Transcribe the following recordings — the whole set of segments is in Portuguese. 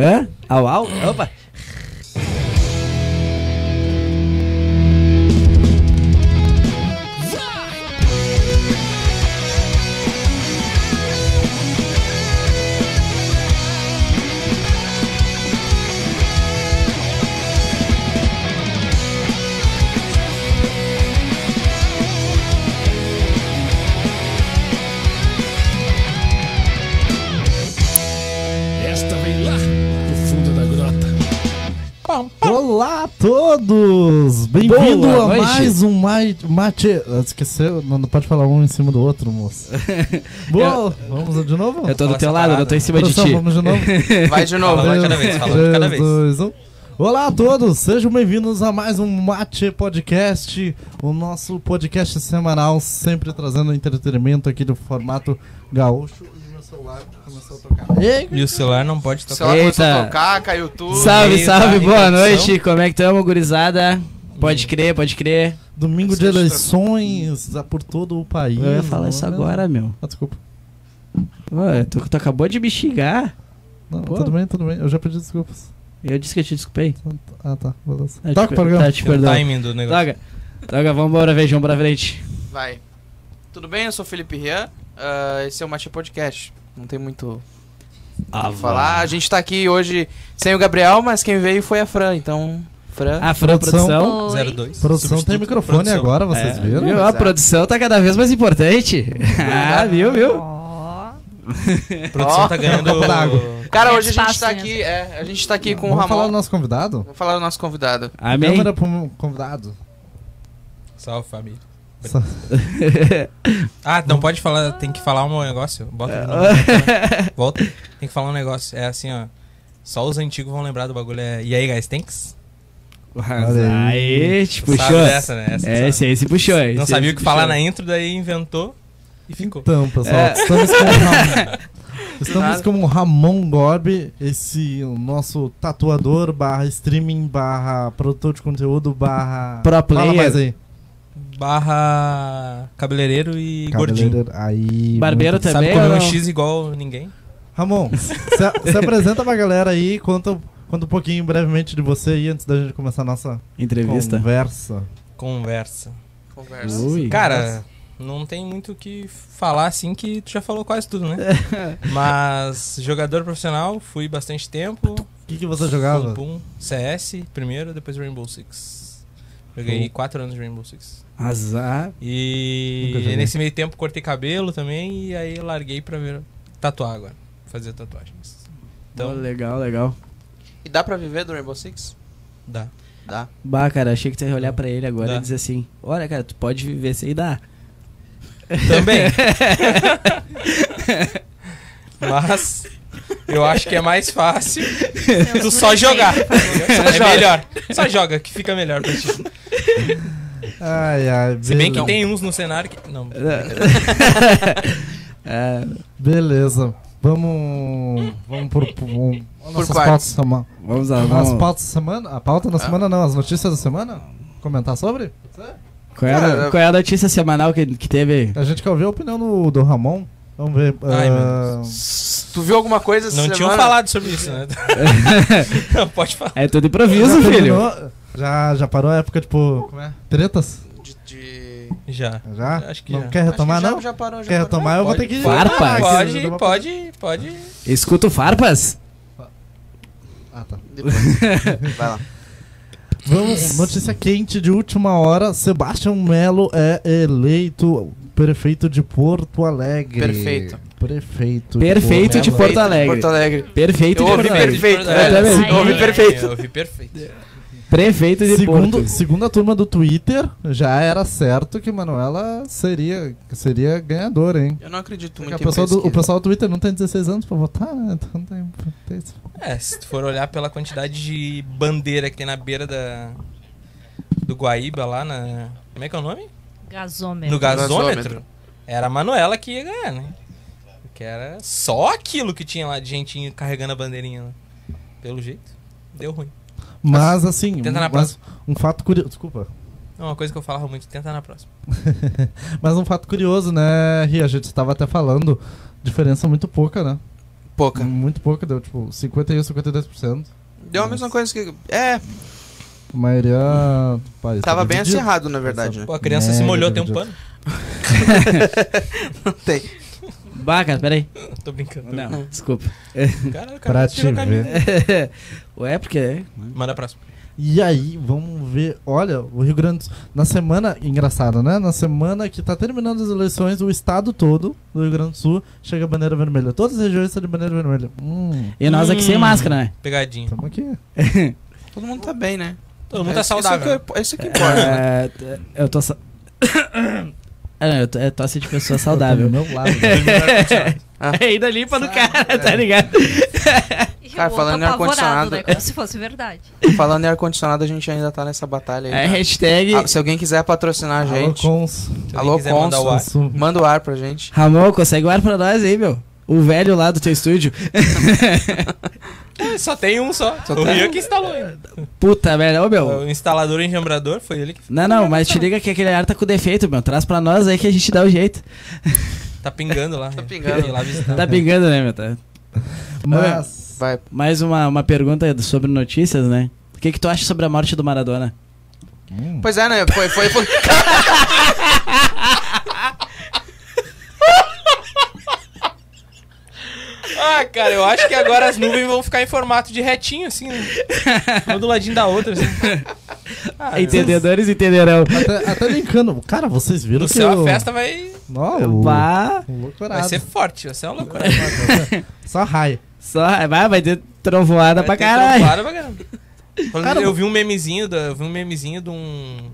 Hã? Au, au? Opa! Esta vem lá do fundo da grota. Olá a todos! Bem-vindo Boa a noite. mais um mai- Mate. Ah, Esqueceu? Não não pode falar um em cima do outro, moço. Boa! Vamos de novo? Eu tô do Fala teu essa lado, parada. eu tô em cima de Produção, ti. Vamos de novo? Vai de novo, vai de cada vez, fala de cada vez. Dois, um. Olá a todos, sejam bem-vindos a mais um Mate Podcast, o nosso podcast semanal, sempre trazendo entretenimento aqui do formato gaúcho. E meu celular começou a tocar. Ei, E o celular não pode Só- tocar. Eita. começou a tocar, caiu tudo. Salve, Eita, salve, boa introdução. noite. Como é que tamo, gurizada? Pode crer, pode crer. Domingo de eleições ah, por todo o país. Eu ia falar não isso é mesmo? agora, meu. Ah, desculpa. Ué, tu, tu acabou de me xingar. Não, Pô. tudo bem, tudo bem. Eu já pedi desculpas. Eu disse que eu te desculpei. Ah, tá. Beleza. Tá, Toca te- o programa. Tá, te O perdão. timing do negócio. Toca. Toca, vambora, vejam pra frente. Vai. Tudo bem? Eu sou o Felipe Rian. ah, esse é o Mate Podcast. Não tem muito Ah, Ah, o que falar. A gente tá aqui hoje sem o Gabriel, mas quem veio foi a Fran, então. Fran. Ah. A Fran Produção. Produção. É. 02. Produção tem é Substituto, microfone produção. É. agora, vocês viram? Viu? A Exato. produção tá cada vez mais importante. ah, viu, viu? A produção tá ganhando. Copo d'água. Cara, hoje a gente Espaço, tá né? aqui. É, a gente tá aqui com Vamos o falar Ramon. do nosso convidado? Vou falar do nosso convidado. Amém. Câmera pro convidado. Salve, família. Só- Ah, não pode falar, tem que falar um negócio. Bota de novo. Volta. Tem que falar um negócio. É assim, ó. Só os antigos vão lembrar do bagulho. É... E aí, guys, thanks? Olha Aí, te puxou. Sabe dessa, né? Essa, É, sabe. esse aí se puxou. esse Não aí sabia se o que falar puxou. na intro, daí inventou e ficou. Então, pessoal, É. estamos com o Ramon. Estamos Nada. com o Ramon Gorbi, esse o nosso tatuador, barra streaming, barra produtor de conteúdo, barra. Pro Fala player. mais aí. Barra cabeleireiro e gordinho. Cabeleireiro. Aí. Barbeiro muito- Também Sabe comer ou um não? X igual ninguém? Ramon, se, se apresenta pra galera aí, conta, conta um pouquinho brevemente de você aí antes da gente começar a nossa Entrevista. conversa. Conversa. Conversa. Ui. Cara, não tem muito o que falar assim que tu já falou quase tudo, né? Mas jogador profissional, fui bastante tempo. O que, que você jogava? Pum, pum, CS primeiro, depois Rainbow Six. Joguei 4 anos de Rainbow Six. Azar. E Nunca joguei. nesse meio tempo cortei cabelo também e aí larguei pra ver tatuar agora, fazer tatuagens. Então, Então, legal, legal. E dá pra viver do Rainbow Six? dá. Dá. Bah, cara, achei que tu ia olhar pra ele agora Dá. e dizer assim: Olha, cara, tu pode viver sem dar. Também. Mas eu acho que é mais fácil tu só jogar. é melhor. Só joga, que fica melhor pra ti. Ai, ai, Se bem que é um beleza. tem uns no cenário que. Não. É, Beleza. Vamos. Vamos por. por vamos- nossas partes. pautas da semana. vamos lá, As vamos. pautas da semana? A pauta da semana não, as notícias da semana? Comentar sobre? Qual é, a- Cara, qual é a notícia semanal que, que teve? A gente quer ouvir a opinião do, do Ramon. Vamos ver. Ai, meu ah, Tu viu alguma coisa essa Não tinham semana? falado sobre isso, né? Não, pode falar. É tudo já improviso, filho. terminou- Já, já parou a época, tipo. Como é? Tretas? De, de... Já. Já? Acho que não já. quer retomar, Acho que não? Já, já parou, já Quer parou. retomar, eu vou Pode- ter que. Farpas? parar aqui, Ah, Pode, deu uma- pode, pode. Escuta o Farpas? Ah, tá. Depois. Vai lá. Vamos, É, notícia quente de última hora. Sebastião Melo é eleito prefeito de Porto Alegre. Perfeito. Prefeito. Perfeito de Porto Perfeito de Alegre. Porto Alegre. Perfeito Eu de ouvi Porto Alegre. perfeito, né? É, velho. sim, Eu ouvi perfeito. Eu ouvi perfeito. Prefeito de Segundo, Porto. segundo a turma do Twitter, já era certo que Manuela seria, seria ganhadora, hein? Eu não acredito Porque muito a em pessoa do- pesquisa. o pessoal do Twitter não tem 16 anos pra votar, né? Então não tem, tem isso. É, se tu for olhar pela quantidade de bandeira que tem na beira da. Do Guaíba lá na. Como é que é o nome? Gasômetro. No gasômetro, gasômetro. era a Manuela que ia ganhar, né? Porque era só aquilo que tinha lá de gentinho carregando a bandeirinha lá. Pelo jeito, deu ruim. Mas assim, Tenta na mas um fato curioso. Desculpa. É uma coisa que eu falava muito, tenta na próxima. Mas um fato curioso, né, Ria? A gente estava até falando. Diferença muito pouca, né? Pouca. Muito pouco, deu tipo 51, 52%. Deu a mesma coisa que. É, A maioria. pá, isso tava é bem dividido. acirrado, na verdade, né? Pô, a criança se É, molhou, tem um Deus. pano. Tem. Bah, cara, peraí. Tô brincando. Né? Não, desculpa. Cara, o Pra cara te tirou o caminho. ver. Ué, porque. né? Manda a próxima. E aí, vamos ver. Olha, o Rio Grande do Sul. Na semana. Engraçado, né? Na semana que tá terminando as eleições, o estado todo do Sul, Rio Grande do Sul chega a bandeira vermelha. Todas as regiões estão de bandeira vermelha. Hum. E nós aqui sem Hum. máscara, né? Pegadinha. Tamo aqui. Todo mundo tá bem, né? Todo mundo tá Isso- isso saudável. que- Isso que importa, né? É, eu tô. sa- Ah, não, eu tô, é tosse de pessoa saudável. É, Do meu lado. né? Ainda limpa do cara, tá ligado? E Cara, o falando em outro apavorado, ar-condicionado- né? Como se fosse verdade. Falando em ar-condicionado, a gente ainda tá nessa batalha aí. É né? hashtag. Ah, se alguém quiser patrocinar a Alô, gente, Cons. Se Alô, alguém quiser mandar o ar. Samsung. manda o ar pra gente. Ramon, consegue o ar pra nós aí, meu? O velho lá do teu estúdio. É, Só tem um só. Só o tem Rio um. que instalou. hein? Puta, velho. Ô, meu. O instalador e enjambrador foi ele que Não, não, mas te liga que aquele ar tá com defeito, meu. Traz pra nós aí que a gente dá o jeito. tá pingando lá. Tá pingando. Lá visitar. Tá pingando, né, meu? Tá- Mas. Vai. Mais uma, uma pergunta sobre notícias, né? O que, que tu acha sobre a morte do Maradona? Hum. Pois é, né? Foi, foi, foi. Ah, cara, eu acho que agora as nuvens vão ficar em formato de retinho, assim. né? Uma do ladinho da outra, assim. Ah, Entendedores entenderão. Até, até linkando. Cara, vocês viram No que é céu o- a festa vai, Não, o- Bah, o loucurado. vai ser forte, vai ser uma loucura. Só raio. só, vai, vai ter trovoada pra Vai ter caralho. trovoada pra caramba. Falando Cara, nisso, eu vi um memezinho, da, eu vi um memezinho de um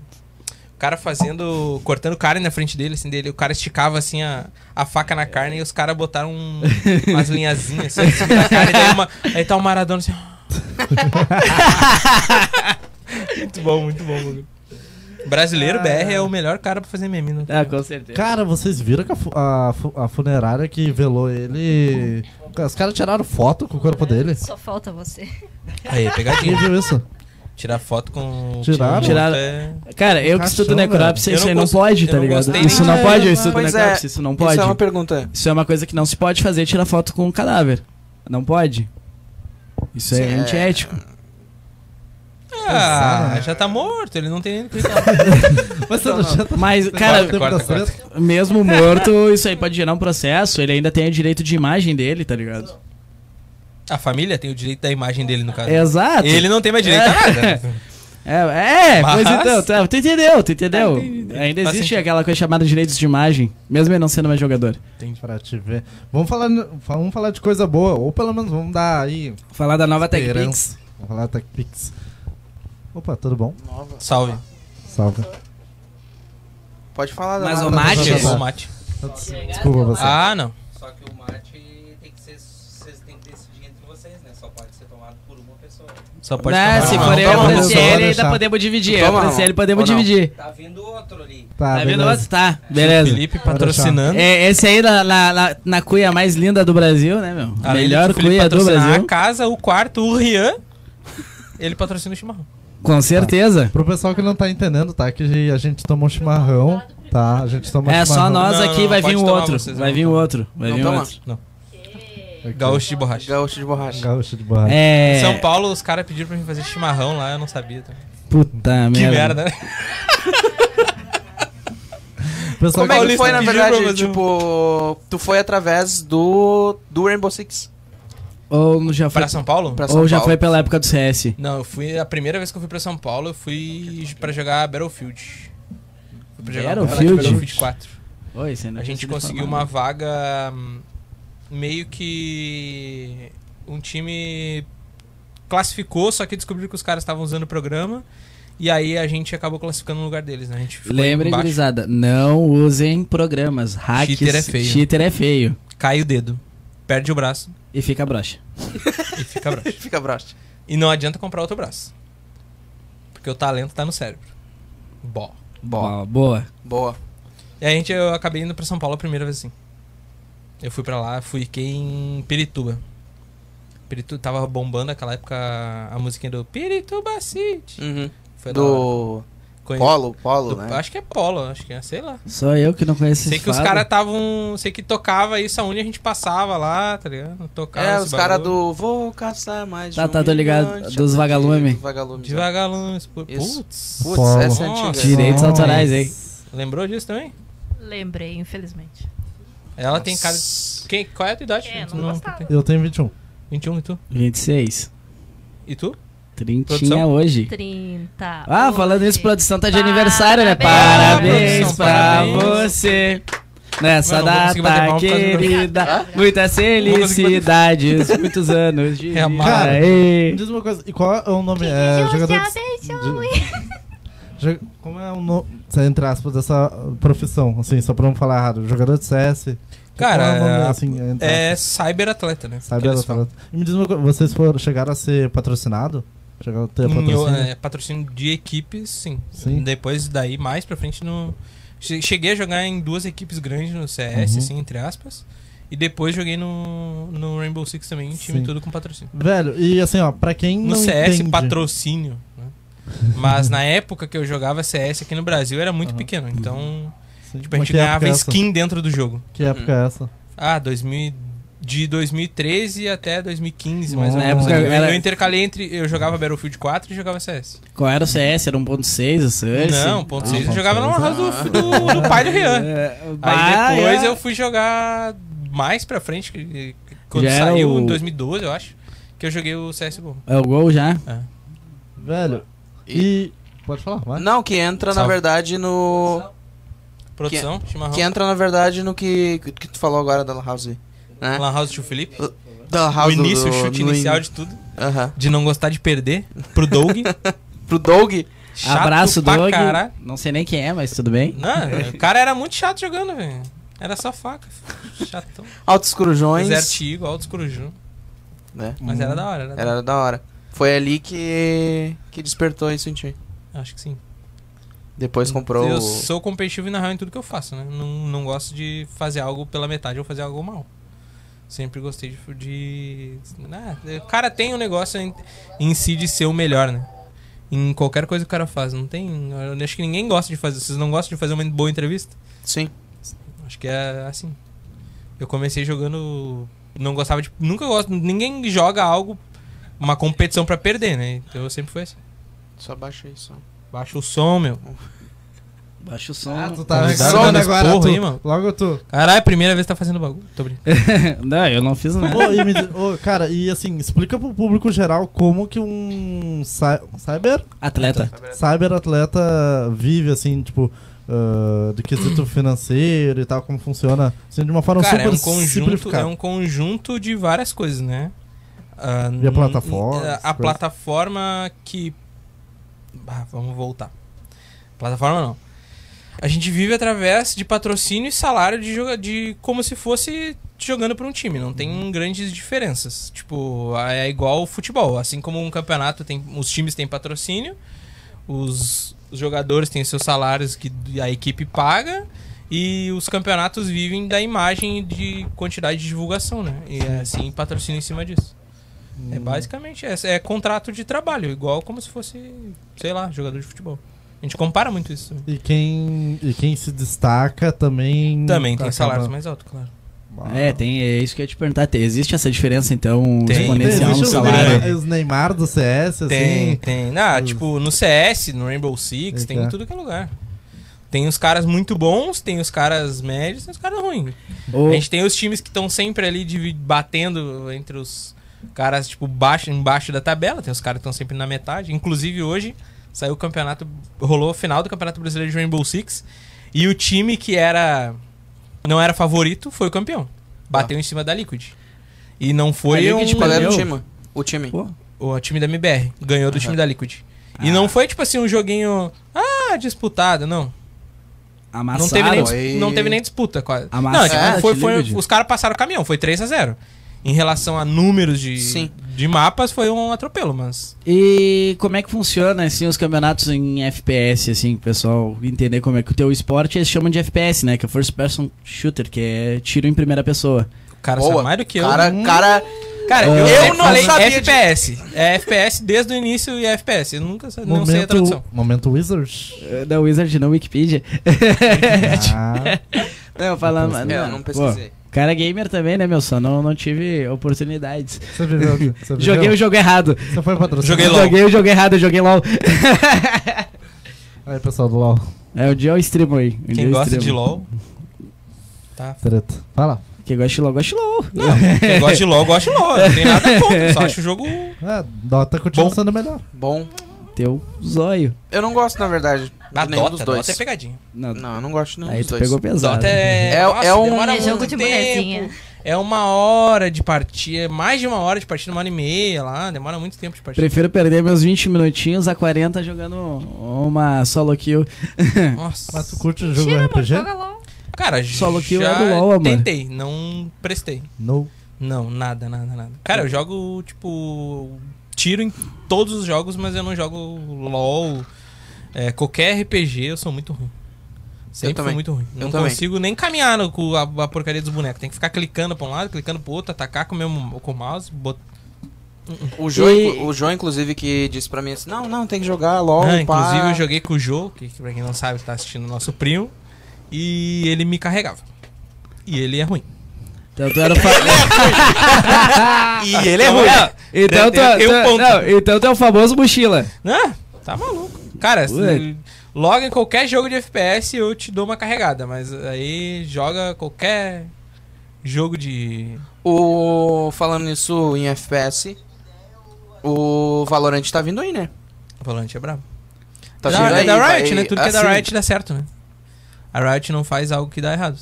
o cara fazendo, cortando carne na frente dele, assim, dele, o cara esticava assim a, a faca na carne e os caras botaram um- umas linhazinhas assim, assim na carne, daí uma, aí tá o Maradona assim. muito bom, muito bom. Gugu. Brasileiro BR é o melhor cara pra fazer meme, né? não tem? Ah, com certeza. Cara, vocês viram que a, fu- a fu- a funerária que velou ele. Os caras tiraram foto com o corpo dele. Só falta você. Aí, é Quem pegadinha. viu isso? Tirar foto com Tiraram? Tiraram. É... Cara, eu que Caixão, estudo necrópsia, velho. isso Eu aí não não gost- eu pode, tá não ligado? gostei Isso nem não de- pode, eu estudo Pois é, necrópsia, isso não pode. Isso é uma pergunta. Isso é uma coisa que não se pode fazer, tirar foto com um cadáver. Não pode. Isso é, Isso é- antiético. Ah, já tá morto, ele não tem nem o que falar. Mas você não tinha Mas, Corta, cara, corta, das corta. treta? mesmo morto, isso aí pode gerar um processo, ele ainda tem o direito de imagem dele, tá ligado? A família tem o direito da imagem dele, no caso. Exato. Ele não tem mais direito a nada. É, é Mas- pois então, tu, tu entendeu, tu entendeu. Ah, entendi. Ainda Faz existe sentido. aquela coisa chamada direitos de imagem, mesmo ele não sendo mais jogador. Pra te ver. Vamos falar, vamos falar de coisa boa, ou pelo menos vamos dar aí. Falar da nova esperança. Vamos falar da TechPix. Opa, tudo bom? Salve. Salve. Pode falar da Mas nada. o mate- Chegou o mate. Desculpa você. Ah, não. Só que o mate tem que ser. Vocês têm que decidir entre vocês, né? Só pode ser tomado por uma pessoa. Só pode Né, tomar. se Não, for não eu e o toma, não Franciele, toma. Franciele, deixar. ainda podemos dividir. Toma, o Franciele Ramon. podemos Ou não? dividir. Tá vindo outro ali. Tá, Tá vendo? beleza. Tá, beleza. Felipe patrocinando. É, esse aí na, na, na, na cuia mais linda do Brasil, né, meu? Além de Melhor o Felipe cuia do patrocinar Brasil. A casa, o quarto, o Rian. Ele patrocina o chimarrão. Com certeza. Pro pessoal que não tá entendendo, tá? Que a gente toma um chimarrão, tá? A gente toma um É só chimarrão. nós Não, aqui, não, vai pode vir o tomar outro. vocês, Vai não vir o toma. outro. Vai Não vir o toma. outro. Gaúcho de borracha. Gaúcho de borracha. Gaúcho de borracha. É. Em São Paulo, os caras pediram pra mim fazer chimarrão lá, eu não sabia. também. Puta Que merda. merda. né? Pessoal, Como é que Paulista foi, na pediu pra verdade, fazer um- tipo, tu foi através do, do Rainbow Six Ou não já foi, Pra São Paulo? pra São ou já Paulo? foi pela época do CS. Não, eu fui. A primeira vez que eu fui pra São Paulo, eu fui pra jogar Battlefield. Fui pra jogar Battlefield? Battlefield 4. Oi, você não A gente precisa conseguiu falar. uma vaga hum, meio que um time classificou, só que descobriu que os caras estavam usando o programa e aí a gente acabou classificando no lugar deles, né? A gente ficou Lembrem, embaixo. gurizada, não usem programas. Hacks. Cheater é feio. Cheater é feio. Cai o dedo, perde o braço E fica broxa. e fica broxa. Fica broxa. e não adianta comprar outro braço. Porque o talento tá no cérebro. Bó. Boa. Boa. Boa. E aí a gente eu acabei indo pra São Paulo a primeira vez assim. Eu fui pra lá, fui fiquei em Pirituba. Pirituba tava bombando naquela época a musiquinha do Pirituba City. Uhum. Foi da hora. Do... Conhe- Polo, polo, do- né? Acho que é polo, acho que é, sei lá. Só eu que não conheço Sei esse que os fado. caras estavam. Sei que tocava isso aonde a gente passava lá, tá ligado? Tocava É, esse os caras bagulho. do Vou caçar mais. Tá, de tá, tô ligado. gigante", Dos de- vagalume. Vagalume. exato. Devagar, Lunes, por- Isso. Putz. Putz, Polo. essa é antiga. Nossa. Direitos Nossa. autorais, hein? Lembrou disso também? Lembrei, infelizmente. Ela tem cara. Quem, qual é a tua idade? É, Tu não gostava. Eu tenho 21. 21 e tu? 26. E tu? Trintinha Produção? hoje. 30. Ah, falando isso isso, produção tá de aniversário, né? Parabéns Parabéns, pra parabéns. você. Nessa Mano, não vou conseguir bater data palma por causa do- querida, Obrigada. muitas Não vou conseguir felicidades, muitos anos de É vida. amar. Cara, Ei. Diz uma coisa, e qual é o nome? É, jogador de... de- jo- Como é o nome, entre aspas, dessa profissão? Assim, só pra não falar errado. Jogador de CS. Cara, qual é o nome, a- assim, entre É aspas? cyberatleta, né? Sabe, Que eles ela fala- E me diz uma coisa, vocês foram, chegaram a ser patrocinado? Chegaram a ter Em- patrocínio? eu, é, patrocínio de equipes, sim. Sim. Depois daí, mais pra frente, no... che- cheguei a jogar em duas equipes grandes no CS, Uhum. assim, entre aspas. E depois joguei no, no Rainbow Six também, em time Sim. todo com patrocínio. Velho, e assim, ó, pra quem No não CS, entende... patrocínio. né? Mas na época que eu jogava CS aqui no Brasil era muito Aham. pequeno, então Sim, tipo, a mas gente que época ganhava é essa? skin dentro do jogo. Que época é essa? Ah, 2000, de 2013 até 2015, mais ou Na menos. época eu, era- eu intercalei entre. Eu jogava Battlefield 4 e jogava CS. Qual era o CS? Era 1.6 o CS? Não, um ponto 6 eu ponto jogava no seis. house do, do, do pai do Rian. É, bah, Aí depois Ah. é. eu fui jogar mais pra frente, que- que- quando Já era saiu o- em 2012, eu acho, que eu joguei o CSGO. É o gol já? Velho, e... Pode falar, vai. Não, que entra na Salve. verdade no. Produção, chimarrão. Que é, né? entra na verdade no que, que tu falou agora da La House. Né? Lan House to Felipe. Da O House início, o do- chute no in- inicial de tudo. Aham. De não gostar de perder. Pro Doug. Pro Doug. Chato Abraço, pra Doug. caralho. Não sei nem quem é, mas tudo bem. Não, o cara era muito chato jogando, velho. Era só faca. Chatão. Altos Corujões. Desert Eagle, Altos Corujão. Né? é Mas é era da hora, era, da Era da hora. Foi ali que. que despertou isso em ti. hora. Acho que sim. Depois comprou. Eu o- sou competitivo e na real em tudo que eu faço, né? Não, não gosto de fazer algo pela metade ou fazer algo mal. Sempre gostei de. de ah, o cara tem um negócio em, em si de ser o melhor, né? Em qualquer coisa que o cara faz. Não tem. Eu acho que ninguém gosta de fazer. Vocês não gostam de fazer uma boa entrevista? Sim. Acho que é assim. Eu comecei jogando. Não gostava de. Nunca gosto. Ninguém joga algo. Uma competição pra perder, né? Então eu sempre fui assim. Só baixa isso. Baixa o som, meu. Baixa o som. Ah, tu tá Convidado reclamando dando agora, esporro tu. aí, mano. Logo tu. Caralho, é a primeira vez que tá fazendo bagulho. Tô brincando. não, eu não fiz nada. Ô, e me diz- ô, cara, e assim, explica pro público geral como que um cy- cyber, Atleta. cyber atleta vive, assim, tipo, ah, do quesito financeiro e tal, como funciona, assim, de uma forma Cara, é super um, conjunto, simplificada. é um conjunto de várias coisas, né? Ah, E a plataforma, n- essas A coisas. plataforma que. Bah, vamos voltar. Plataforma não. A gente vive através de patrocínio e salário de, joga de como se fosse jogando para um time. Não tem Uhum. grandes diferenças. Tipo, é igual o futebol. Assim como um campeonato tem. Os times têm patrocínio, os, os jogadores têm seus salários que a equipe paga. E os campeonatos vivem da imagem e de quantidade de divulgação, né? E assim, patrocínio em cima disso. É basicamente essa. É contrato de trabalho, igual como se fosse, sei lá, jogador de futebol. A gente compara muito isso. E quem, e quem se destaca também... Também tem acaba- salários mais altos, claro. tá. É, tem, é isso que eu ia te perguntar. Tem- Existe essa diferença, então, Tem. um exponencial Existe no os salário? Neymar, os Neymar do CS, Tem, assim... tem. Ah, os- tipo, no CS, no Rainbow Six, É tem que é. em tudo que é lugar. Tem os caras muito bons, tem os caras médios, tem os caras ruins. Ou- A gente tem os times que estão sempre ali divi- batendo entre os caras, tipo, baixo, embaixo da tabela. Tem os caras que estão sempre na metade. Inclusive, hoje saiu o campeonato. Rolou a final do Campeonato Brasileiro de Rainbow Six. E o time que era. Não era favorito foi o campeão. Bateu em cima da Liquid. E não foi. A Liquid um- Tá. Qual era o Entendeu? time? O time. Pô, o time da MBR. Ganhou do time da Liquid. Ah. E não foi, tipo assim, um joguinho. Ah, disputado, não. Não amassaram. teve, nem, dis- aí. é, não teve nem disputa, quase. Amassaram não, a tipo, foi, Team foi- Liquid. os caras passaram o caminhão, foi 3 a 0 Em relação a números de, Sim. de mapas, foi um atropelo, mas. E como é que funciona, assim, os campeonatos em FPS, assim, pro pessoal entender como é que o teu esporte, eles chamam de FPS, né? Que é First Person Shooter, que é tiro em primeira pessoa. O cara Boa. sabe mais do que eu. Cara, cara, Cara, Ah. eu, Eu sempre não falei sabia de- FPS. É FPS desde o início e é FPS. Eu nunca sa- não sei a tradução. momento Wizards. É, Eh, Não, Wizard não, Wikipedia. Ah, não, falando. É, eu não pesquisei. Pô, cara gamer também, né, meu? Só não, não tive oportunidades. Tá você viveu. Você viveu? Joguei o jogo errado. Você foi patrocinado. Joguei LOL. Joguei o jogo errado, eu joguei LOL. Aí, pessoal do LOL. É, um dia eu streamo aí. Um dia Quem eu gosta streamo. de LOL. Tá. Treta. Vai lá. Quem gosta de LOL, gosta de LOL. Não, quem gosta de LOL, gosta de LOL. Não tem nada contra. Só acho o jogo. É, Dota continua Bom. sendo melhor. Bom, Teu zóio. eu não gosto, na verdade, Na de nenhum Dota, dos Dota dois. é pegadinha. Não, Não, eu não gosto de nenhum aí dos tu dois. pegou pesado. né? Dota é. É- nossa, é um- demora É jogo muito de tempo. mulherzinha. É uma hora de partida. Mais de uma hora de partida, uma hora e meia lá. Demora muito tempo de partida. Prefiro perder meus 20 minutinhos a 40 jogando uma solo kill. Nossa. Mas tu curte o jogo Tira, mano, RPG? joga LOL. Cara, Solo kill já é do LOL, amor. tentei, não prestei. Não. Não, nada, nada, nada. Cara, eu jogo, tipo, tiro em todos os jogos, mas eu não jogo LOL. É, qualquer RPG eu sou muito ruim. Sempre fui também. muito ruim. Eu não também. consigo nem caminhar no- com a, a porcaria dos bonecos. Tem que ficar clicando pra um lado, clicando pro outro, atacar com o, meu, com o mouse. Bot... O João, E- inclu- o João, inclusive, que disse pra mim assim, não, não, tem que jogar LOL, Ah, pá. inclusive eu joguei com o Jô, que que pra quem não sabe tá assistindo o nosso primo, e ele me carregava. E ele é ruim. Então tu era o fa- E É, ele é ruim. então, tu, eu tu- um ponto. não, então tu é o famoso mochila. Ah, tá maluco. Cara, se- logo em qualquer jogo de FPS eu te dou uma carregada, mas aí joga qualquer jogo de. O... Falando nisso em FPS, o Valorant tá vindo aí, né? Valorant é brabo. Tá da, vindo é aí, da Riot, vai- né? Tudo que é assim, da Riot dá certo, né? A Riot não faz algo que dá errado.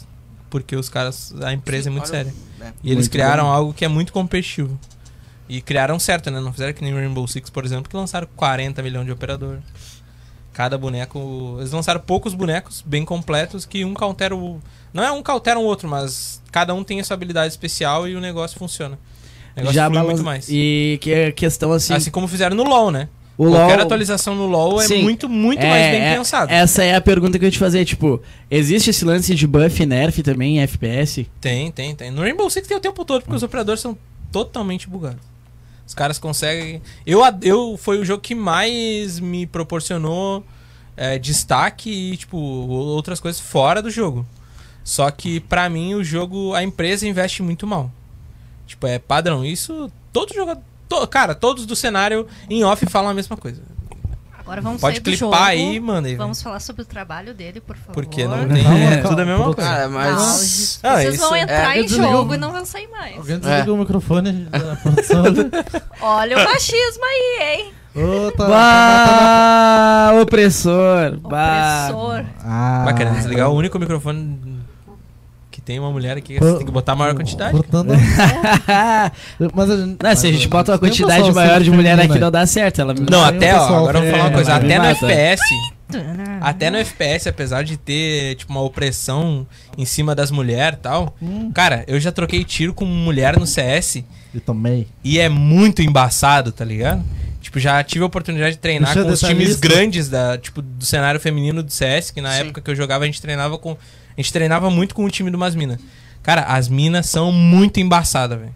Porque os caras. A empresa é muito olha, séria. né? E eles Muito criaram algo que é muito competitivo. E criaram certo, né? Não fizeram que nem Rainbow Six, por exemplo, que lançaram 40 milhões de operador. Cada boneco. Eles lançaram poucos bonecos bem completos que um countera o. Não é um countera o outro, mas cada um tem a sua habilidade especial e o negócio funciona. O negócio flui balan- muito mais. E que é questão assim. Assim como fizeram no LoL, né? o Qualquer LOL- atualização no LoL é Sim. muito, muito mais bem pensado. Essa é a pergunta que eu ia te fazer. Tipo, existe esse lance de buff e nerf também em FPS? Tem, tem, tem. No Rainbow Six tem o tempo todo, porque os operadores são totalmente bugados. Os caras conseguem. Eu, ad- eu foi o jogo que mais me proporcionou é, destaque e, tipo, o- outras coisas fora do jogo. Só que, pra mim, o jogo. A empresa investe muito mal. Tipo, é padrão. Isso. Todo jogador. to- cara, todos do cenário em off falam a mesma coisa. Agora vamos Pode sair do clipar jogo. aí, mano. e- Vamos falar sobre o trabalho dele, por favor. Porque não Por tem. favor, É tudo a mesma por coisa. Cara, mas... Vocês Ah, isso- vão entrar é, em eu desligo. jogo e não vão sair mais. Alguém desliga o microfone da produção. Olha o machismo aí, hein? Ô, tá- tá matando a- Bah, opressor. Bah. Opressor. Ah, Vai querendo desligar o único microfone que tem uma mulher aqui, que Por- você tem que botar a maior quantidade. Portanto, mas a gente, Não, se a gente bota uma Tem um quantidade pessoal maior de sempre mulher feminino aqui, não aí. dá certo. Ela me- Não, Aí o até, ó, um pessoal é agora eu vou quer- falar uma coisa, vai me até no matar. FPS, é até no FPS, apesar de ter, tipo, uma opressão em cima das mulheres e tal, Hum. cara, eu já troquei tiro com mulher no CS E tomei. e é muito embaçado, tá ligado? Tipo, já tive a oportunidade de treinar Deixa eu com os detalhar times isso. grandes da, tipo, do cenário feminino do CS, que na Sim. época que eu jogava a gente treinava com, a gente treinava muito com o time do Mas Mina. Cara, as minas são muito embaçadas, velho.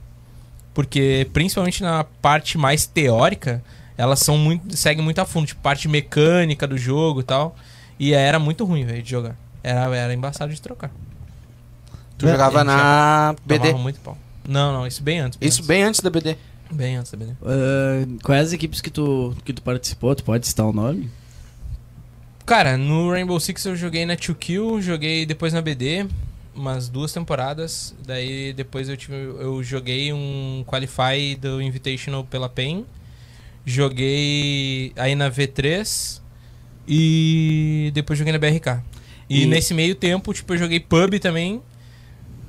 Porque principalmente na parte mais teórica, elas são muito seguem muito a fundo, tipo parte mecânica do jogo e tal. E era muito ruim, velho, de jogar. Era, era embaçado de trocar. Tu Ele jogava já né? na Tomava BD. muito pau. Não, não, isso bem antes. Isso bem antes da BD. antes. bem antes, bem antes. Ah, quais as equipes que tu, que tu participou? Tu pode citar o nome? Cara, no Rainbow Six eu joguei na 2Kill, joguei depois na BD, umas duas temporadas. Daí depois eu, tive, eu joguei um Qualify do Invitational pela PEN. Joguei aí na V3 e depois joguei na BRK. E, E- nesse meio tempo, tipo, eu joguei pub também.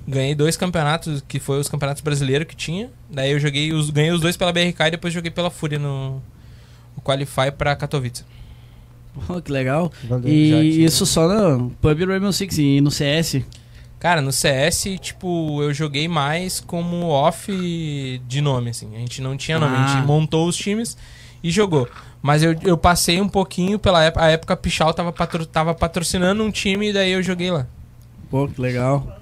Ganhei dois campeonatos, que foi os campeonatos brasileiros que tinha. Daí eu joguei os, ganhei os dois pela BRK e depois joguei pela Fúria no, no Qualify pra Katowice. Pô, que legal. Joguei. já E tinha. isso só no Pub Rainbow Six e no CS. Cara, no CS, tipo, eu joguei mais como off de nome, assim. A gente não tinha nome, a Ah. gente montou os times e jogou. Mas eu, eu passei um pouquinho pela época. A época a Pichal tava, patro, tava patrocinando um time e daí eu joguei lá. Pô, que legal.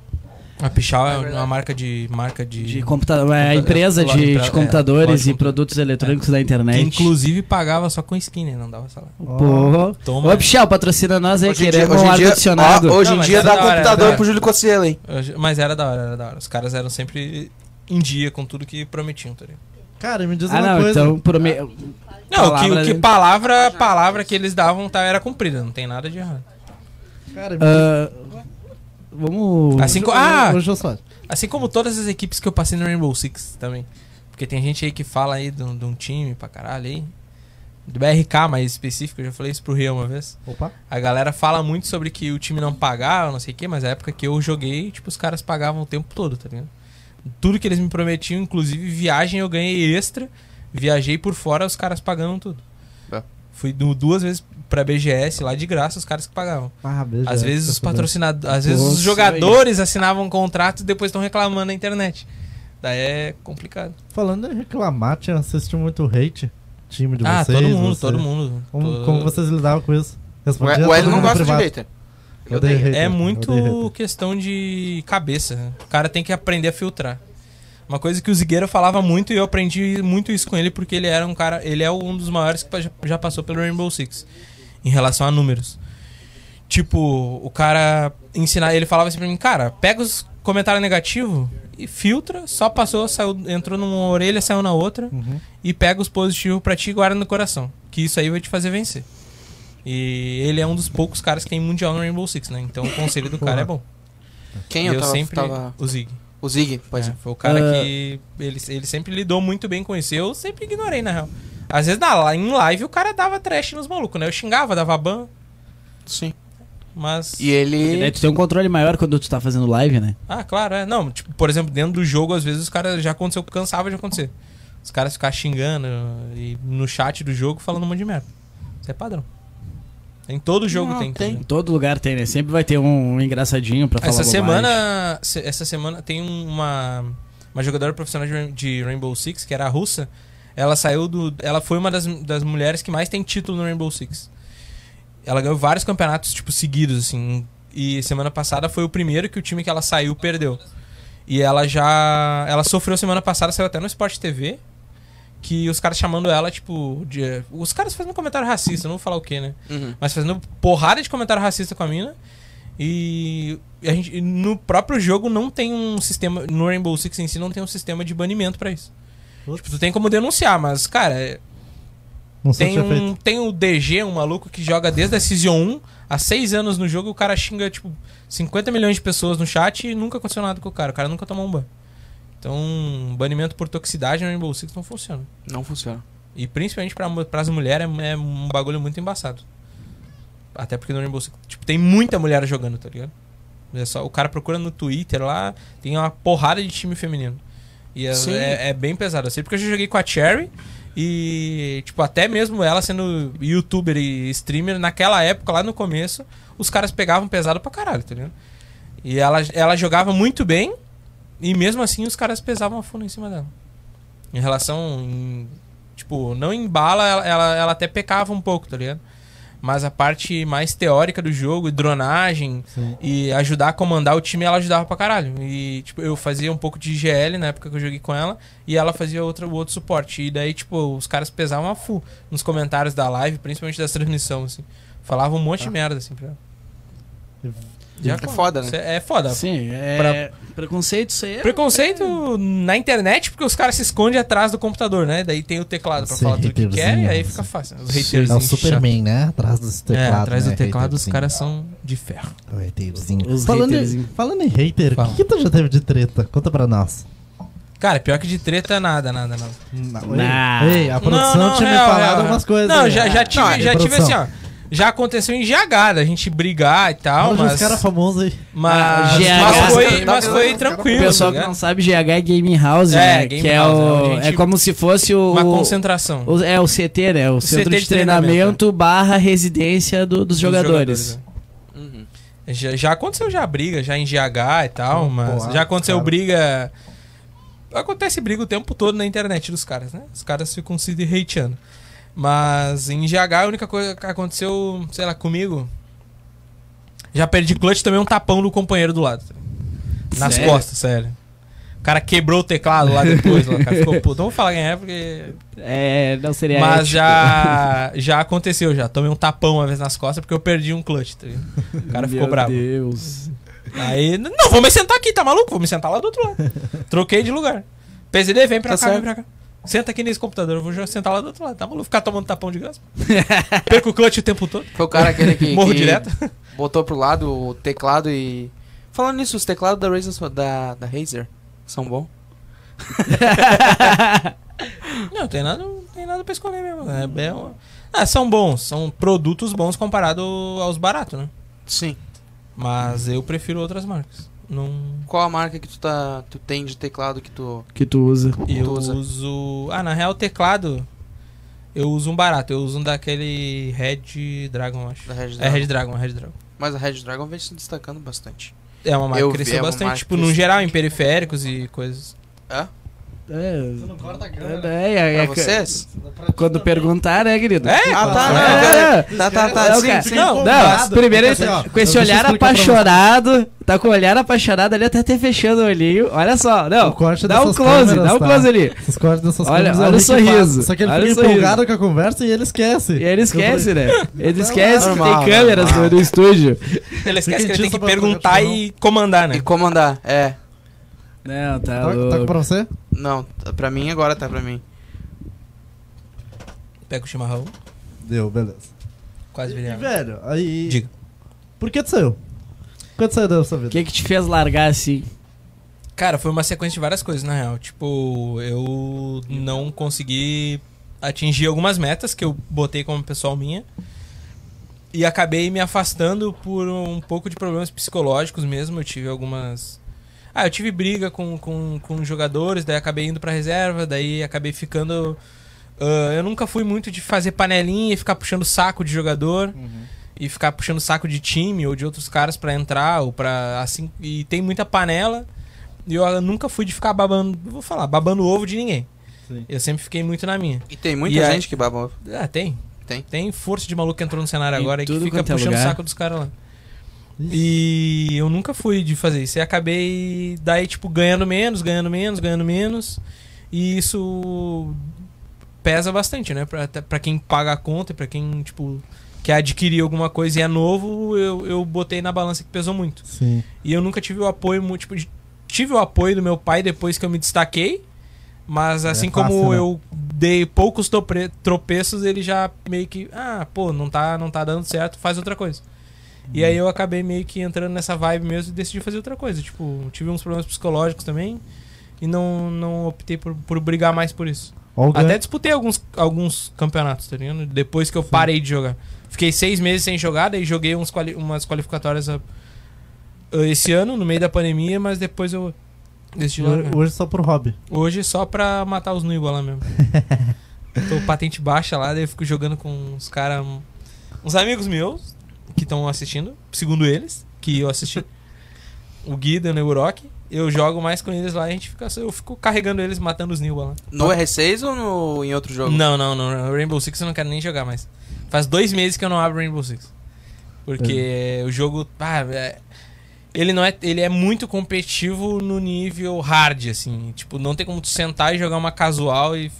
A Pichal É é, verdade. uma marca de. Marca de, De computador, é a Computador, empresa celular, de, empre- de é, computadores loja e de produtos eletrônicos da que internet. inclusive pagava só com skin, né? Não dava salário. Pô. Toma. Ô, Pichal, patrocina nós aí, Hoje em dia, queremos hoje um em dia, ar-condicionado. ó, hoje em Não, mas dia é da dá hora, é da computador hora. pro Júlio Cossielo, hein? Mas era da hora, era da hora. Os caras eram sempre em dia com tudo que prometiam, tá ligado? Cara, me diz Ah, uma não, coisa. então prome... Não, o que- o Palavra- que, palavra, palavra que eles davam tá, era cumprida, não tem nada de errado. Cara, me diz- Ah, vamos. Assim, co- Hoje- ah, hoje eu só- Assim como todas as equipes que eu passei no Rainbow Six também. Porque tem gente aí que fala aí de um de um time pra caralho aí. Do BRK mais específico, eu já falei isso pro Rio uma vez. Opa. A galera fala muito sobre que o time não pagava, não sei o quê, mas a época que eu joguei, tipo, os caras pagavam o tempo todo, tá ligado? Tudo que eles me prometiam, inclusive viagem eu ganhei extra. Viajei por fora, os caras pagavam tudo. Tá. Fui du- duas vezes pra BGS lá de graça, os caras que pagavam. Ah, beijo, Às é, vezes tá os fudendo. patrocinadores, às vezes os Nossa, jogadores assinavam um contrato e depois estão reclamando na internet. Daí é complicado. Falando em reclamar, tinha assistido muito hate. Time de ah, vocês. todo mundo, você- todo mundo. Como, Todo- como vocês lidavam com isso? O, Respondia o todo Hélio não mundo gosta privado. de hater. Ele Odeio odeia. hater, É odeio muito hater. questão de cabeça. né? O cara tem que aprender a filtrar. Uma coisa que o Zigueira falava muito e eu aprendi muito isso com ele porque ele era um cara, ele é um dos maiores que já- já passou pelo Rainbow Six em relação a números. Tipo, o cara ensinar, ele falava assim pra mim, cara, pega os comentários negativos e filtra, só passou, saiu, entrou numa orelha, saiu na outra Uhum. e pega os positivos pra ti e guarda no coração, que isso aí vai te fazer vencer. E ele é um dos poucos caras que tem mundial no Rainbow Six, né? Então o conselho do cara é bom. Quem E eu, eu tava, sempre tava- o Zig. O Zig, pois É, é. foi o cara Ah. que ele, ele sempre lidou muito bem com isso. Eu sempre ignorei na real. Às vezes na, li- em live o cara dava trash nos malucos, né? Eu xingava, dava ban, Sim. mas E E daí ele. tu tem um controle maior quando tu tá fazendo live, né? Ah, claro, é. Não, tipo, por exemplo, dentro do jogo, às vezes os caras já aconteceu, cansava de acontecer. Os caras ficar xingando e no chat do jogo falando um monte de merda. Isso é padrão. Em todo jogo Não, tem. tá tem. Em ligado? todo lugar tem, né? Sempre vai ter um engraçadinho pra falar Essa bobagem. semana, se- essa semana tem uma uma jogadora profissional de Rain- de Rainbow Six, que era a russa. Ela saiu do, ela foi uma das, das mulheres que mais tem título no Rainbow Six. Ela ganhou vários campeonatos tipo seguidos assim, e semana passada foi o primeiro que o time que ela saiu perdeu. E ela já. Ela sofreu semana passada, saiu até no Sport TV. Que os caras chamando ela, tipo. de- os caras fazendo um comentário racista, não vou falar o que, né? Uhum. Mas fazendo porrada de comentário racista com a mina. E a gente, e no próprio jogo não tem um sistema. No Rainbow Six em si não tem um sistema de banimento pra isso. Putz. Tipo, tu tem como denunciar, mas, cara, é- Não sei tem, o que é feito. um, tem o DG, um maluco que joga desde a Season 1 há seis anos no jogo e o cara xinga, tipo, 50 milhões de pessoas no chat e nunca aconteceu nada com o cara. O cara nunca tomou um ban. Então, banimento por toxicidade no Rainbow Six não funciona. Não funciona. E principalmente para as mulheres é, é um bagulho muito embaçado. Até porque no Rainbow Six, tipo, tem muita mulher jogando, tá ligado? É só, o cara procura no Twitter lá, tem uma porrada de time feminino. E é, Sim. é- é bem pesado. Eu sei porque eu já joguei com a Cherry e, tipo, até mesmo ela sendo youtuber e streamer, naquela época, lá no começo, os caras pegavam pesado pra caralho, tá ligado? E ela, ela jogava muito bem e mesmo assim os caras pesavam a fundo em cima dela. Em relação. em- tipo, não em bala, ela, ela, ela até pecava um pouco, tá ligado? Mas a parte mais teórica do jogo, e dronagem Sim. e ajudar a comandar o time, ela ajudava pra caralho. E, tipo, eu fazia um pouco de GL na época que eu joguei com ela, e ela fazia outra, o outro suporte. E daí, tipo, os caras pesavam a full nos comentários da live, principalmente das transmissões, assim. Falavam um monte de merda, assim, pra ela. Já É foda, né? É foda. Sim, é. Preconceito, isso aí. é- Preconceito na internet, porque os caras se escondem atrás do computador, né? Daí tem o teclado pra Esse falar tudo que quer, e aí haterzinho, né? fica fácil. né? Os Sim, É o haterzinhos chatos. Superman, né? Atrás dos teclados. é, atrás né? do teclado os Haterzinho. caras são de ferro. O haterzinho. Os falando, em, haterzinho. falando em hater, o Fala. que, que tu já teve de treta? Conta pra nós. Cara, pior que de treta, nada, nada, nada. Ei, Não. Ei, a produção tinha real, me falado real, algumas real. coisas. Não, aí. já, já tive, Ah, já tive assim, produção, ó. Já aconteceu em GH, da gente brigar e tal, fala de uns Ah, mas. caras famosos aí. Mas, GH. mas foi, Tá mas foi vendo? O tranquilo. pessoal tá que ligado? não sabe, GH é Game House, É, né? Game que é, House, o, é onde a é gente- como se fosse o. Uma concentração. o- é o CT, né? O, Centro CT de, de treinamento, treinamento, barra residência do- dos, jogadores. Uhum. né? Já, já aconteceu já briga, já em GH e tal, mas porra, já aconteceu cara. briga. Acontece briga o tempo todo na internet dos caras, né? Os caras ficam se hateando. Mas em GH a única coisa que aconteceu, sei lá, comigo. Já perdi clutch também um tapão do companheiro do lado. Nas Sério? costas, sério. O cara quebrou o teclado lá depois, lá, cara. Ficou puto. Não vou falar quem é, porque. É, não seria né? Mas ético. já, já aconteceu, já. Tomei um tapão uma vez nas costas porque eu perdi um clutch, tá ligado? O cara ficou Meu bravo. Deus. Aí, n- não, vou me sentar aqui, tá maluco? Vou me sentar lá do outro lado. Troquei de lugar. PCD, vem pra Tá cá, certo. vem pra cá. Senta aqui nesse computador, eu vou já sentar lá do outro lado, tá maluco? Ficar tomando tapão de gás. Perco o clutch o tempo todo. Foi o cara aquele que, Morro que direto. botou pro lado o teclado e... Falando nisso, os teclados da Razer, são- da, da Razer são bons. Não, tem nada, não tem nada pra escolher mesmo. É bem- Ah, são bons, são produtos bons comparado aos baratos, né? Sim. Mas eu prefiro outras marcas. Não, Qual a marca que tu, tá, tu tem de teclado que tu... Que tu usa. eu usa? uso. Ah, na real, teclado. Eu uso um barato, eu uso um daquele Red Dragon, acho. Da Red É Dragon. Red Dragon, é Red Dragon. Mas a Red Dragon vem se destacando bastante. É uma marca Eu que vi, cresceu é uma bastante, marca tipo, que no cresceu. geral, em periféricos e coisas. É. corta a É, é, Pra é, vocês? Quando perguntar, né, querido? É, Ah, tá, não, É. cara. Tá, tá, É, tá, o sim, cara- sim. Não, Não, mas primeiro é que assim, ó, com esse eu- deixa eu olhar explicar pra apaixonado, tá com o olhar apaixonado ali, até até fechando o olhinho. Olha só, não, O corte dá um dessas close, câmeras, dá um tá? close ali. Esses cortes dessas Olha- câmeras é olha o Rick que sorriso, faz, Só que ele olha o fica sorriso. empolgado com a conversa e ele esquece. E ele esquece, né? Tá Ele esquece Normal, que tem câmeras no, normal. no estúdio. Ele esquece que ele tem Fiquei que disso pra perguntar projeto, e comandar, né? E comandar, é. Não, tá, Tá, tá louco. pra você? Não, tá pra mim agora tá pra mim. Pega o chimarrão, Deu, beleza. quase virei E, água. velho, aí. Diga. Por que tu saiu? Por que tu saiu da sua O vida? que que te fez largar assim? Cara, foi uma sequência de várias coisas, na real. Tipo, eu não consegui atingir algumas metas que eu botei como pessoal minha. E acabei me afastando por um pouco de problemas psicológicos mesmo. Eu tive algumas. Ah, eu tive briga com, com, com jogadores, daí acabei indo pra reserva, daí acabei ficando. ah, eu nunca fui muito de fazer panelinha e ficar puxando saco de jogador e ficar puxando saco de time ou de outros caras pra entrar ou para assim e tem muita panela e eu nunca fui de ficar babando vou falar babando ovo de ninguém Sim. eu sempre fiquei muito na minha E tem muita E aí- gente que baba. ah tem Tem. tem força de maluco que entrou no cenário Em agora e que tudo fica quanto é puxando o lugar. saco dos caras lá e eu nunca fui de fazer isso. E acabei daí, tipo, ganhando menos, ganhando menos, ganhando menos. E isso pesa bastante, né? Pra, até pra quem paga a conta e pra quem, tipo, quer adquirir alguma coisa e é novo, eu, eu botei na balança que pesou muito. Sim. E eu nunca tive o apoio, mu- tipo, de- tive o apoio do meu pai depois que eu me destaquei. Mas assim como fácil, né? eu dei poucos topre- tropeços, ele já meio que, ah, pô, não tá, não tá dando certo, faz outra coisa. Uhum. E aí eu acabei meio que entrando nessa vibe mesmo e decidi fazer outra coisa. Tipo, tive uns problemas psicológicos também e não, não optei por, por brigar mais por isso. Ó, o Até ganho- disputei alguns, alguns campeonatos, tá ligado? Depois que eu parei de jogar. Fiquei seis meses sem jogar, daí joguei uns quali- umas qualificatórias ah, ah, esse ano, no meio da pandemia, mas depois eu decidi Hoje- largar. Hoje só por hobby. Hoje é só pra matar os Nuiba lá mesmo. Tô patente baixa lá, daí eu fico jogando com uns caras. Uns amigos meus que estão assistindo, segundo eles, que eu assisti. o Guida, o Neuroc. Eu jogo mais com eles lá e a gente fica. Eu fico carregando eles, matando os Nilba lá. No R6 ou no, em outro jogo? Não, não, não. Rainbow Six eu não quero nem jogar mais. Faz dois meses que eu não abro Rainbow Six. Porque o jogo. Ah, é- ele não é. Ele é muito competitivo no nível hard, assim. Tipo, não tem como tu sentar e jogar uma casual e.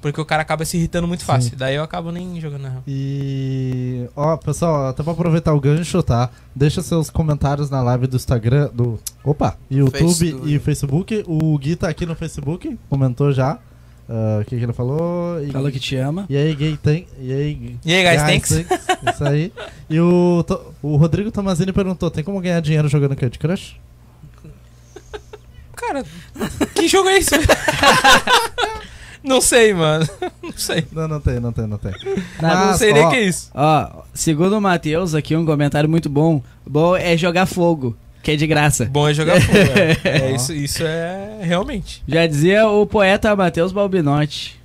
Porque o cara acaba se irritando muito fácil. Daí eu acabo nem jogando na real. E. Ó, pessoal, até pra aproveitar o gancho, tá? Deixa seus comentários na live do Instagram, do. Opa! YouTube Facebook. e Facebook. O Gui tá aqui no Facebook, comentou já. ah, o que, que ele falou? E, Falou que te ama. e aí, gay tem. E aí, gay- E aí, guys, thanks? thanks. Isso aí. E o, To- o Rodrigo Tomazini perguntou: tem como ganhar dinheiro jogando Candy Crush? Cara, que jogo é isso? não sei, mano. Não sei. Não, não tem, não tem, não tem. não Mas, sei nem ó, o que é isso. Ó, segundo o Matheus, aqui um comentário muito bom. Bom é jogar fogo, que é de graça. Bom é jogar fogo. é. É, isso, isso é realmente. Já dizia o poeta Matheus Balbinotti.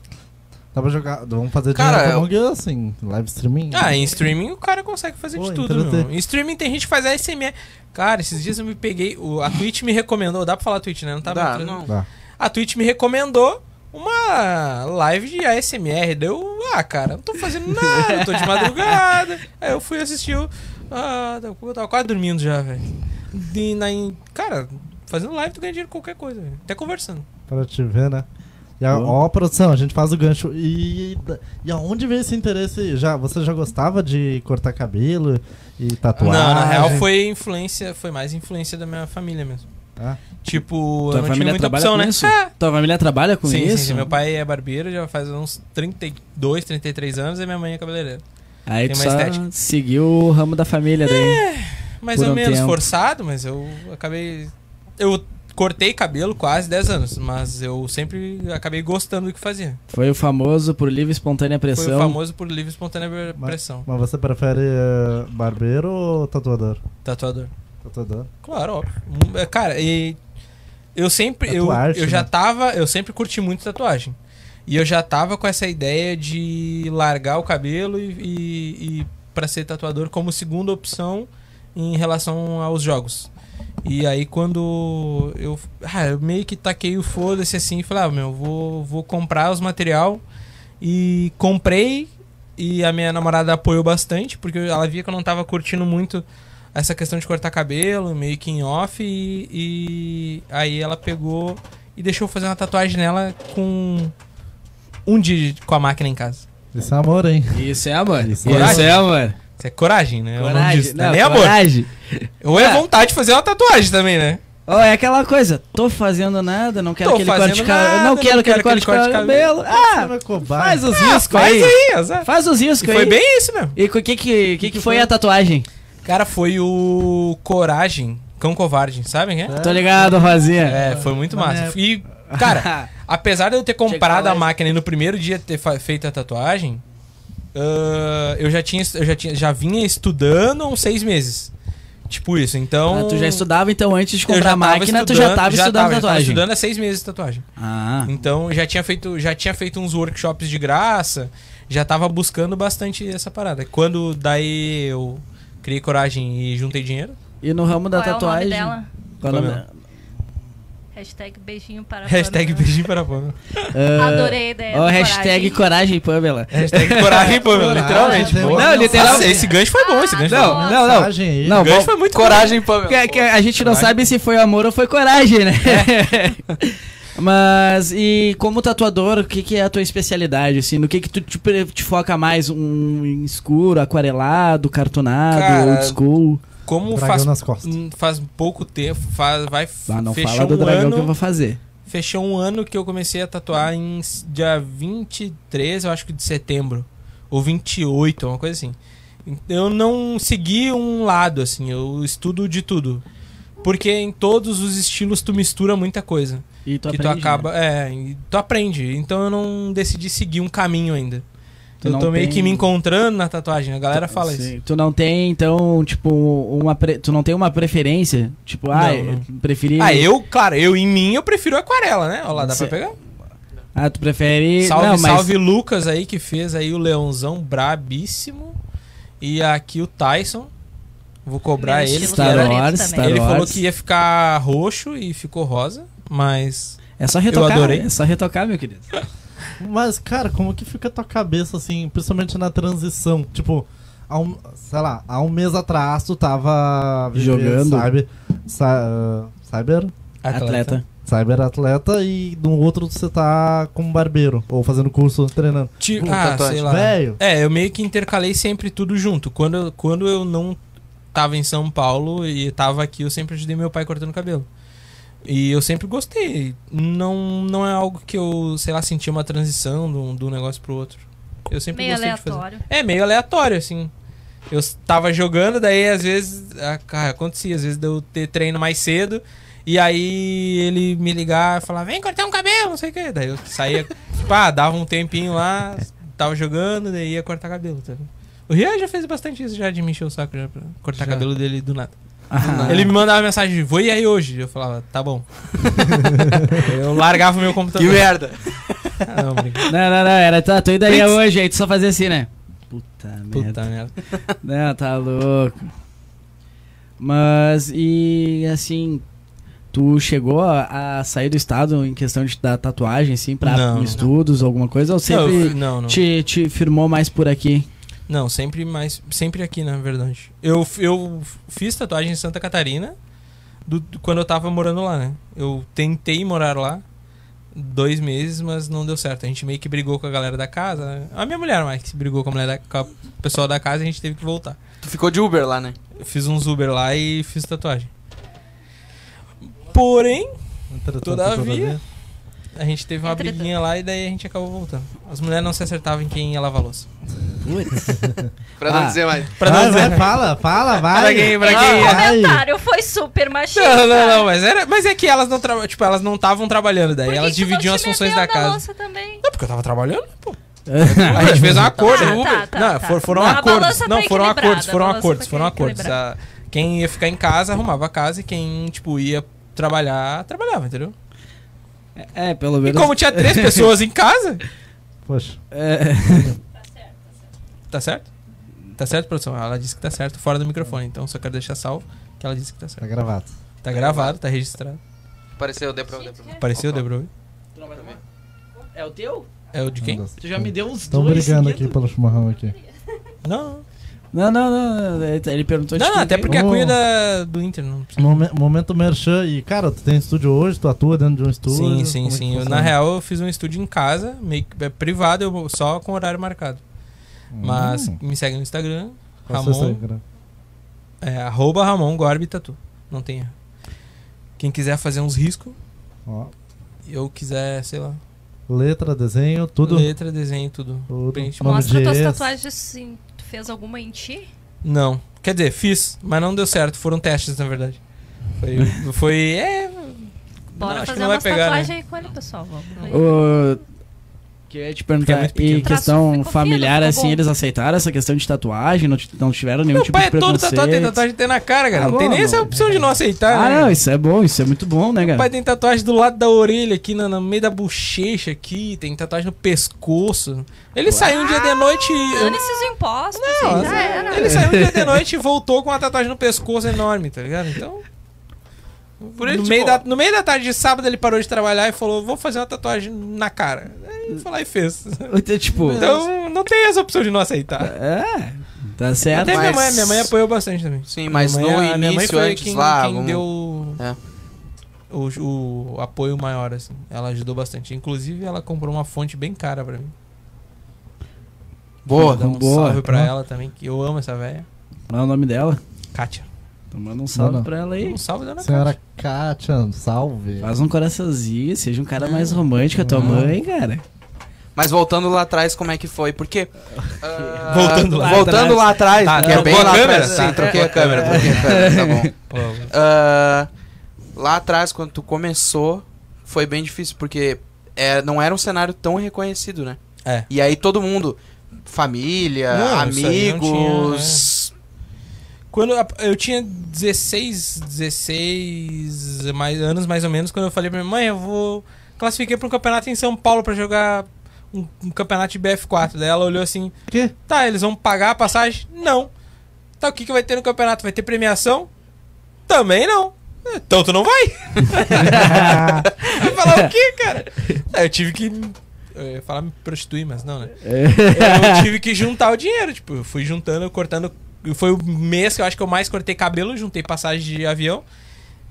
Dá pra jogar. Vamos fazer Cara, dinheiro eu- com Among Us em live streaming. Ah, em streaming o cara consegue fazer Pô, de então tudo, entreter. meu. Em streaming tem gente que faz ASMR. Cara, esses dias eu me peguei. o- a Twitch me recomendou. Dá pra falar Twitch, né? Não tá Dá, mostrando. não. Dá. A Twitch me recomendou uma live de ASMR. Deu. Ah, cara, não tô fazendo nada, eu tô de madrugada. Aí eu fui assistir o. Ah, eu tava quase dormindo já, velho. E na- em- Cara, Fazendo live, tu ganha dinheiro com qualquer coisa, velho. Até conversando. Pra te ver, né? E a, Boa. ó, produção, a gente faz o gancho. E, e aonde veio esse interesse? Já, você já gostava de cortar cabelo e tatuagem? Não, na real foi influência, foi mais influência da minha família mesmo. Tá. Tipo, Ah. Tua eu não tive família muita trabalha opção, com né? isso? É. Tua família trabalha com sim, sim, isso? sim, meu pai é barbeiro, já faz uns 32, 33 anos e minha mãe é cabeleireira. Aí tem tu uma só estética. seguiu o ramo da família daí. É, Mais Por ou um menos tempo. forçado, mas eu acabei eu cortei cabelo quase 10 anos, mas eu sempre acabei gostando do que fazia. Foi o famoso por livre e espontânea Foi pressão. o famoso por livre e espontânea Mas- pressão. Mas você prefere eh, barbeiro ou tatuador? Tatuador. Tatuador. Claro, óbvio. Hum, é, Cara, e eu sempre. Eu, Tatuagem, eu já né? tava. Eu sempre curti muito tatuagem. E eu já tava com essa ideia de largar o cabelo e, e, e para ser tatuador como segunda opção em relação aos jogos. E aí quando eu, ah, eu meio que taquei o foda-se assim e falei, ah, meu, vou, vou comprar os material. E comprei e a minha namorada apoiou bastante, porque ela via que eu não tava curtindo muito essa questão de cortar cabelo, meio que em off, e, e aí ela pegou e deixou eu fazer uma tatuagem nela com um dia de- com a máquina em casa. Isso é amor, hein? Isso é amor. Isso, Coragem. é amor. Isso é coragem, né? Eu não disse, Coragem. né? Não, Nem amor. coragem. Ou é, É. vontade de fazer uma tatuagem também, né? Ó, é aquela coisa, tô fazendo nada, não quero Tô que ele fazendo corte cabelo. nada, Não quero que ele corte corte cabelo. Você não Ah, é cobaia. faz os riscos Faz aí. aí, azar. Faz os E riscos aí. foi bem isso mesmo. E o que que, que que foi a tatuagem? Cara, foi o Coragem, Cão Covarde, sabe quem é? Tô ligado, Rosinha. Ah, É, foi muito Mas massa. é- E, cara, apesar de eu ter comprado falar a isso. máquina e no primeiro dia ter fa- feito a tatuagem, ah, eu já tinha, eu já tinha, já vinha estudando há uns seis meses. Tipo isso, então. Ah, tu já estudava, então, antes de eu já comprar a tava máquina, tu já tava estudando já tava tatuagem. estudando há seis meses tatuagem. Ah, Então já tinha feito, já tinha feito uns workshops de graça, já tava buscando bastante essa parada. Quando daí eu criei coragem e juntei dinheiro. e no ramo da Qual tatuagem... é o nome dela? Qual é o Qual nome? Hashtag beijinho para a Hashtag Pamela. beijinho para a Pamela. Ah, Adorei a ideia. ó, do hashtag coragem, coragem. Pamela. Hashtag coragem, Pamela, literalmente. Coragem, boa. Não, literal- Nossa, esse gancho foi bom, esse gancho foi bom. Não, não, não. Mensagem aí. Não, O gancho vamos- foi muito Coragem, Pamela. Que- é, que a gente não sabe se foi amor ou foi coragem, né? É. Mas, e como tatuador, o que, que é a tua especialidade, assim? No que que tu te, pre- te foca mais? Um em escuro, aquarelado, cartonado, Cara, old school? Como Dragão faz, nas costas. hum, faz pouco tempo, faz, vai Ah, não fechou fala do um dragão ano, que eu vou fazer. fechou um ano que eu comecei a tatuar em s- dia 23, eu acho que de setembro, ou 28, uma coisa assim. Eu não segui um lado assim, eu estudo de tudo. Porque em todos os estilos tu mistura muita coisa. E tu que aprende, né? tu acaba. É, e tu aprende. Então eu não decidi seguir um caminho ainda. Tu eu não tô meio tem- que me encontrando na tatuagem. A galera né? fala Sim. isso. Tu não tem, então, tipo, uma pre- tu não tem uma preferência? Tipo, ah, Não, eu preferi... Ah, eu, claro, eu em mim eu prefiro aquarela, né? Olha lá, dá Cê- pra pegar? Ah, tu prefere... Salve, não, mas... salve Lucas aí que fez aí o Leãozão brabíssimo. E aqui o Tyson. Vou cobrar Meu ele. tá que estilo era- Star favorito Wars, também. Star Wars. ele falou que ia ficar roxo e ficou rosa, mas. É só retocar, adorei. é só retocar, meu querido. Mas, cara, como que fica a tua cabeça, assim, principalmente na transição? Tipo, há um, sei lá, há um mês atrás tu tava vivendo, Jogando. Cyber, cy- cyber, Atleta. cyber atleta e no outro você tá como barbeiro, ou fazendo curso, treinando. Ti- Hum, ah, tatuagem. sei lá. Velho, É, eu meio que intercalei sempre tudo junto. Quando eu, quando eu não tava em São Paulo e tava aqui, eu sempre ajudei meu pai cortando cabelo. E eu sempre gostei. Não, não é algo que eu, sei lá, senti uma transição de um, de um negócio pro outro. Eu sempre Meio gostei de fazer. aleatório. É meio aleatório, assim. Eu s- tava jogando, daí às vezes. ah, cara, acontecia, às vezes de eu ter treino mais cedo. E aí ele me ligar e falar, vem cortar um cabelo, não sei o que. Daí eu saía, tipo, ah, dava um tempinho lá, tava jogando, daí ia cortar cabelo, tá ligado? O Rian já fez bastante isso, já de me encher o saco já pra cortar cabelo dele do nada. Ah, Ele me mandava mensagem, de, vou ir aí hoje. Eu falava, tá bom. eu largava o meu computador. Que merda. Ah, não, brinca. Não, não, não, era tá, tu ainda ia Putz. hoje, aí tu só fazia assim, né? Puta merda. Puta merda. Não, tá louco. Mas, e assim, tu chegou a, a sair do estado em questão de, da tatuagem, assim, pra Não. estudos, alguma coisa? Ou Não, eu- sempre não, não. te, te firmou mais por aqui? Não, sempre mais. Sempre aqui, na verdade. Eu, eu fiz tatuagem em Santa Catarina. do- do- quando eu tava morando lá, né? Eu tentei morar lá dois meses, mas não deu certo. A gente meio que brigou com a galera da casa. né? A minha mulher mais que se brigou com a mulher da, com a pessoa da casa e a gente teve que voltar. Tu ficou de Uber lá, né? Eu fiz uns Uber lá e fiz tatuagem. Porém, Entretanto, Todavia. todavia. a gente teve uma Entretanto. briguinha lá e daí a gente acabou voltando. As mulheres não se acertavam em quem ia lavar a louça. Putz. Pra Ah. não dizer mais. Pra um não Vai, dizer- vai, fala, fala, vai. Pra quem- é pra quem- Vai. Comentário foi super machista. Ah, Não, não, não, mas, era, mas é que elas não trabalham. Tipo, elas não estavam trabalhando daí. Por que elas que tu não dividiam te as funções meteu da na casa. louça também? Não, porque eu tava trabalhando, pô. A gente fez um acordo. Tá, né? tá, tá, não, tá. for- foram A acordos. balança tá Não, foram equilibrada, acordos, foram a balança acordos, tá foram acordos. equilibrada. Ah, Quem ia ficar em casa arrumava a casa e quem, tipo, ia trabalhar, trabalhava, entendeu? É, pelo E menos. como tinha três pessoas em casa, Poxa, É. tá certo? Tá certo, produção? Ela disse que tá certo fora do microfone, então só quero deixar salvo que ela disse que tá tá certo. gravado. Tá gravado, tá registrado. Apareceu, deu pra... deu pra- Apareceu, Debro? É o teu? É o de quem? Estão Tu já me deu uns dois. brigando aqui seguidos. pelo chimarrão aqui. Não, Não, não, não, não. Ele perguntou de não, tipo, quem até veio. porque a Vamos- cunha da- do Inter não precisa. Momen- Momento Merchan, e cara, tu tem estúdio hoje, tu atua dentro de um estúdio. Sim, como sim, é que sim. Eu, na funciona? real, eu fiz um estúdio em casa, meio que é privado, eu, só com horário marcado. Mas Hum. me segue no Instagram, Qual é o seu Ramon, Instagram? é, arroba Ramon Gorbi Tatu. Não tem erro. Quem quiser fazer uns riscos, Ó, eu quiser, sei lá, letra, desenho, tudo. letra, desenho, tudo. Tudo. Preenche. Nome Mostra de tuas ex. tatuagens sim. Tu fez alguma em ti? Não. Quer dizer, fiz, mas não deu certo. Foram testes, na verdade. Foi, foi é... Bora não, acho que fazer não vai umas pegar, né? tatuagens aí com ele, pessoal. Vamos. O... Que eu ia te Porque é perguntar, muito pequeno. e questão Ficou fino, familiar, ficou assim, bom. eles aceitaram essa questão de tatuagem? Não, t- não tiveram um nenhum Meu tipo pai de é todo preconceito? tatuado, tem tatuagem até na cara, cara. Ah, não tem bom, nem essa mano. opção de não aceitar, Ah, né? não, isso é bom, isso é muito bom, né, Meu cara? pai tem tatuagem do lado da orelha aqui, no, no meio da bochecha aqui, tem tatuagem no pescoço. Ele saiu um dia de noite. Dando esses impostos, Não, não, já era. Ele saiu um dia de noite e voltou com uma tatuagem no pescoço enorme, tá ligado? Então. Por isso, no, tipo, meio da, no meio da tarde de sábado ele parou de trabalhar e falou: Vou fazer uma tatuagem na cara. Aí ele foi lá e fez. Então, tipo, Então não tem essa opção de não aceitar. é, tá certo. Até minha mas- mãe, minha mãe é apoiou bastante também. Sim, mas Minha mãe- é a no minha mãe início, foi antes quem, lá... quem vamos- deu É. o, o apoio maior, assim. Ela ajudou bastante. Inclusive, ela comprou uma fonte bem cara pra mim. Boa. Dá um boa, salve pra pronto. ela também, que eu amo essa velha. Qual é o nome dela? Kátia. Então manda um salve Manda. pra ela aí. Um salve, dona Senhora Kátia. Kátia, salve. Faz um coraçãozinho, seja um cara Ah. mais romântico, a tua mãe, cara. Mas voltando lá atrás, como é que foi? Porque. ah, Voltando lá Voltando lá atrás, Tá, porque é trocou bem a lá câmera? atrás. Tá, Sim, troquei é. a câmera, troquei a câmera, tá bom. Pô, Ah, lá atrás, quando tu começou, foi bem difícil, porque é, não era um cenário tão reconhecido, né? É. E aí todo mundo. Família, Não, isso aí não amigos. Quando a- eu tinha 16, 16 mais, anos mais ou menos, quando eu falei pra minha mãe, eu vou. Classifiquei pra um campeonato em São Paulo pra jogar um, um campeonato de BF4. Daí ela olhou assim: Quê? Tá, eles vão pagar a passagem? Não. Tá, o que, que vai ter no campeonato? Vai ter premiação? Também não. Então tu não vai. Vai falar o quê, cara? Ah, eu tive que. Eu ia falar me prostituir, mas não, né? Eu tive que juntar o dinheiro. Tipo, eu fui juntando, cortando. Foi o mês que eu acho que eu mais cortei cabelo, juntei passagem de avião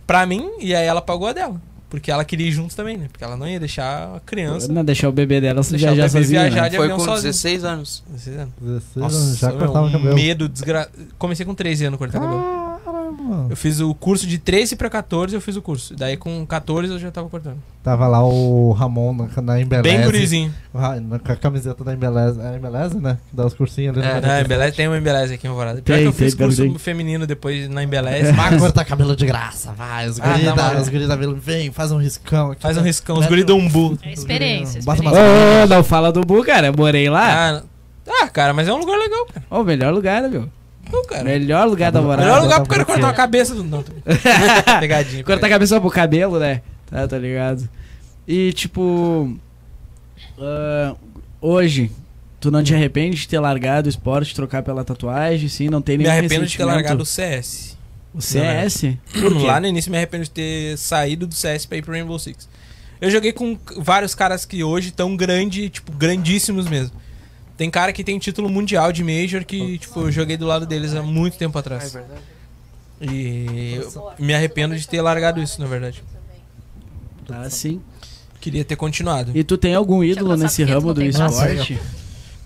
pra mim, e aí ela pagou a dela. Porque ela queria ir juntos também, né? Porque ela não ia deixar a criança. Não, deixar o bebê dela se Deixar o viajar bebê sozinha. né? viajar de Foi avião com sozinho. 16 anos. 16 anos. 16 é. Nossa, anos, já meu, cortava um cabelo. medo desgra... Comecei com 13 anos cortando Ah. cabelo. Caramba. Eu fiz o curso de 13 pra 14, eu fiz o curso. Daí com 14 eu já tava cortando. Tava lá o Ramon na, na Embeleze. Bem gurizinho. Ah, na- Com a camiseta da Embeleze. É a Embeleze, né? Que dá os cursinhos ali. É, no na Embeleze tem uma Embeleze aqui em Alvorada. Pior Tem, que eu fiz tem, É. curso tem. feminino depois na Embeleze. Vai cortar cabelo de graça, vai. Os Ah, guris tá da- bom. os guris da vila, vem, faz um riscão aqui. Faz um riscão, os guri do umbu. É experiência. Bota uma- experiência. Ô, ô, não fala do Bu, cara. Morei lá. Ah, ah, cara, mas é um lugar legal, cara. Ô, melhor lugar, né, meu? Não, cara. Melhor lugar da morada. Melhor lugar pro Tá cara bom. cortar a cabeça do. Não, tô... Pegadinha. Cortar a cabeça pro cabelo, né? Tá, tá ligado? E tipo. ah, hoje, tu não te Hum. arrepende de ter largado o esporte, trocar pela tatuagem, sim? Não tem Me nenhum arrependo de ter ressentimento? largado o CS. o CS? Lá né? no início me arrependo de ter saído do CS pra ir pro Rainbow Six. Eu joguei com c- vários caras que hoje estão grande, tipo, grandíssimos mesmo. Tem cara que tem título mundial de Major que, tipo, eu joguei do lado deles há muito tempo atrás. E eu me arrependo de ter largado isso, na verdade. Tá sim. Queria ter continuado. E tu tem algum ídolo abraçar nesse porque tu ramo não do tem braço. esporte?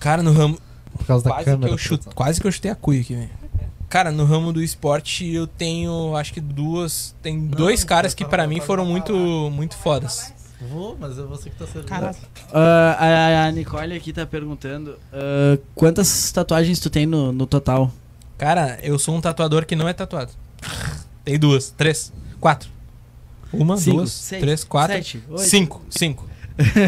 Cara, no ramo. Por causa da Quase que, câmera. eu chute- quase que eu chutei a cuia aqui, velho. Cara, no ramo do esporte eu tenho, acho que duas. Tem dois caras que pra mim foram muito, muito fodas. Vou, mas é você que tá servindo. Ah, a, a Nicole aqui tá perguntando ah, quantas tatuagens tu tem no, no total? Cara, eu sou um tatuador que não é tatuado. Tem duas, três, quatro. Uma, Cinco, duas, seis, três, quatro, sete, oito. cinco, cinco.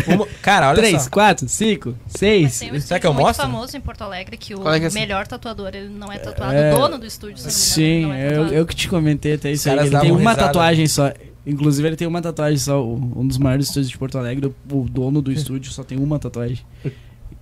Uma- cara, olha Três, só. quatro, cinco, Mas seis. tem um Será que eu estúdio muito mostro? famoso em Porto Alegre que o Qual é que é esse? melhor tatuador ele não é tatuado, É, o dono do estúdio. se eu Sim, não me engano, eu, não é tatuado. eu que te comentei até isso aí. caras Ele tem davam uma risada. tatuagem só. Inclusive, ele tem uma tatuagem só. o- Um dos maiores estúdios de Porto Alegre, o- o dono do estúdio só tem uma tatuagem.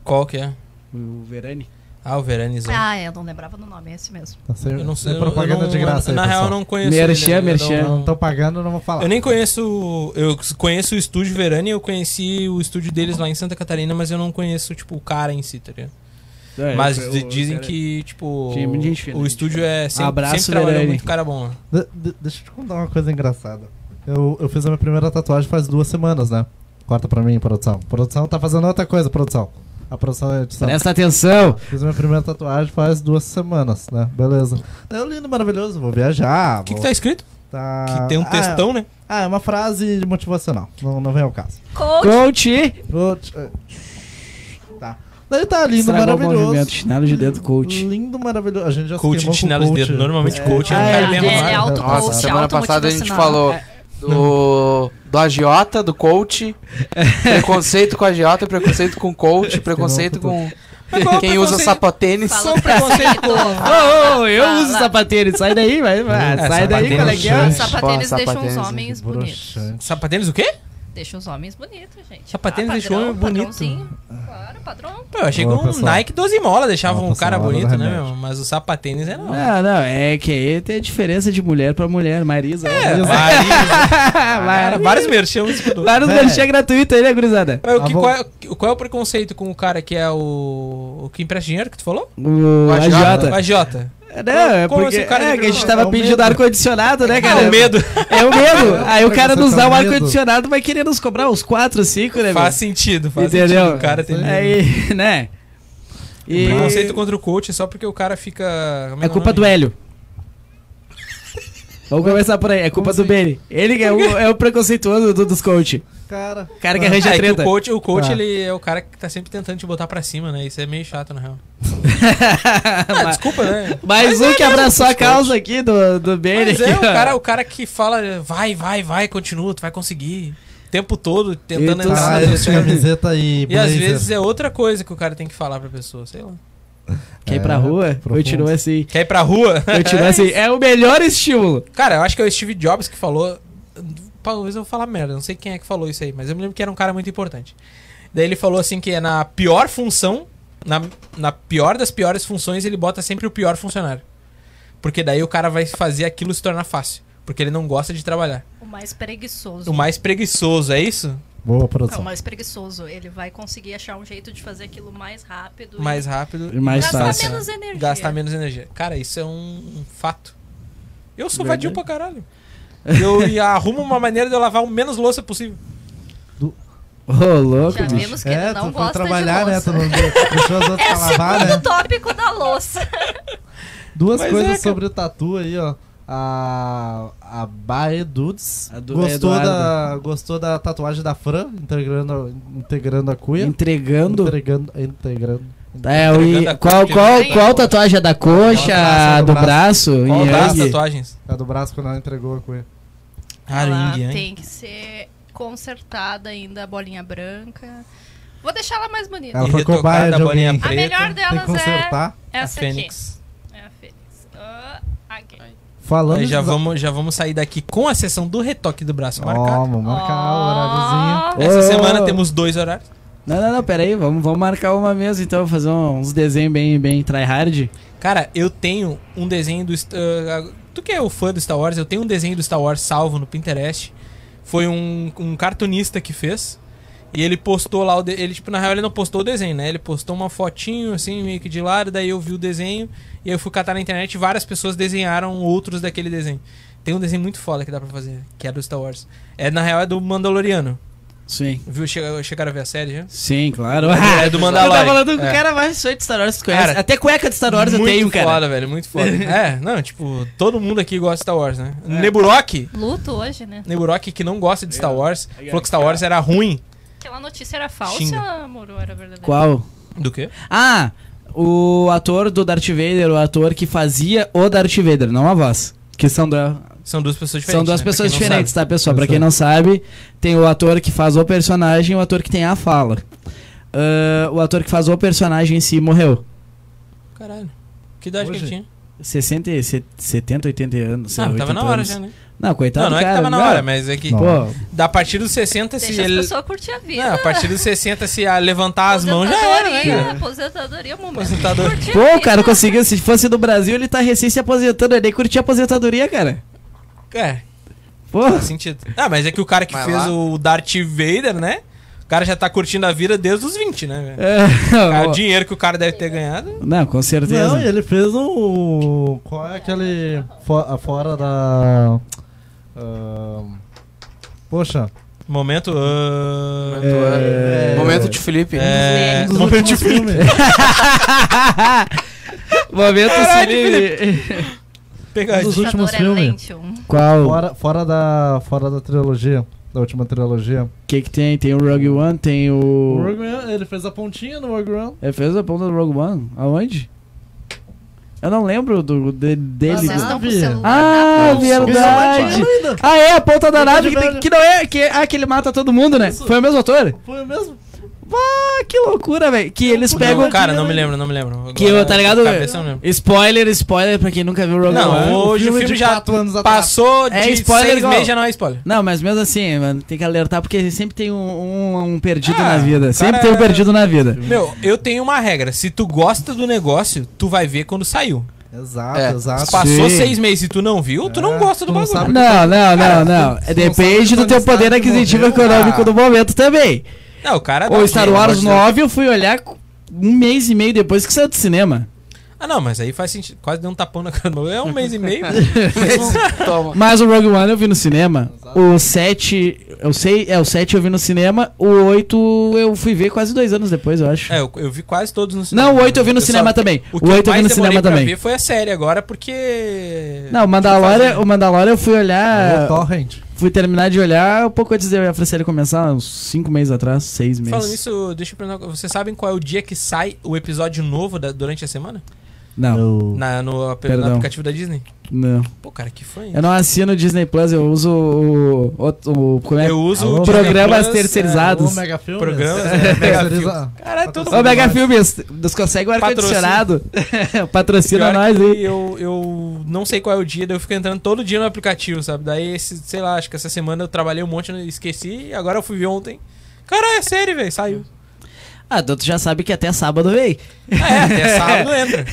Qual que é? O Verani. Ah, o Veranizão. Ah, eu não lembrava do nome, é esse mesmo. Tá sem, Eu não sei. sem eu não- eu propaganda não- de graça aí, Na real, pessoal. eu não conheço. Merchan, ele, eu não- merchan. Não tô pagando, não vou falar. Eu nem conheço. Eu conheço o estúdio Verani, eu conheci o estúdio deles lá em Santa Catarina, mas eu não conheço, tipo, o cara em si, tá ligado? É, mas eu- di- eu- dizem cara- que, tipo. Tinha muita gente fina, o gente estúdio fina. é sempre, Abraço, sempre trabalhou Verani. muito cara bom lá. De- de- deixa eu te contar uma coisa engraçada. Eu, eu fiz a minha primeira tatuagem faz duas semanas, né? Corta pra mim, produção. Produção tá fazendo outra coisa, produção. A produção é edição. Presta atenção! Fiz a minha primeira tatuagem faz duas semanas, né? Beleza. É lindo, maravilhoso, vou viajar. O que, que vou- tá escrito? tá- Que tem um Ah, textão, né? Ah, é uma frase motivacional. Não, não vem ao caso. Coach, Coach! Vou te- eh, Tá. Daí tá lindo, Estragou o movimento. maravilhoso. Chinelo de dedo, coach. Lindo, maravilhoso. A gente já se Coach queimou de com chinelo de coach. dedo. Normalmente É. coach é um Ah, cara é, bem ele é arrumado. alto Nossa, coach, semana alto passada a gente motivacional. É. falou do, do agiota, do coach, preconceito com agiota, preconceito com coach, preconceito com Mas qual é o quem usa preconceito? sapatênis. Fala um é preconceito. Ô, ô, eu Fala. uso sapateiro, sai daí, vai. vai, É, sai daí, sapateiro qual é que é? chama. Sapatênis Pô, deixam os sapatênis, homens bonitos. Broxante. Sapatênis o quê? Deixa os homens bonitos, gente. Ah, Sapatênis deixa o padrão, homem um bonito. padrãozinho. Claro, padrão. Pô, eu achei que Boa, um pessoal. Nike 12 mola deixava Boa, um cara pessoal, bonito, hora do né, remédio. meu? Mas o sapatênis é não. Não, não, é que aí tem diferença de mulher pra mulher. Marisa. É, Marisa. vários, Vai. cara, vários merchan um em cima do outro. Vários Velho. merchan gratuito aí, né, gurizada? Mas o que, Ah, bom. qual, é, qual é o preconceito com o cara que é o. o que empresta dinheiro que tu falou? O O agiota. agiota. Não, é Como porque assim, o cara é, de- que a gente É tava o pedindo medo. ar-condicionado, né, cara? É o medo. tá É o medo. Aí o cara nos dá um Preconceito é o medo. ar-condicionado, vai querer nos cobrar uns 4, 5, né, meu? Faz sentido, faz Entendeu? sentido. O cara tem medo. Aí, né? E... Preconceito contra o coach é só porque o cara fica. como É o culpa nome? do Hélio. Vamos começar por aí. É culpa do assim? Benny. Ele que é o, é o preconceituoso do, dos coach. Cara. O cara que arranja É que treta. Ah. o coach, o coach Tá. ele é o cara que tá sempre tentando te botar pra cima, né? Isso é meio chato, na real. Ah, desculpa, né? Mais um que abraçou a causa aqui do, do Benny. Mas aqui, é o ó. cara, o cara que fala, vai, vai, vai, continua, tu vai conseguir. O tempo todo tentando E tu entrar Tá, na sabe- de pessoa. camiseta e E às blazer. vezes é outra coisa que o cara tem que falar pra pessoa, sei lá. Quer ir pra rua? É, profundo. Continua assim. Quer ir pra rua? Continua assim. É o melhor estímulo. Cara, eu acho que é o Steve Jobs que falou. Talvez eu vou falar merda, não sei quem é que falou isso aí, mas eu me lembro que era um cara muito importante. Daí ele falou assim que é na pior função, na, na pior das piores funções, ele bota sempre o pior funcionário. Porque daí o cara vai fazer aquilo se tornar fácil. Porque ele não gosta de trabalhar. O mais preguiçoso. O mais preguiçoso, é isso? Boa É o produção. mais preguiçoso. Ele vai conseguir achar um jeito de fazer aquilo mais rápido. Mais rápido. E mais Gasta fácil. menos energia. Gastar menos energia. Cara, isso é um, um fato. Eu sou vadio pra caralho. Eu e arrumo uma maneira de eu lavar o menos louça possível. Ô, louco, Já bicho. vimos que ele não É, tu foi gosta trabalhar, de assim. né? louça. Tu é não deixou as outras pra lavar, né? Segundo tópico da louça. Duas Mas coisas é, cara. sobre o tatu aí, ó. A, a Bae Dudes A do- gostou, Eduardo. da, gostou da tatuagem da Fran, integrando, integrando a cuia. Entregando. Entregando. Integrando. É, o, Entregando a e qual, coxa. né? qual, Sim. qual tatuagem é da coxa, Aquela do do braço, braço? Qual é e das aí? tatuagens? A do braço quando ela entregou a cuia. Ah, ela Indiana. tem que ser consertada ainda, a bolinha branca. Vou deixar ela mais bonita. Ela foi retocada cobaia de a bolinha alguém. a preta. melhor Tem que delas é consertar. essa a Fênix. aqui. É a Fênix. Ah, aqui. Falando Aí já de- vamos, já vamos sair daqui com a sessão do retoque do braço marcado. Ó, vamos marcar o horáriozinho. Ó, Essa Oh. semana temos dois horários. Não, não, não, pera aí. Vamos, vamos marcar uma mesa então. Fazer uns desenhos bem, bem tryhard. Cara, eu tenho um desenho do. St- ah, tu que é o fã do Star Wars, eu tenho um desenho do Star Wars salvo no Pinterest. Foi um, um cartunista que fez. E ele postou lá o de... ele tipo na real ele não postou o desenho, né? Ele postou uma fotinho assim meio que de lado, daí eu vi o desenho e aí eu fui catar na internet e várias pessoas desenharam outros daquele desenho. Tem um desenho muito foda que dá pra fazer, que é do Star Wars. É na real é do Mandaloriano. Sim. Viu? Chega- Chegaram a ver a série já? Sim, claro. É do Mandalorian. Ah, Eu tava falando com o É. cara mais feio de Star Wars que tu conhece. Cara, Até cueca de Star Wars eu muito tenho, cara. foda, velho, muito foda. é, não, tipo, todo mundo aqui gosta de Star Wars, né? Neburok, Luto hoje, né? Neburok que não gosta de Star Wars, falou que Star Wars era ruim. Aquela notícia era falsa, Xinga. amor, ou era verdadeira? Qual? Do quê? Ah, o ator do Darth Vader, o ator que fazia o Darth Vader, não a voz. Que são, da- São duas pessoas diferentes. são duas né? Pra pessoas quem não diferentes, sabe. tá, pessoal? Pra quem não sabe, tem o ator que faz o personagem e o ator que tem a fala. Ah, o ator que faz o personagem em si morreu. Caralho. Que idade que Hoje? ele tinha? 60, e se- 70, 80 anos. sei Ah, lá, tava 80 na hora anos. já, né? Não, coitado, não, não é cara. que tava na não. hora, mas é que Não. Pô, da a partir dos 60 se Deixa as ele pessoas curtir a vida. Não, a partir dos 60 se ah, levantar as mãos já era, né? Aposentadoria, cara? Aposentadoria, é um momento. Aposentador. Curtir a Pô, o vida. cara conseguiu. Se fosse do Brasil, ele tá recém se aposentando. Ele nem curtia a aposentadoria, cara. É, Pô, faz sentido. Ah, mas é que o cara que Vai fez lá. o Darth Vader, né? O cara já tá curtindo a vida desde os 20, né, velho? é, Cara, ó, o dinheiro que o cara deve ter ganhado. não, com certeza. Não, e ele fez um. Qual é aquele. fo- fora da. ahn, poxa. Momento. ah, É. Momento de Felipe. é, um dos momento de últimos filmes. Momento Caralho, Felipe. pegadinha. Dos últimos Apresentador é filmes. lente, um. Qual? Fora, fora, da, fora da trilogia. Da última trilogia. O que que tem? Tem o Rogue One, tem O o... Rogue One, ele fez a pontinha no Rogue One. Ele fez a ponta do Rogue One? Aonde? Eu não lembro do, de- dele. Vocês estão com o Nave. celular na Ah, mão. verdade! Ainda. Ah, é, a ponta da Ponta nave de que, tem- velho. que não é... Que, ah, que ele mata todo mundo, né? Isso. Foi o mesmo ator? Foi mesmo? Ah, que loucura, velho. Que eles Não, pegam... Não, cara, não me lembro, não me lembro. né? Que eu, tá ligado? Cabeça, eu não lembro. Spoiler, spoiler pra quem nunca viu Rogue Não, One. o- Hoje filme de já quatro anos atrás. Passou de É spoiler seis igual. meses já não é spoiler. Não, mas mesmo assim, mano, tem que alertar porque sempre tem um, um- um perdido Ah, na vida. cara- é- Sempre tem um perdido na vida. Meu, eu tenho uma regra. Se tu gosta do negócio, tu vai ver quando saiu. Exato, É. exato. Passou Ah, Sim. seis meses e tu não viu, tu não É, gosta do tu não bagulho. sabe. Não, não, não, não. tu não Depende sabe do que teu o Tony né? poder Stark aquisitivo morreu, econômico Ah. cara. do momento também. Não, o cara dá O um Star dinheiro, Wars pode- 9 eu fui olhar co- um mês e meio depois que saiu do cinema. Ah, não, mas aí faz sentido. Quase deu um tapão na cara. do maluco. É um mês e meio. Toma. Mas o Rogue One eu vi no cinema. O 7, eu sei, é o 7 eu vi no cinema. O 8 eu fui ver quase dois anos depois, eu acho. é, eu, eu vi quase todos no cinema. Não, o 8 eu vi no só- cinema também. O que O 8 eu vi mais no demorei cinema pra também. ver foi a série agora, porque... Não, o Mandalorian, o Mandalorian eu fui olhar. O Torrent. Fui terminar de olhar um pouco antes de eu e a Franciele começar, uns 5 meses atrás, 6 meses. Falando isso, deixa eu perguntar. Vocês sabem qual é o dia que sai o episódio novo da- durante a semana? Não, Eu- Na, no, ap- no Perdão. aplicativo da Disney? não. Pô, cara, que fã. hein? Eu não assino o Disney Plus, eu uso o. o, o- como é? Eu uso Alô, o Disney programas Plus, é, terceirizados. Ô, Mega Filmes. Programas, É, é, Mega terceiriza- Caralho, todo Ô, Mega Filmes, nos consegue o ar-condicionado? Patrocina Pior nós que aí. Eu, eu não sei qual é o dia, daí eu fico entrando todo dia no aplicativo, sabe? Daí, esse, sei lá, acho que essa semana eu trabalhei um monte, eu esqueci, e agora eu fui ver ontem. Caralho, é série, velho, saiu. Ah, então tu já sabe que até sábado vem. Ah, é, até sábado entra.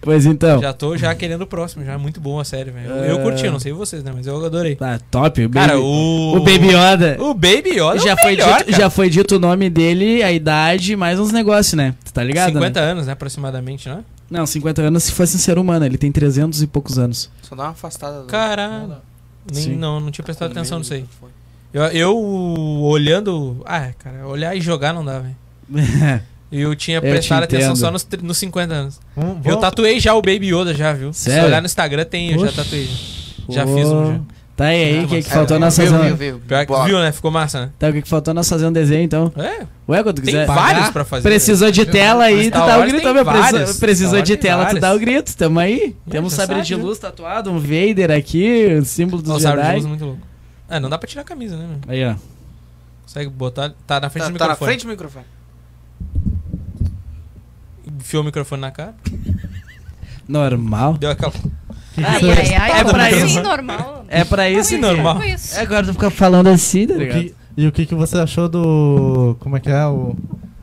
Pois então. Já tô já querendo o próximo, já é muito boa a série, velho. Eu, eu curti, eu não sei vocês, né? Mas eu adorei. Tá, top. O É. Baby, Cara, o. o Baby Yoda. O Baby Yoda já, é o foi melhor, dito, cara. já foi dito o nome dele, a idade, mais uns negócios, né? Tu tá ligado? 50 né? anos, né, aproximadamente, né? Não, 50 anos se fosse um ser humano, ele tem 300 e poucos anos. Só dá uma afastada. do- Caralho. Nem, Sim. não, não tinha prestado atenção nisso aí. microfone. Eu, eu olhando. Ah, cara, olhar e jogar não dá, velho. Eu tinha te prestado atenção entendo. só nos, tri- nos 50 anos. Vamos- Eu vamos- tatuei já o Baby Yoda, já, viu? Se Sério? olhar no Instagram, tem, eu já Poxa. tatuei. Já, Já fiz um, já. Tá aí, aí, o que, que É, faltou nós viu, fazer um- viu, viu, Pior que Bora. viu, né? Ficou massa, né? Tá, o que, que faltou nós fazer um desenho, então? É, Ué, quando tu tem quiser. vários Pagar. pra fazer. né? Precisou de tela aí, tu Star dá o Wars grito, tem meu. vários. Precisou, Star precisou Wars de tem tela, tu vários. dá o grito, tamo aí. É, Temos um já sabre sabe, de né? luz tatuado, um Vader aqui, o símbolo dos Nossa, sabre de Jedi. luz muito louco. É, não dá pra tirar a camisa, né? meu? Aí, ó. Consegue botar. Tá na frente Tá, do tá na microfone. frente do microfone. Enfiou o microfone na cara. Normal. Deu aquela. é Ai, ai, ai, Tá como pra assim, isso. normal? É pra isso, É, Assim, normal. Com isso. Agora tu fica falando assim, tá O ligado? que- e o que, que você achou do. Como é que é? O,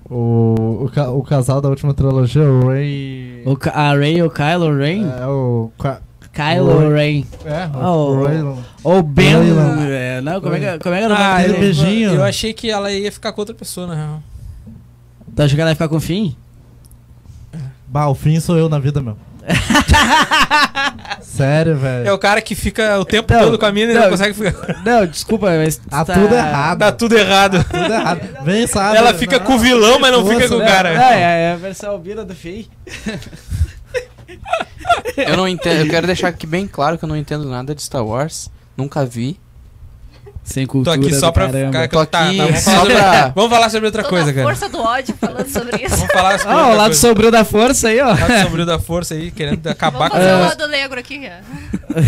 o, o, ca- o casal da última trilogia, o Ray. O Ka- a Ray ou Kylo Ren? É o. Ka- Kylo Ren. É, Ah, o- Raylan. Ou Ben. Raylan. É, não, como é que, como é que era o Ah, nome dele? aquele eu, beijinho. eu achei que ela ia ficar com outra pessoa, na real. Tu achou que ela ia ficar com o Finn? Bah, o fim sou eu na vida, meu. Sério, É velho. o cara que fica o tempo Não, todo com a mina e não, não. consegue ficar. Não, desculpa, mas. Tá tá- tudo errado. Dá tudo errado. Tudo errado. Vem, sabe? Ela fica com o vilão, mas não fica com o Não, cara. não, é, é a versão albina do Finn. Eu não entendo. Eu quero deixar aqui bem claro que eu não entendo nada de Star Wars. Nunca vi. Sem Tô cultura. aqui só do pra caramba. ficar. Tô Tá, aqui tá, vamos, só falar sobre... pra- vamos falar sobre outra Tô coisa, na cara. força do ódio falando sobre isso. Vamos falar sobre Ah, o outra lado coisa. sombrio da força aí, ó. Lado sombrio da força aí, querendo acabar Vamos com fazer o a. lado negro aqui. ó.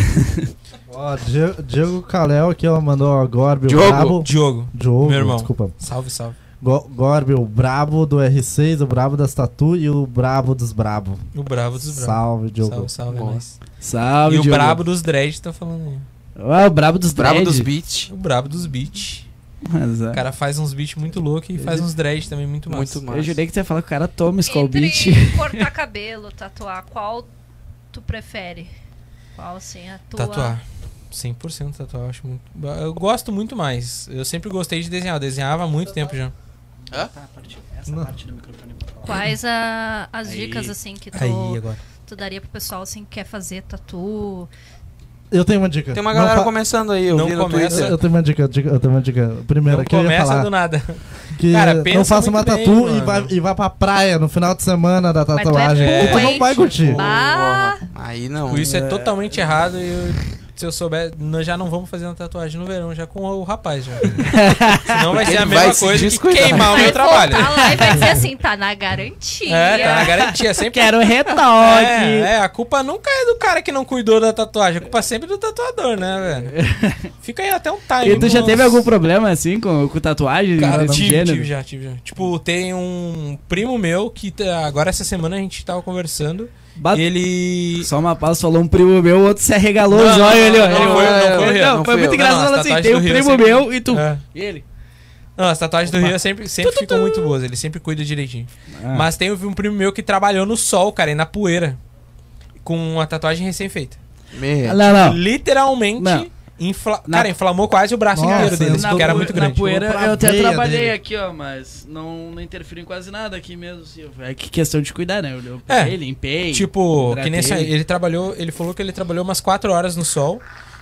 Ó, Die- Diego Calel aqui, ó, mandou ó, Gorbe Diogo. o Brabo. Diogo. Diogo, Meu irmão. desculpa. Salve, salve. Go Gorbe, o Brabo do R6, o Brabo das Tatu e o Brabo dos Brabo. O brabo dos bravos. Salve, Diogo. Salve, salve, é Boa. nóis. Salve, E o Diogo. brabo dos dreads tá falando aí. Ah, o brabo dos Brabo dread. dos beats. O brabo dos beats. Mas, ah, O cara faz uns beats muito loucos e faz uns dreads também muito massa. Muito Eu mais. jurei que tu ia falar que o cara toma Skull Entre Beat. cortar cabelo, tatuar, qual tu prefere? Qual, assim, a tua... Tatuar. 100% tatuar, eu acho muito. Eu gosto muito mais. Eu sempre gostei de desenhar. Eu desenhava há muito tempo já. Essa parte do microfone. Quais a- as dicas, assim, que tu, Aí, agora. tu daria pro pessoal, assim, que quer fazer tatu? Eu tenho uma dica. Tem uma Não galera fa- começando aí, eu Não vi no começa. Eu Twitter. eu tenho uma dica, dica- eu tenho uma dica. Primeiro, Não que eu ia começa falar do nada. que Cara, não pensa faça uma muito bem, tatu e, mano. vá, e vá pra praia no final de semana da tu é tatuagem. burro, tu não hein? vai curtir. Bah! Aí não. né? Tipo, Isso é totalmente errado e eu- se eu souber, nós já não vamos fazer uma tatuagem no verão, já com o rapaz já. Senão vai ser a Ele mesma vai se coisa que descuidar. queimar o meu Vai trabalho. voltar lá e vai dizer assim, tá na garantia. É, tá na garantia, sempre Quero um retoque. É, é, a culpa nunca é do cara que não cuidou da tatuagem, a culpa é sempre do tatuador, né, velho? Fica aí até um time. E tu já nossa. teve algum problema assim com, com tatuagem Cara, desse tive, gênero? tive já, tive já. Tipo, tem um primo meu que tá- agora essa semana a gente tava conversando. Ba- Ele. Só uma pausa falou um primo meu, o outro se arregalou os Não, olhos ali, ó. não, Ele- "É, não foi- não foi o Rian, não foi fui muito eu. engraçado Não, falar não, assim: as tem um tatuagens do primo Rian sempre- meu e tu. É. E ele? Não, as tatuagens do Rio sempre, sempre ficam muito boas, ele sempre cuida direitinho. Ah. Mas tem um primo meu que trabalhou no sol, cara, e na poeira. Com uma tatuagem recém-feita. Me- Não, não. Literalmente, Não. infla- Na- cara, inflamou quase o braço Nossa, inteiro deles, na porque era poe- muito grande. Na poeira Vou pra eu até veia trabalhei dele. aqui, ó, mas não, não interferiu em quase nada aqui mesmo. Assim, é que questão de cuidar, né? Eu, eu É. peguei, limpei. Tipo, hidratei. que nem sa- ele trabalhou, ele falou que ele trabalhou umas 4 horas no sol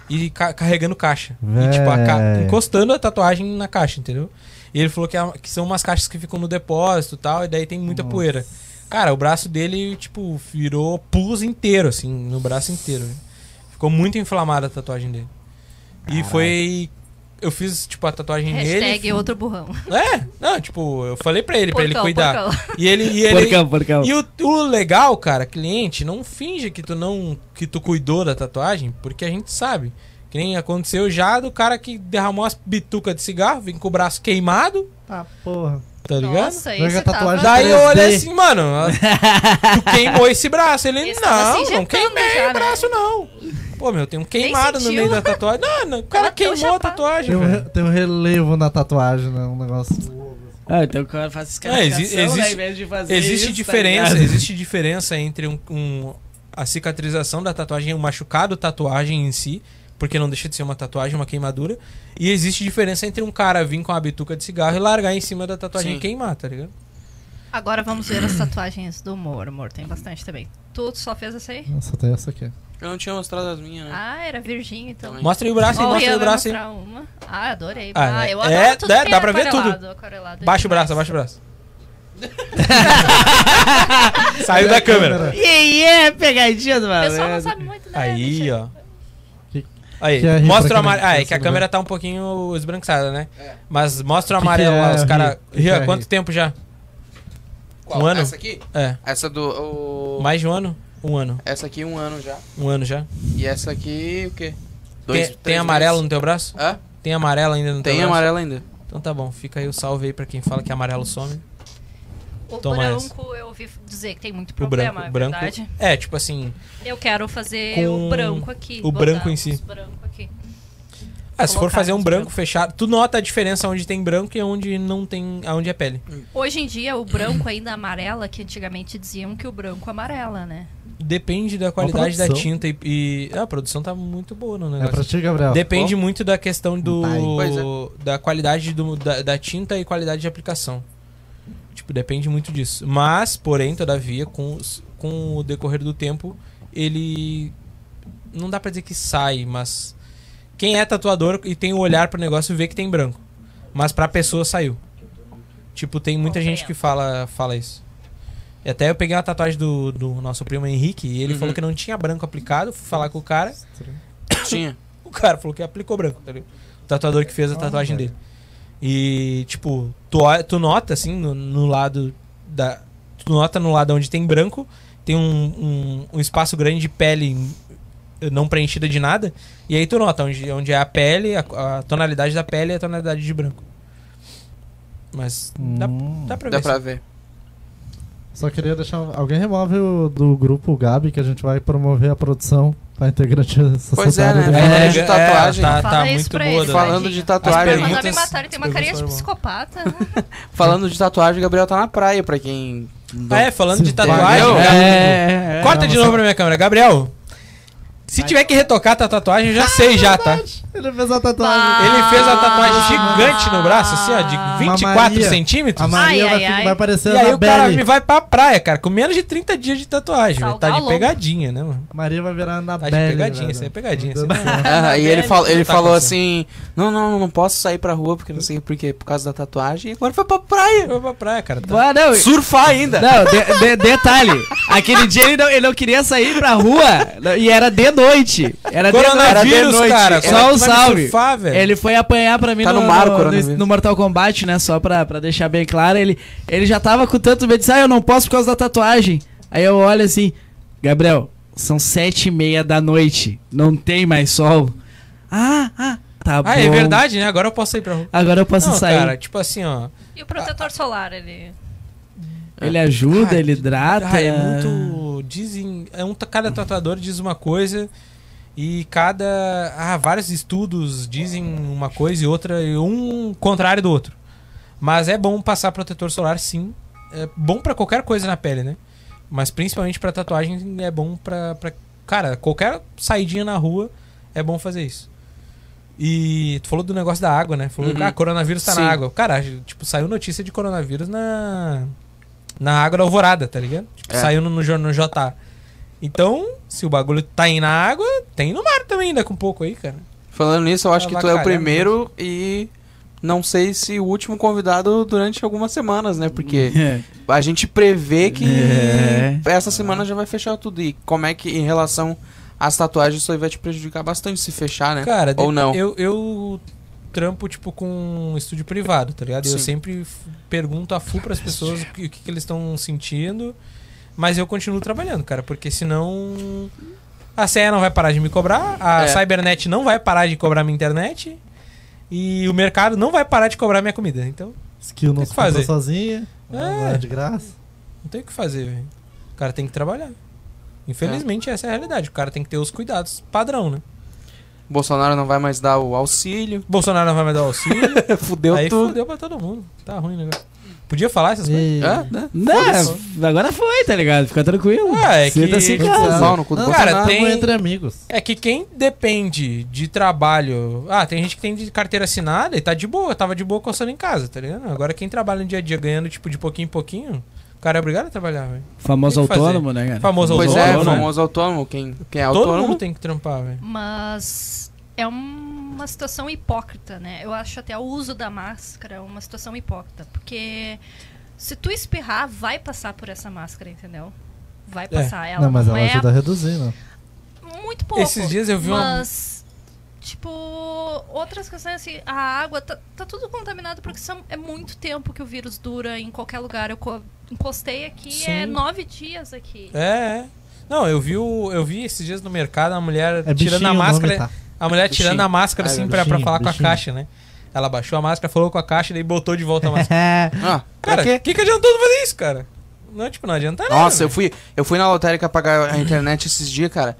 e ca- carregando caixa. E, tipo, a ca- Véi. encostando a tatuagem na caixa, entendeu? E ele falou que, a- que são umas caixas que ficam no depósito e tal, e daí tem muita poeira. Cara, o braço dele, tipo, virou pus inteiro, assim, no braço inteiro. né? Ficou muito inflamada a tatuagem dele. E foi. Eu fiz, tipo, a tatuagem Hashtag nele. outro burrão. É, não, tipo, eu falei pra ele, pra ele Porcão, cuidar. porcão. E ele. E ele Porcão, porcão. e o, o legal, cara, cliente, não finge que tu não que tu cuidou da tatuagem, porque a gente sabe. Que nem aconteceu já do cara que derramou as bitucas de cigarro, vem com o braço queimado, Tá, porra. tá ligado? Nossa, Joga esse tatuagem tava... da- Daí eu olhei 3D. assim, mano, tu queimou esse braço. Ele, Esse tava se não, não injetando queimei já, o braço, não. Pô, meu, tem um queimado no sentiu. meio da tatuagem. Não, não, o cara Ela tão queimou a chapada. tatuagem, Tem um, velho. re- tem um relevo na tatuagem, né? Um negócio. Ah, então o cara faz É, exi- escarificação, né, existe- em vez de fazer Existe isso, tá diferença, ligado? existe diferença entre um, um- a cicatrização da tatuagem, o machucado tatuagem em si, porque não deixa de ser uma tatuagem, uma queimadura, e existe diferença entre um cara vir com a bituca de cigarro e largar em cima da tatuagem Sim. e queimar, tá ligado? Agora vamos ver as tatuagens do Moro. Moro tem bastante também. Tu só fez essa aí? Nossa, tem essa aqui. Eu não tinha mostrado as minhas, né? Ah, era virgem, então. Mostra aí o braço, aí, Ó, o Ah, mostra aí Rian o vai braço, aí. mostrar uma. Ah, adorei. Ah, Ah, eu é- adoro é, tudo dá- que dá é pra ver tudo. aquarelado, aquarelado é Baixa o demais. braço, abaixa o braço. Saiu da câmera. E aí, é pegadinha do O pessoal não malandro. sabe muito, né? Aí, Deixa- ó. Que- Aí, que é, mostra o pra quem não amarelo. Ah, é que a sabe. câmera tá um pouquinho esbranquiçada, né? Mas mostra o Que que amarelo lá, é, os caras. Ri? Que que Rian, é, quanto Ri? tempo já? Qual? Um ano? Essa aqui? É. Essa do. o- Mais de um ano? Um ano. Essa aqui um ano já. Um ano já. E essa aqui o quê? tem tem amarelo no teu braço? Hã? Tem amarelo ainda no teu Tem braço? amarelo ainda. Então tá bom, fica aí o salve aí pra quem fala que amarelo some. O Toma branco, eu ouvi dizer que tem muito O branco. problema, O é branco. verdade. É, tipo assim. Eu quero fazer Com o branco aqui. o botar branco em si. uns branco aqui. Ah, se for Colocar fazer um nos branco fechado, tu nota a diferença onde tem branco e onde não tem, aonde é pele. Hoje em dia, o branco ainda amarela, que antigamente diziam que o branco amarela, né? Depende da qualidade da produção. tinta e, e- ah, a produção tá muito boa no É negócio. pra ti, Gabriel. Depende muito da questão do Vai. Tá Pois é. da qualidade do, da, da tinta e qualidade de aplicação. Tipo, depende muito disso. Mas, porém, todavia, com, os- com o decorrer do tempo, ele não dá pra dizer que sai, mas quem é tatuador e tem o olhar pro negócio vê que tem branco. Mas pra pessoa saiu. Tipo, tem muita gente que fala fala isso. E até eu peguei uma tatuagem do, do nosso primo Henrique e ele Uhum. falou que não tinha branco aplicado, fui falar com o cara. Tinha. O cara falou que aplicou branco, tá ligado? O tatuador que fez a tatuagem dele. E, tipo, tu, olha- tu nota, assim, no, no lado da... Tu nota no lado onde tem branco, tem um, um, um espaço grande de pele eh, não preenchida de nada, e aí tu nota onde, onde é a pele, a, a tonalidade da pele e a tonalidade de branco. Mas dá, Hum. dá pra ver. Dá pra assim. ver. Só queria deixar. um, Alguém remove o do grupo Gabi, que a gente vai promover a produção pra integrante Pois é, societária né? do Gabi. É, Falando de tatuagem. tá, tá Fala isso muito pra boa. ele, Dani. vai. Falando de As tatuagem. perguntas- Mandar me matar, ele tem uma perguntas carinha de foram- psicopata. né? Falando de tatuagem, o Gabriel tá na praia, pra quem. Ah, é, falando de Se tatuagem... valeu. Gabi- É, é, é. Corta de novo pra minha câmera. Gabriel, se tiver que retocar a tua tatuagem, eu já sei já, tá? Ele fez a tatuagem. Ele fez uma tatuagem gigante no braço, assim, ó, de 24 Maria. centímetros. A Maria Ai, vai, ai, fi- ai. vai parecer E a aí o cara Anabelle. me vai pra praia, cara, com menos de 30 dias de tatuagem. velho. Tá Salgar de o pegadinha, né, mano? Maria vai virar a Tá Anabelle. de pegadinha, velho. isso aí é pegadinha. Meu isso Deus aí. do céu. Ah, e ele, fala, ele Tá falou assim: acontecendo. não, não, não posso sair pra rua porque não sei por quê, por causa da tatuagem. E agora foi pra praia. Foi pra praia, cara. Tá- Ah, não, Surfar ainda. Não, de- de- detalhe. Aquele dia ele não, ele não queria sair pra rua e era de noite. Era de Coronavírus, noite. cara. Só como é que um tu vai me salve. surfar, velho? Ele foi apanhar pra mim Tá no mar o né, coronavírus. no, no Mortal Kombat, né? Só pra, pra deixar bem claro. Ele, ele já tava com tanto medo. Disse, ah, eu não posso por causa da tatuagem. Aí eu olho assim, Gabriel, são sete e meia da noite. Não tem mais sol. Ah, ah, tá bom. Ah, é verdade, né? Agora eu posso ir pra rua. Agora eu posso Não, sair. cara, tipo assim, ó. E o protetor solar, ele... ele ajuda, Cara, ele hidrata. Ah, é muito. Dizem. É um, cada tatuador diz uma coisa. E cada. Ah, vários estudos dizem uma coisa e outra. E um contrário do outro. Mas é bom passar protetor solar, sim. É bom pra qualquer coisa na pele, né? Mas principalmente pra tatuagem é bom pra. pra cara, qualquer saidinha na rua é bom fazer isso. E tu falou do negócio da água, né? Falou, Uhum. ah, coronavírus tá Sim. na água. Cara, tipo, saiu notícia de coronavírus na na água da alvorada, tá ligado? Tipo, É. saiu no, no, jor- no JA. Então, se o bagulho tá aí na água, tem no mar também, ainda com um pouco aí, cara. Falando nisso, eu acho Tá que tu é o avacalhando, primeiro e não sei se o último convidado durante algumas semanas, né? Porque a gente prevê que É. essa semana já vai fechar tudo. E como é que, em relação às tatuagens, isso aí vai te prejudicar bastante se fechar, né? Cara, Ou de- não. Eu, eu trampo, tipo, com um estúdio privado, tá ligado? Sim. Eu sempre f- pergunto a full pras pessoas o que, o que que eles estão sentindo. Mas eu continuo trabalhando, cara, porque senão. A CE não vai parar de me cobrar, a É. Cybernet não vai parar de cobrar minha internet. E o mercado não vai parar de cobrar minha comida. Então, Skill não Tem que se comprou fazer. sozinha. Não é É. de graça. Não tem o que fazer, velho. O cara tem que trabalhar. Infelizmente, essa é a realidade. O cara tem que ter os cuidados padrão, né? Bolsonaro não vai mais dar o auxílio. Bolsonaro não vai mais dar o auxílio. Fudeu aí tudo. fudeu pra todo mundo. Tá ruim o negócio. Podia falar essas coisas? E... Hã? Né? Não, agora foi, tá ligado? Fica tranquilo. Ah, é Sinta que- se em Putz, casa. Pau no cu do Não, Bolsonaro. cara, tem... Tamo entre entre amigos. É que quem depende de trabalho. Ah, tem gente que tem de carteira assinada e tá de boa. Tava de boa coçando em casa, tá ligado? Agora quem trabalha no dia a dia ganhando, tipo, de pouquinho em pouquinho, o cara é obrigado a trabalhar, velho. Famoso Tem que fazer. autônomo, né, cara? Famoso Pois é, autônomo, né? famoso autônomo. Quem, quem é Todo autônomo mundo tem que trampar, velho. Mas é uma situação hipócrita, né? Eu acho até o uso da máscara uma situação hipócrita, porque se tu espirrar, vai passar por essa máscara, entendeu? Vai passar ela. não, mas ela é ajuda a reduzir, né? muito pouco. Esses dias eu vi uma- mas tipo, outras questões assim, a água tá, tá tudo contaminado porque são, é muito tempo que o vírus dura em qualquer lugar. Eu co- encostei aqui é Sim. nove dias aqui. É, é. Não, eu vi, o- eu vi esses dias no mercado a mulher É bichinho tirando a o nome, máscara. tá? A mulher tirando Bichinho. a máscara, Ah, assim, é pra, pra bichinho, falar com bichinho. a caixa, né? Ela baixou a máscara, falou com a caixa, daí botou de volta a máscara. É. Ah, pra cara, quê? o que, que adiantou tu fazer isso, cara? Não, tipo, não adianta nada. Nossa, eu velho. fui, eu fui na lotérica pagar a internet esses dias, cara.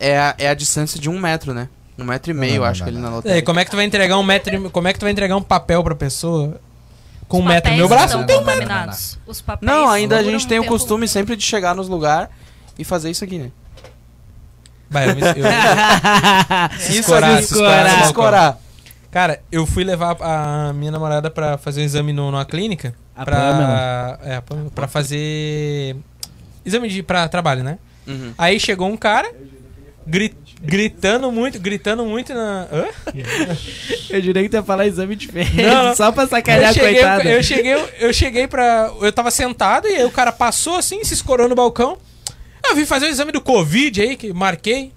É a, é a distância de um metro, né? Um metro e meio, não, acho não, que ali na E aí, lotaria. como é que tu vai entregar um metro? e- Como é que tu vai entregar um papel pra pessoa com um Os metro? papéis Meu braço estão não tem um metro. contaminados. Os papéis Não, ainda a duram gente um tem o tempo costume útil. sempre de chegar nos lugares e fazer isso aqui, né? Vai, eu me- eu- Se escorar, se escorar. Se escorar. cara, eu fui levar a minha namorada pra fazer um exame no, numa clínica. A pra, é, pra, pra fazer. Exame de, pra trabalho, né? Uhum. Aí chegou um cara gri- gritando muito, gritando muito na. Hã? Eu diria que tu ia falar exame de fé. Não, não. Só pra sacanear, Eu cheguei, coitada. eu cheguei, eu cheguei pra. Eu tava sentado e aí o cara passou assim, se escorou no balcão. Eu vim fazer o exame do Covid aí, que marquei.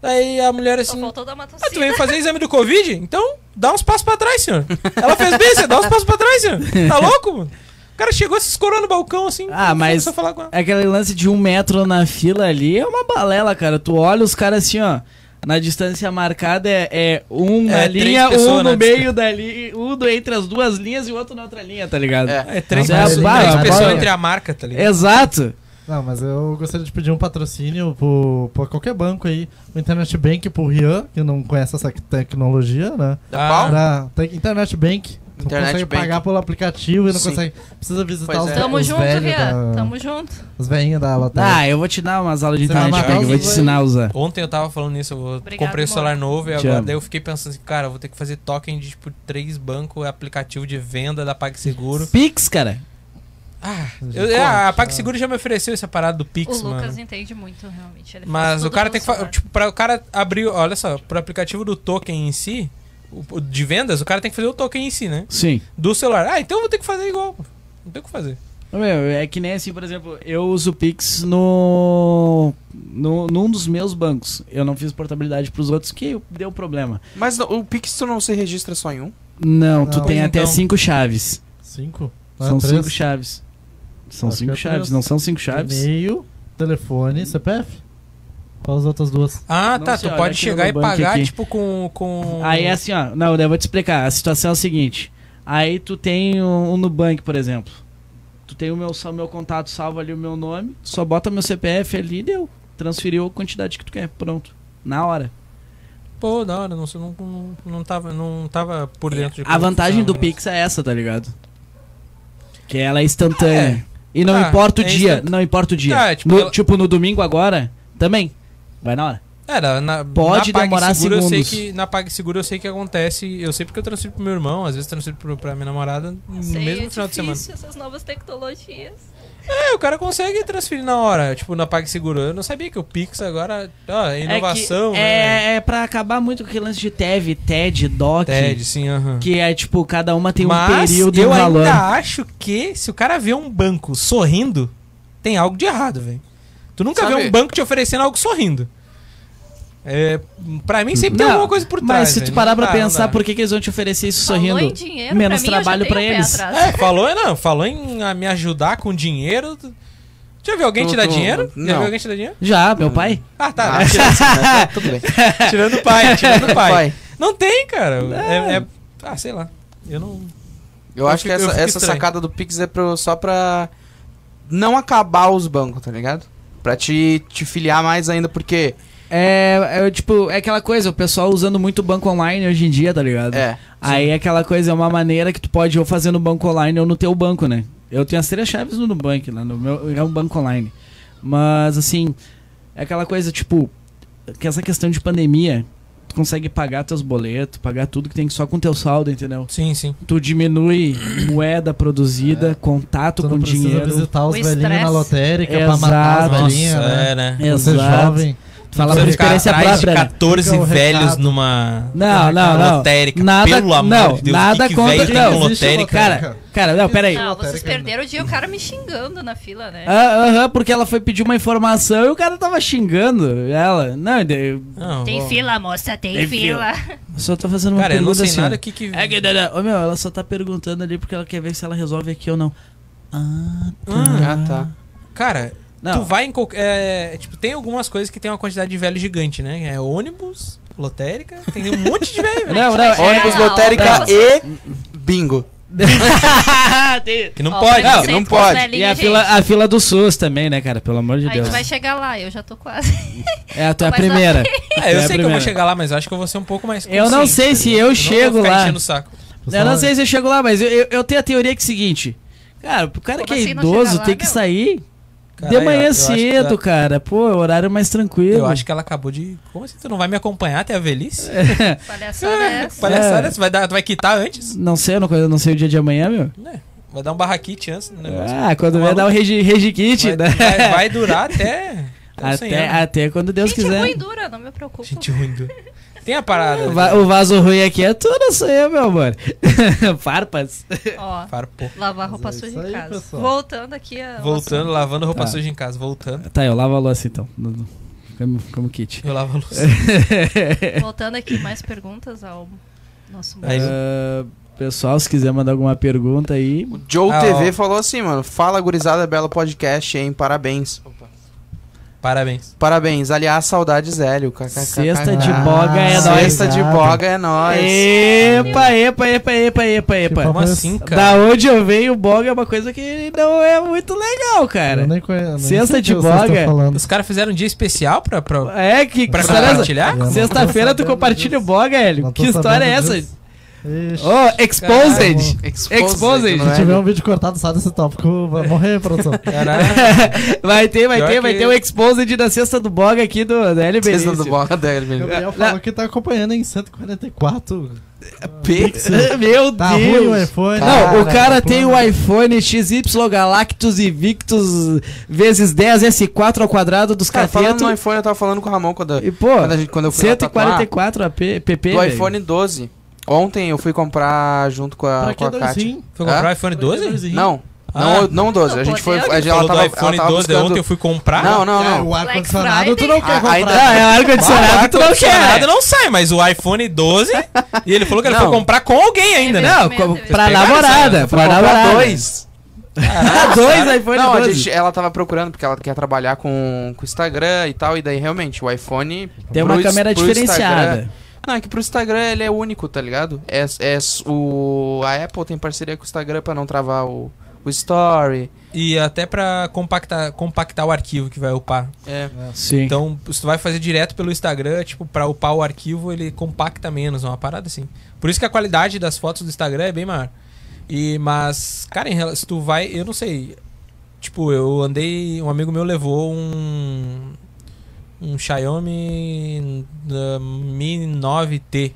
Daí a mulher Só assim. faltou dar uma Ah, tu tossida. veio fazer exame do Covid? Então dá uns passos pra trás, senhor. Ela fez bem, você dá uns passos pra trás, senhor. Tá louco, mano? O cara chegou, se escorou no balcão assim. Ah, mas- começou a falar com ela. Aquele lance de um metro na fila ali é uma balela, cara. Tu olha os caras assim, ó. Na distância marcada é, é um É, na três linha, pessoas um na no meio dali, um do- entre as duas linhas e o outro na outra linha, tá ligado? É. É, três, Mas é pessoas, a barra, três a pessoas barra. entre a marca, tá ligado? Exato. Não, mas eu gostaria de pedir um patrocínio pro, pra qualquer banco aí. O Internet Bank pro Rian, que não conhece essa tecnologia, né? Da Ah. pau? Pra, tem Internet Bank. Tu Internet consegue Bank. pagar pelo aplicativo e não Sim. consegue. Precisa visitar Pois os, é. Tamo os junto, velhos Rian. da- Tamo junto. Os velhinhos da loteria. Ah, eu vou te dar umas aulas de Tá. Você vai um internet, marcar Peg, eu vou os te dois. ensinar a usar. Ontem eu tava falando nisso, eu Obrigado, comprei o amor. celular novo e Te agora amo. daí eu fiquei pensando assim, cara, eu vou ter que fazer token de tipo três bancos, aplicativo de venda da PagSeguro. Pix, cara. Ah, eu- é, a né? PagSeguro já me ofereceu essa parada do O Pix, Lucas mano. entende muito, realmente. Ele faz Mas o tudo cara pelo tem que fa- celular. tipo, para o cara abrir, olha só, pro aplicativo do token em si, o- o de vendas, o cara tem que fazer o token em si, né? Sim. Do celular. Ah, então eu vou ter que fazer igual. pô. Não tem o que fazer. Meu, é que nem assim, por exemplo, eu uso o Pix no, no num dos meus bancos. Eu não fiz portabilidade pros outros que deu problema. É. Mas no- o Pix tu não se registra só em um? Não, tu Não. tem Pois até então. cinco chaves. Cinco? são três. cinco chaves. São é Acho que cinco é chaves, três. não são cinco chaves? E-mail, Hum. telefone, CPF. Qual as outras duas? Ah, Não tá, sei, tu olha pode aqui chegar no e banco pagar aqui. tipo com com Aí é assim, ó. Não, daí eu vou te explicar. A situação é a seguinte. Aí tu tem um, um Nubank, por exemplo. Tu tem o meu, só o meu contato, salva ali o meu nome, só bota meu CPF ali e deu. Transferiu a quantidade que tu quer. Pronto. Na hora. Pô, da hora, não, sei, não, não, não, tava, não tava por dentro de É. A como vantagem do funcionava. Pix é essa, tá ligado? Que ela é Tá, instantânea. E não Ah, importa o é dia. instantâneo. Não importa o dia. Ah, é, tipo, tipo, no, ela- tipo, no domingo agora, também. Vai na hora. É, na- na, Pode na demorar PagSeguro eu sei segundos. que Na PagSeguro eu sei que acontece. Eu sei porque eu transfiro pro meu irmão, às vezes transfiro pro, pra minha namorada no Sei, mesmo é final de semana. difícil essas novas tecnologias. É, o cara consegue transferir na hora, tipo, na PagSeguro. Eu não sabia que o Pix agora. Ó, é inovação, é, que- né? é, é pra acabar muito com aquele lance de TEV, TED, DOC. TED, sim, aham. Que é tipo, cada uma tem um Mas período e um eu valor. ainda acho que se o cara vê um banco sorrindo, tem algo de errado, velho. Tu nunca vê Sabe- um banco te oferecendo algo sorrindo. É, pra mim sempre tem Não, alguma coisa por trás. Mas se tu velho. parar Não pra dá, não pensar dá. por que, que eles vão te oferecer isso Falou em sorrindo, dinheiro, menos pra mim, trabalho eu já pra tenho o pé eles. atrás. É, falou, não, falou em ah, me ajudar com dinheiro. Já viu alguém Tu- te dar tu- dinheiro? Já não. viu alguém te dar dinheiro? já, meu pai. Ah, tá. Ah, tirando esse cara, tá, tudo bem. Tirando o pai, tirando o pai. Pai, Não tem, cara. É, é- ah, sei lá. Eu não. eu acho que Eu fico- essa, eu fico essa estranho. sacada do Pix é pro- só pra não acabar os bancos, tá ligado? Pra te, te filiar mais ainda, porque... É, é, tipo, é aquela coisa, o pessoal usando muito banco online hoje em dia, tá ligado? É, Aí é aquela coisa, é uma maneira que tu pode ou fazer no banco online ou no teu banco, né? Eu tenho as três chaves no Nubank, lá no meu, é um banco online. Mas assim, é aquela coisa, tipo, que essa questão de pandemia, tu consegue pagar teus boletos, pagar tudo que tem só com teu saldo, entendeu? Sim, sim. Tu diminui moeda produzida, contato É. Tu não com precisa dinheiro. visitar os O velhinhos na estresse. lotérica pra matar Exato. as velhinhas, né? é, né? Você jovem. Tu fala por Você ficar experiência atrás própria. né? de 14 Fica o velhos recado. numa. Não, não, numa não. Lotérica. Nada- Pelo amor não, de Deus, nada o que que contra- velho tem não, com existe lotérica? lotérica. Cara, cara, não, peraí. Não, vocês lotérica perderam o dia, o cara me xingando na fila, né? Ah, Aham, porque ela foi pedir uma informação e o cara tava xingando ela. Não, eu Não, Tem ó. fila, moça, tem, Tem fila. só tô fazendo uma Cara, eu pergunta não sei assim, nada ó. que que. É que, Dada, ô, meu, ela só tá perguntando ali porque ela quer ver se ela resolve aqui ou não. Ah, Ah, ah, tá. Cara, não. Tu vai em qualquer. é, tipo, tem algumas coisas que tem uma quantidade de velho gigante, né? É ônibus, lotérica, tem um monte de velho. velho. Não, não, é- Ônibus, Não, lotérica não. e bingo. Tem- Que não Ó, pode. preconceito que não com os pode. E velhinhos, a é gente. fila, a fila do SUS também, né, cara? Pelo amor de A Deus. gente vai chegar lá, eu já tô quase. É, tu é a Mas lá primeira. É, É eu a sei que eu vou primeira. chegar lá, mas eu acho que eu vou ser um pouco mais Eu não consciente, sei tá se ligado? eu não vou chego ficar lá. enchendo o saco. Eu não sei se eu chego lá, mas eu, eu, eu tenho a teoria que é o seguinte. Cara, pro cara Como que é assim não idoso chega lá, tem que meu? sair Caralho, de eu manhã acho que cedo, ela- cara. Pô, é o horário mais tranquilo. Eu acho que ela acabou de. Como assim? Tu não vai me acompanhar até a É. velhice? Palhaçada é essa. Palhaçada, você vai, dar, tu vai quitar antes? Não sei, eu não, eu não sei o dia de amanhã, meu. Né? Vai dar um barraquite antes no negócio. Ah, quando Tá vai dar o maluco? regi, regi kit, vai, né? vai- vai durar até. até, os 100 até, anos. até quando Deus Gente quiser. ruim dura, não me preocupo. Gente ruim. do- Tem a parada. O né? va- O vaso ruim aqui é tudo isso aí, meu amor. Farpas. Ó, Farpou. lavar Mas roupa é suja isso em aí, casa. pessoal. Voltando aqui a. Voltando, lavando roupa Ah. suja em casa. Voltando. Tá, eu lavo a louça então. no- no- Como, como kit. Eu lavo a luz. É. Voltando aqui, mais perguntas ao nosso Aí, né? moço. Ah, pessoal, se quiser mandar alguma pergunta aí. O Joe Ah, TV ó. falou assim, mano. Fala, gurizada, belo podcast, hein? Parabéns. Parabéns. Parabéns. Aliás, saudades, Hélio. kkk. Sexta de boga é Ah, nóis. Sexta de exato. boga é Ah, nóis. Epa, epa, epa, epa, epa, Tipo, epa. Como Mas- assim, Da é cara? onde eu venho, o boga é uma coisa que não é muito legal, cara. Eu nem conheço. Sexta de boga. Os caras fizeram um dia especial pra. pra... É que né? Pra que história é essa? compartilhar? Sexta-feira tu compartilha o boga, Hélio. Que história é essa? Ô, Oh, exposed! Exposed. Exposed. não se é? tiver um vídeo cortado, sai desse tópico, vai morrer, produção. Caralho. Vai ter, vai Pior ter, vai que- ter o exposed da sexta do boga aqui do da LB. Sexta do boga da Hélio. Benício. Gabriel falou que tá acompanhando em 144. Meu Tá ruim o Deus! iPhone. Não, o tá cara bom. tem o iPhone XY Galactus e Victus vezes 10 S4 ao quadrado dos Cara, falando no catetos. iPhone, eu tava falando com o Ramon quando, E pô, quando, a gente, quando eu fui lá tatuar, 144 AP, PP. do velho. iPhone 12. Ontem eu fui comprar junto com a, Pra com que a Kátia. doisinho? Foi comprar Hã? o É iPhone 12? Não, Ah. não, não o 12. A Não, gente foi. pode, A é. gente, Falou ela tava, do ela iPhone tava 12 buscando. ontem eu fui comprar. Não, não, É, não. o ar-condicionado tu não Black quer Friday. comprar. Ah, é Ah, ar-condicionado, tu não quer. ar-condicionado não sai, mas o iPhone 12. e ele falou que ele Não. É foi comprar com alguém ainda, né? Não, Vocês co- pra pegaram namorada, essa? pra Comprar namorada. dois. Ah, dois iPhone Não, a 12. gente, ela tava procurando porque ela quer trabalhar com com o Instagram e tal. E daí realmente o iPhone. Tem uma pro is- câmera pro Instagram- diferenciada. Não, é que pro Instagram ele é único, tá ligado? É, é s- o, a Apple tem parceria com o Instagram pra não travar o, o Story. E até pra compactar, compactar o arquivo que vai upar. É. Sim. Então, se tu vai fazer direto pelo Instagram, tipo, pra upar o arquivo, ele compacta menos, é uma parada assim. Por isso que a qualidade das fotos do Instagram é bem maior. E, mas, cara, em rela- se tu vai, eu não sei. Tipo, eu andei, um amigo meu levou um um Xiaomi uh, Mi 9T.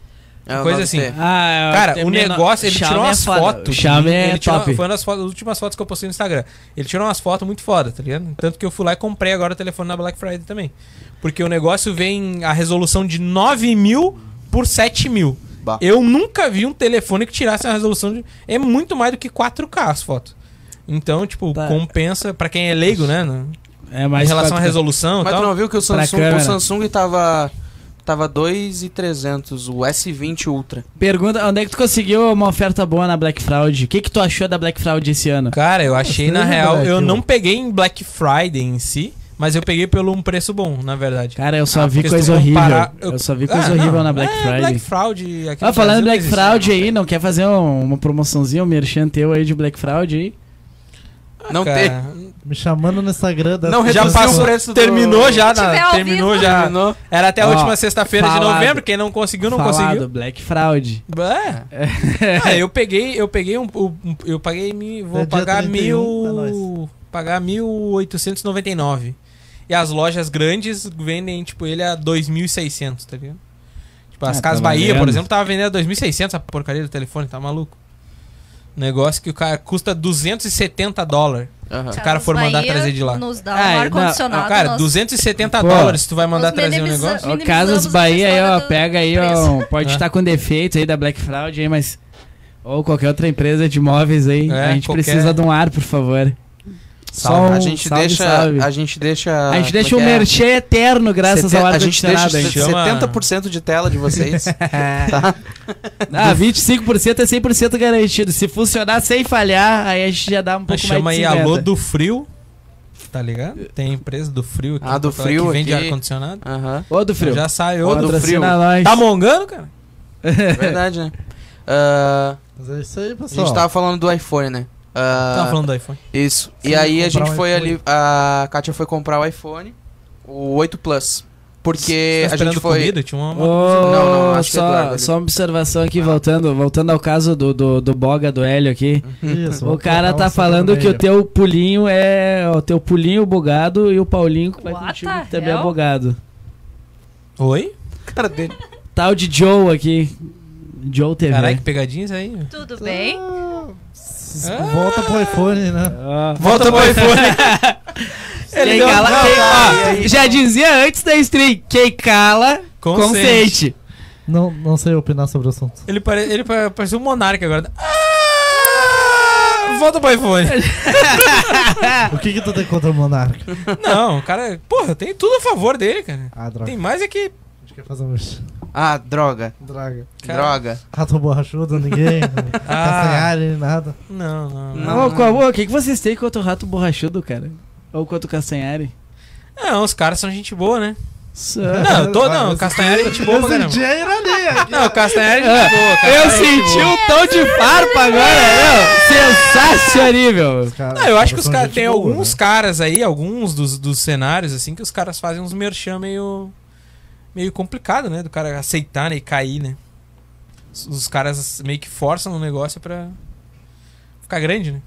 É, o Coisa 9T. assim. Ah, Cara, tem o menor- negócio, ele Xiaomi tirou é umas foda. fotos. Xiaomi ele é tirou- top. Foi uma das, fotos- das últimas fotos que eu postei no Instagram. Ele tirou umas fotos muito foda, tá ligado? Tanto que eu fui lá e comprei agora o telefone na Black Friday também. Porque o negócio vem a resolução de 9 mil por 7 mil. Bah. Eu nunca vi um telefone que tirasse a resolução de. É muito mais do que 4K as fotos. Então, tipo, Tá. compensa pra quem é leigo, né? no- É Em mais relação à quatro- resolução e Mas tu tal. não viu que o Então, Pra Samsung, câmera. o Samsung tava, tava 2,300, o S20 Ultra. Pergunta, onde é que tu conseguiu uma oferta boa na Black Fraud? O que que tu achou da Black Fraud esse ano? Cara, eu achei, na lembra é real, eu daquilo? não peguei em Black Friday em si, mas eu peguei pelo um preço bom, na verdade. Cara, eu só Ah, vi porque se coisa tu horrível. comparar- Eu... eu- só vi coisa Ah, horrível não, na Black é, Friday. Black Fraud aqui Ah, no falando Brasil em não Black existe, Fraud né? aí, não quer fazer um- uma promoçãozinha, um merchan teu aí de Black Fraud aí? Não Cara, tem. Me chamando no Instagram da Não Já reduziu passou, o preço do- terminou já, Se tiver na, ao terminou vivo. já. Terminou. Era até a Ó, última sexta-feira de falado. novembro, quem não conseguiu, não Falado, conseguiu. Black Fraud. É. Ah, eu peguei, eu peguei um, um- eu paguei mil, vou É dia pagar 31, é mil, nóis. pagar 1899. E as lojas grandes vendem tipo ele a 2600, tá ligado? Tipo, as Ah, Casas tá Bahia, por valendo. exemplo, tava vendendo a 2600 a porcaria do telefone, tá maluco? Negócio que o cara custa 270 dólares. Aham. o cara for mandar Bahia trazer de lá. Nos dá Ah, um não, Não, ar-condicionado. cara, nós- 270 Pô. dólares tu vai mandar Nós trazer um minimiza- negócio. Ó, Minimizamos Casas a Bahia aí, ó, história do pega aí, ó, preço. um- pode É. estar com defeito aí da Black Fraud aí, mas... Ou qualquer outra empresa de imóveis aí, É, a gente qualquer- precisa de um ar, por favor. Só a um gente salve, deixa, salve. a gente deixa, A gente deixa o como é que é? merchan eterno graças Seten- ao A gente deixa ar-condicionado, hein? gente. Chama- 70% de tela de vocês. tá? Ah, 25% é 100% garantido. Se funcionar sem falhar, aí a gente já dá um pouco Chama mais de aí Alô 50. do Frio. Tá ligado? Tem empresa do Frio aqui. Ah, em do Porto Alegre Frio que vende aqui. ar-condicionado. Aham. Ô, do frio. Já Tá saiu. Ô, do Tá Patrocina frio. nós. É Tá mongando, cara? Verdade, né? Ah, Mas é isso aí, A pessoal. gente tá- tava falando do iPhone, né? Ah, Tava falando do iPhone. Isso. E Fui aí a comprar gente um foi iPhone. ali. A Kátia foi comprar o iPhone, o 8 Plus. Porque Você tá a gente esperando foi. Comida? Tinha uma... Ô, uma- não, não, acho que é do só, Eduardo ali. só uma observação aqui, voltando, voltando ao caso do, do, do Boga, do Hélio aqui. Isso, O vou cara colocar tá você no falando que o meio. teu pulinho é. O teu pulinho bugado e o Paulinho que vai What contigo the que também é hell? bugado. Oi? Cara dele. Tal de Joe aqui. Joe TV. Caralho, que pegadinha isso aí. meu. Tudo bem? S- Volta pro iPhone, né? Ah. Volta pro iPhone. Quem deu- cala, Não, quem- tá, ó, já dizia antes da stream, quem cala, Consente. consente. Não, não sei opinar sobre o assunto. Ele, pare... ele pa- parecia um monarca agora. Ah! Volta pro iPhone. Ah. O que que tu tem contra o Monarca? Não, o cara... Porra, tem tudo a favor dele, cara. Ah, droga. Tem mais é que... A gente quer fazer um... Ah, droga. Droga. Cara. Droga. Rato borrachudo, ninguém. né? Ah. Castanhari, nada. Não, não. não. Não, qual- o que, que vocês têm contra o rato borrachudo, cara? Ou contra o Castanhari? Não, os caras são gente boa, né? Só- Não, eu tô, não. O Castanhari é gente boa pra caramba. é ironia. Não, o Castanhari é gente boa, cara. Ah, Eu senti um tom de farpa né? agora, não? Sensacional! Não, eu acho que os caras. Tem alguns né? caras aí, alguns dos, dos cenários, assim, que os caras fazem uns merchan meio. meio complicado, né? Do cara aceitar né, e cair, né? Os, os caras meio que forçam o negócio pra. ficar grande, né?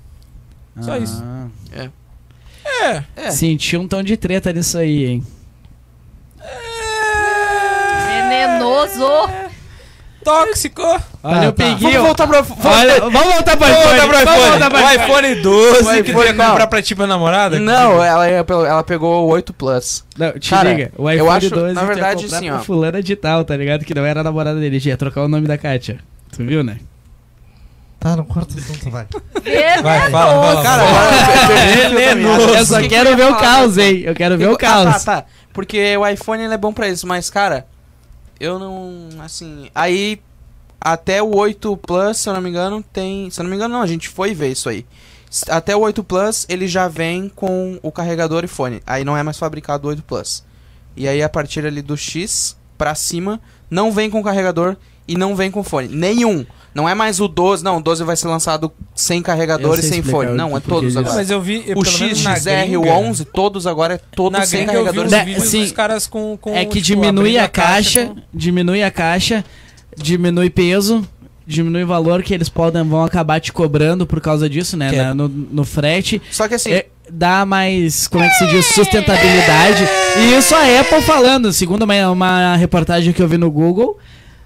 Só isso. É. É. Senti um tom de treta nisso aí, hein? Venenoso! Tóxico! Olha o tá. pinguinho. Vamos voltar pro. Olha, vamos Ah, voltar pro Vamos iPhone. voltar pro Vamos iPhone! voltar pro O iPhone. iPhone 12 O que tu iPhone, ia não. comprar pra ti, pra namorada? Não, ela, é ela pegou o 8 Plus. Não, te Cara, liga. O eu iPhone acho- 12 tinha na que verdade, comprar assim, pro ó. Fulana de tal, tá ligado? Que não era a namorada dele. Ia trocar o nome da Kátia. Tu viu, né? Tá, não corta o assunto, vai. Vai, fala, fala. Cara, é fala. venenoso. Eu só quero ver o caos, hein? Eu quero ver o Ah, caos. tá, tá. Porque o iPhone ele é bom pra isso, mas, cara, eu não. Assim. Aí. Até o 8 Plus, se eu não me engano, tem. Se eu não me engano, não, a gente foi ver isso aí. S- Até o 8 Plus, ele já vem com o carregador e fone. Aí não é mais fabricado o 8 Plus. E aí, a partir ali do X pra cima, não vem com carregador e não vem com fone. Nenhum. Não é mais o 12, não. O 12 vai ser lançado sem carregador Eu e sei sem explicar fone. o Não, é porquê todos disso. agora. Mas eu vi. O pelo menos X, na XR, o gringa- 11, todos agora é todo Na sem gringa eu vi um carregador. os Né, vídeos assim, dos caras com, com, É que tipo, diminui abrindo a caixa, com- diminui a caixa, diminui peso, diminui o valor que eles podem vão acabar te cobrando por causa disso, né? Que é- na- no, no frete. Só que assim, É, dá mais, como é que se diz, sustentabilidade. E isso a Apple falando, segundo uma, uma reportagem que eu vi no Google,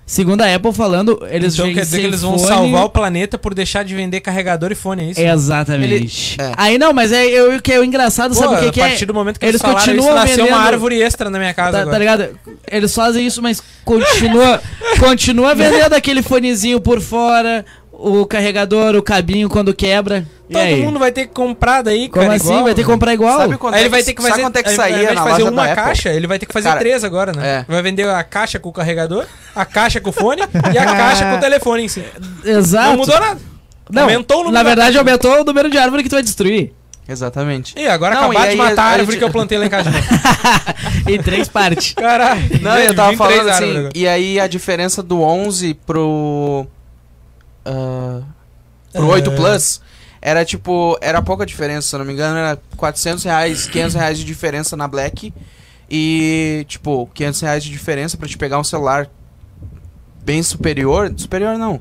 segundo a Apple falando, eles então vêm quer dizer sem que eles vão fone. salvar o planeta por deixar de vender carregador e fone, é isso? Exatamente. Ele- é. Aí não, mas é, eu, o que é o engraçado, Pô, sabe o que, que a é? partir do momento que eles eles, falaram isso, continuam nasceu uma vendendo- árvore extra na minha casa Tá, tá agora. ligado? Eles fazem isso, mas continua, continua vendendo aquele fonezinho por fora, o carregador, o cabinho quando quebra. E Todo aí? mundo vai ter que comprar daí, Como cara, assim? igual, né? vai ter que mano. comprar igual? sabe quanto Aí é ele vai que- ter que fazer, sabe quanto é que ao invés saía de na fazer loja da uma Apple? caixa, ele vai ter que fazer Cara, três agora, né? é. Vai vender a caixa com o carregador, a caixa com o fone e a caixa com o telefone em si. Exato. Não mudou nada. Não, Aumentou o número Na da- verdade, aumentou o número de árvore que tu vai destruir. Exatamente. E agora Não, acabar e de aí matar a a árvore gente- que eu plantei lá em casa. de novo. em três partes. Caralho. Não, eu velho, tava 23 falando árvores assim, agora. e aí a diferença do 11 pro... ah, pro É. 8 Plus, era tipo, era pouca diferença, se eu não me engano, era 400 reais, 500 reais de diferença na Black, e tipo, 500 reais de diferença pra te pegar um celular bem superior, superior não,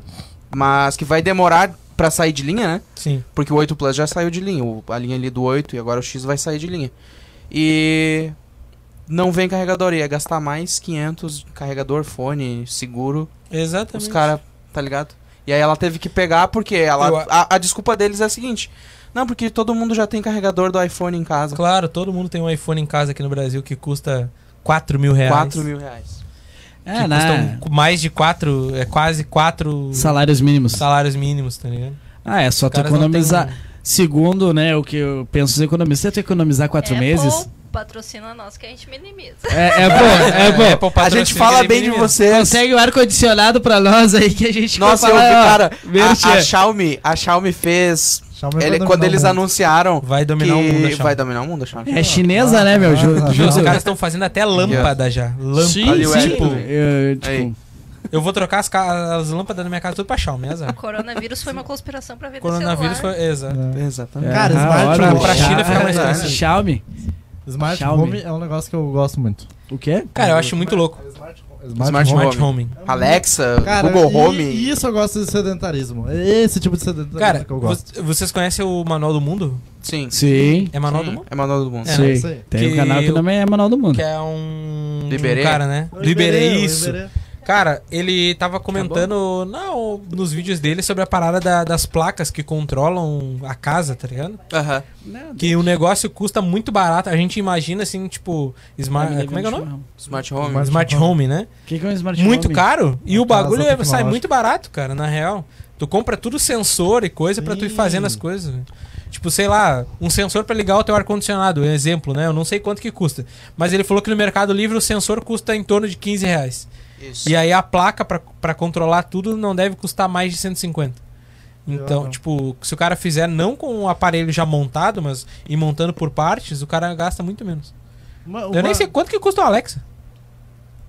mas que vai demorar pra sair de linha, né? Sim. Porque o 8 Plus já saiu de linha. o- a linha ali do 8 e agora o X vai sair de linha. E não vem carregador. Ia gastar mais 500 carregador, fone, seguro. Exatamente. Os caras, tá ligado? E aí ela teve que pegar porque Eu ela, a- a, a desculpa deles é a seguinte. Não, porque todo mundo já tem carregador do iPhone em casa. Claro, todo mundo tem um iPhone em casa aqui no Brasil que custa 4 mil reais. 4 mil reais. Que É, né? custam mais de 4, é quase 4 Salários mínimos. salários mínimos, tá ligado? Ah, é só Os tu caras não economizar. têm Segundo, né, o que eu penso os economistas, é tu economizar quatro Apple meses. patrocina nós que a gente minimiza. É, é bom, é bom. Apple A patrocina gente fala aquele bem de menino. vocês. Consegue o ar-condicionado pra nós aí que a gente Nossa, eu compra vi, lá, ó, cara. merchan. A, a Xiaomi, a Xiaomi fez. Xiaomi vai ele- quando dominar eles o mundo. anunciaram Vai dominar o mundo, a que Xiaomi. vai dominar o mundo, a Xiaomi. É chinesa, né, meu? Ju, Ah, ju- ah, Os ju- caras estão fazendo até lâmpada já. Lâmpada. Sim, Ali o sim. Apple. Eu, tipo, Aí. Eu vou trocar as, ca- as lâmpadas da minha casa tudo pra Xiaomi, é azar. O coronavírus foi uma conspiração pra vender Coronavírus celular. foi. é Exato. É. Exatamente. Cara, smart é, ah, olha, home. pra China fica mais Xiaomi. caro. Xiaomi. Smart Xiaomi. Home é um negócio que eu gosto muito. O quê? Cara, eu acho muito louco. Smart, Smart Smart Home. Homing. Alexa, Cara, Google e- Home. E isso eu gosto de sedentarismo. Esse tipo de sedentarismo Cara, que eu gosto. vo- vocês conhecem o Manual do Mundo? Sim. Sim. É Manual do Sim, Mundo? É Manual do Mundo. É, sim. né? Isso aí. Tem um Que canal que eu- também é Manual do Mundo. Que é um. Liberê? Um cara, né? Eu Liberei eu isso. liberei. Cara, ele tava comentando não, nos vídeos dele sobre a parada da- das placas que controlam a casa, tá ligado? Aham. Que o negócio custa muito barato. A gente imagina assim, tipo, Ah, smart, me como é que é o nome? Smart Home. Smart- Smart home, né? O que, que é um smart muito home? caro. E Uma o bagulho é- casa sai tecnológica. muito barato, cara, na real. Tu compra tudo sensor e coisa pra tu ir Sim. fazendo as coisas. velho. Tipo, sei lá, um sensor pra ligar o teu ar-condicionado, exemplo, né? Eu não sei quanto que custa. Mas ele falou que no Mercado Livre o sensor custa em torno de 15 reais. Isso. E aí a placa pra- pra controlar tudo não deve custar mais de 150. Então, Eu- tipo, se o cara fizer não com o aparelho já montado, mas e montando por partes, o cara gasta muito menos. Uma- Eu nem uma- sei quanto que custa o Alexa.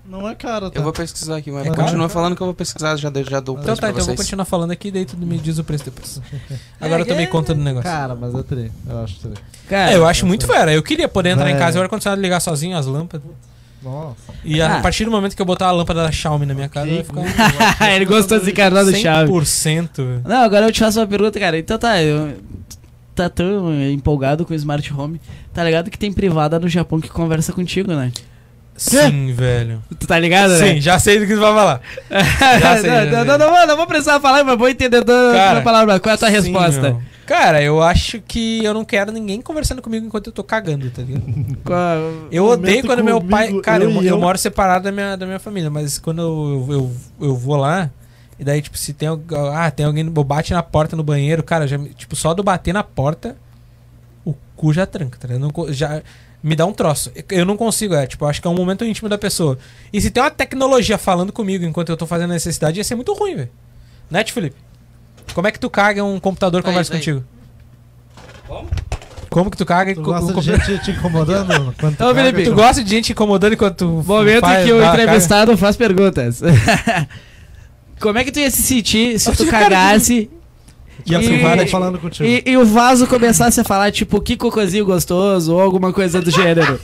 Não é caro, tá? Eu vou pesquisar aqui, mas É caro? continua falando que eu vou pesquisar, já, dou- já dou o Então preço tá, pra então eu vou vocês. continuar falando aqui, daí tu me diz o preço depois. Agora eu tomei conta do negócio. Cara, mas é tri. Eu acho tri. Cara, É, eu acho muito fera. Eu queria poder entrar É. em casa e o ar-condicionado ligar sozinho as lâmpadas. Nossa. E a Ah. partir do momento que eu botar a lâmpada da Xiaomi na minha casa, vai ficar Ele gostou de desencarnar do Xiaomi. 100%. velho. Não, agora eu te faço uma pergunta, cara. Então tá, eu... Tá tão empolgado com o smart home. Tá ligado que tem privada no Japão que conversa contigo, né? Sim, velho. Tu tá ligado, né? Sim, já sei do que tu vai falar. já sei, já não, sei. não, não, vou- não vou precisar falar, mas vou entender toda Cara, a palavra. Qual é a tua Sim, resposta? meu. Cara, eu acho que eu não quero ninguém conversando comigo enquanto eu tô cagando, tá ligado? Qual- é Eu Momento odeio quando meu comigo, pai. Cara, eu eu, mo- e eu eu. moro separado da minha, da minha família, mas quando eu, eu, eu, eu vou lá, e daí, tipo, se tem, algu- ah, tem alguém. eu Bate na porta no banheiro, cara, já, me- tipo, só do bater na porta, o cu já tranca, tá ligado? Eu não co- já, me dá um troço. Eu não consigo, é, tipo, eu acho que é um momento íntimo da pessoa. E se tem uma tecnologia falando comigo enquanto eu tô fazendo a necessidade, ia ser muito ruim, velho. Né, tio Felipe? Como é que tu caga e um computador Tá aí, conversa tá aí. contigo? Como? Como que tu caga e Tu co- gosta um de computador- gente te incomodando? Quando tu tipo, Ô, caga? Felipe, Tu gosta de gente incomodando enquanto tu. Momento faz- em que o dá a cara? entrevistado faz perguntas. Como é que tu ia se sentir se tu cagasse E a E- privada falando contigo. e, e o vaso começasse a falar, tipo, que cocôzinho gostoso ou alguma coisa do gênero?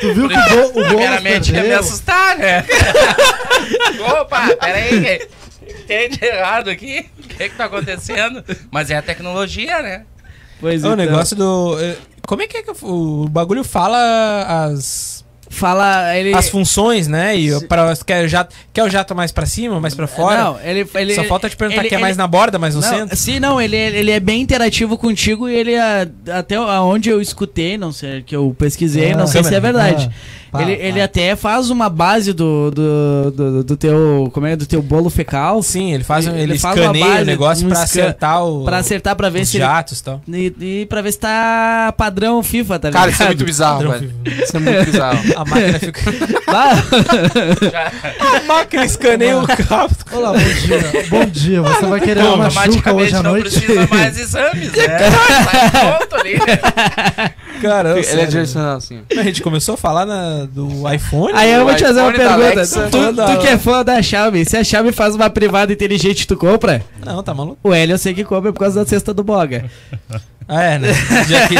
Tu viu que o gol, o Boulos Primeiramente, ia me perdeu? assustar, né? Opa, peraí. Entende errado aqui? O que que tá acontecendo? Mas é a tecnologia, né? Pois então, É o negócio do. é, Como é que é que o o bagulho fala as, Fala, ele. as funções, né? E pra, quer, o jato, quer o jato mais pra cima, mais pra fora? Não, ele. ele Só falta te perguntar ele- que é ele- mais na borda, mais no não, centro. Sim, não, ele, ele é bem interativo contigo e ele, a- até onde eu escutei, não sei, que eu pesquisei, Ah, não sei se é câmera. verdade. Ah, pá, ele, pá. ele até faz uma base do, do, do, do teu. Como é? Do teu bolo fecal. Sim, ele faz, um- Ele ele faz uma escaneia base, o negócio um pra scan- acertar o, Pra acertar pra ver os se ele jatos e tal. E, e pra ver se tá padrão FIFA, tá ligado? Cara, isso é muito Ah, bizarro, velho. Isso é muito bizarro. A máquina fica. Lá- a máquina escaneia o cabo. Olá, bom dia. Bom dia. Você vai querer uma machuca hoje à Automaticamente não noite? precisa mais exames, né? Sai pronto ali. Cara, eu- Ele é direcional, assim. a gente começou a falar na- do iPhone. Aí eu O vou te fazer uma iPhone da pergunta. Alexa. Tu, tu que é fã da Xiaomi, se a Xiaomi faz uma privada inteligente, tu compra? Não, tá maluco? O Hélio eu sei que compra por causa da cesta do Boga. Ah, é, né? Já que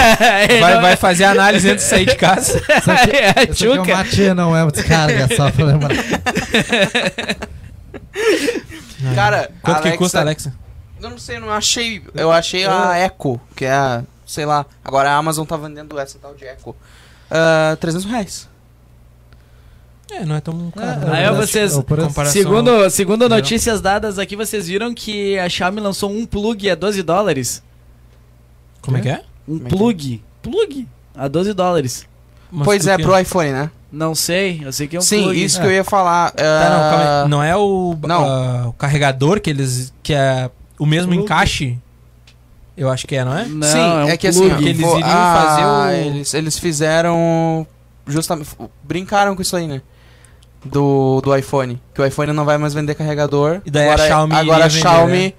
Ele vai, não- vai fazer a análise antes de sair de casa. Isso aqui, É a isso aqui é um Tchuca. mate, não é um descarga, só pra lembrar. Cara, Quanto Alexa, que custa, Alexa? Eu não sei, eu não achei. Eu achei a Echo, que é a. Sei lá. Agora a Amazon tá vendendo essa tal de Echo. Ah, 300 reais. É, não é tão caro. Aí eu né? vocês- o Compara- preço- comparação- Segundo, segundo notícias dadas aqui, vocês viram que a Xiaomi lançou um plug a 12 dólares? Como é que é? Um Como é que é? plug? Plug? A 12 dólares. Mas pois do é, quê? pro iPhone, né? Não sei, eu sei que é um Sim, plug. isso que eu ia falar. né? Tá, não, ah, calma aí. Não é o, Não. ah, o carregador que eles. que é o mesmo encaixe? Eu acho que é, não é? Não, Sim, é, um é que assim, plug. ó, que eles vou- iriam ah, fazer o- eles, eles fizeram justamente brincaram com isso aí, né? Do, do iPhone, que o iPhone não vai mais vender carregador. E daí a agora é- Xiaomi agora a iria vender, né? Xiaomi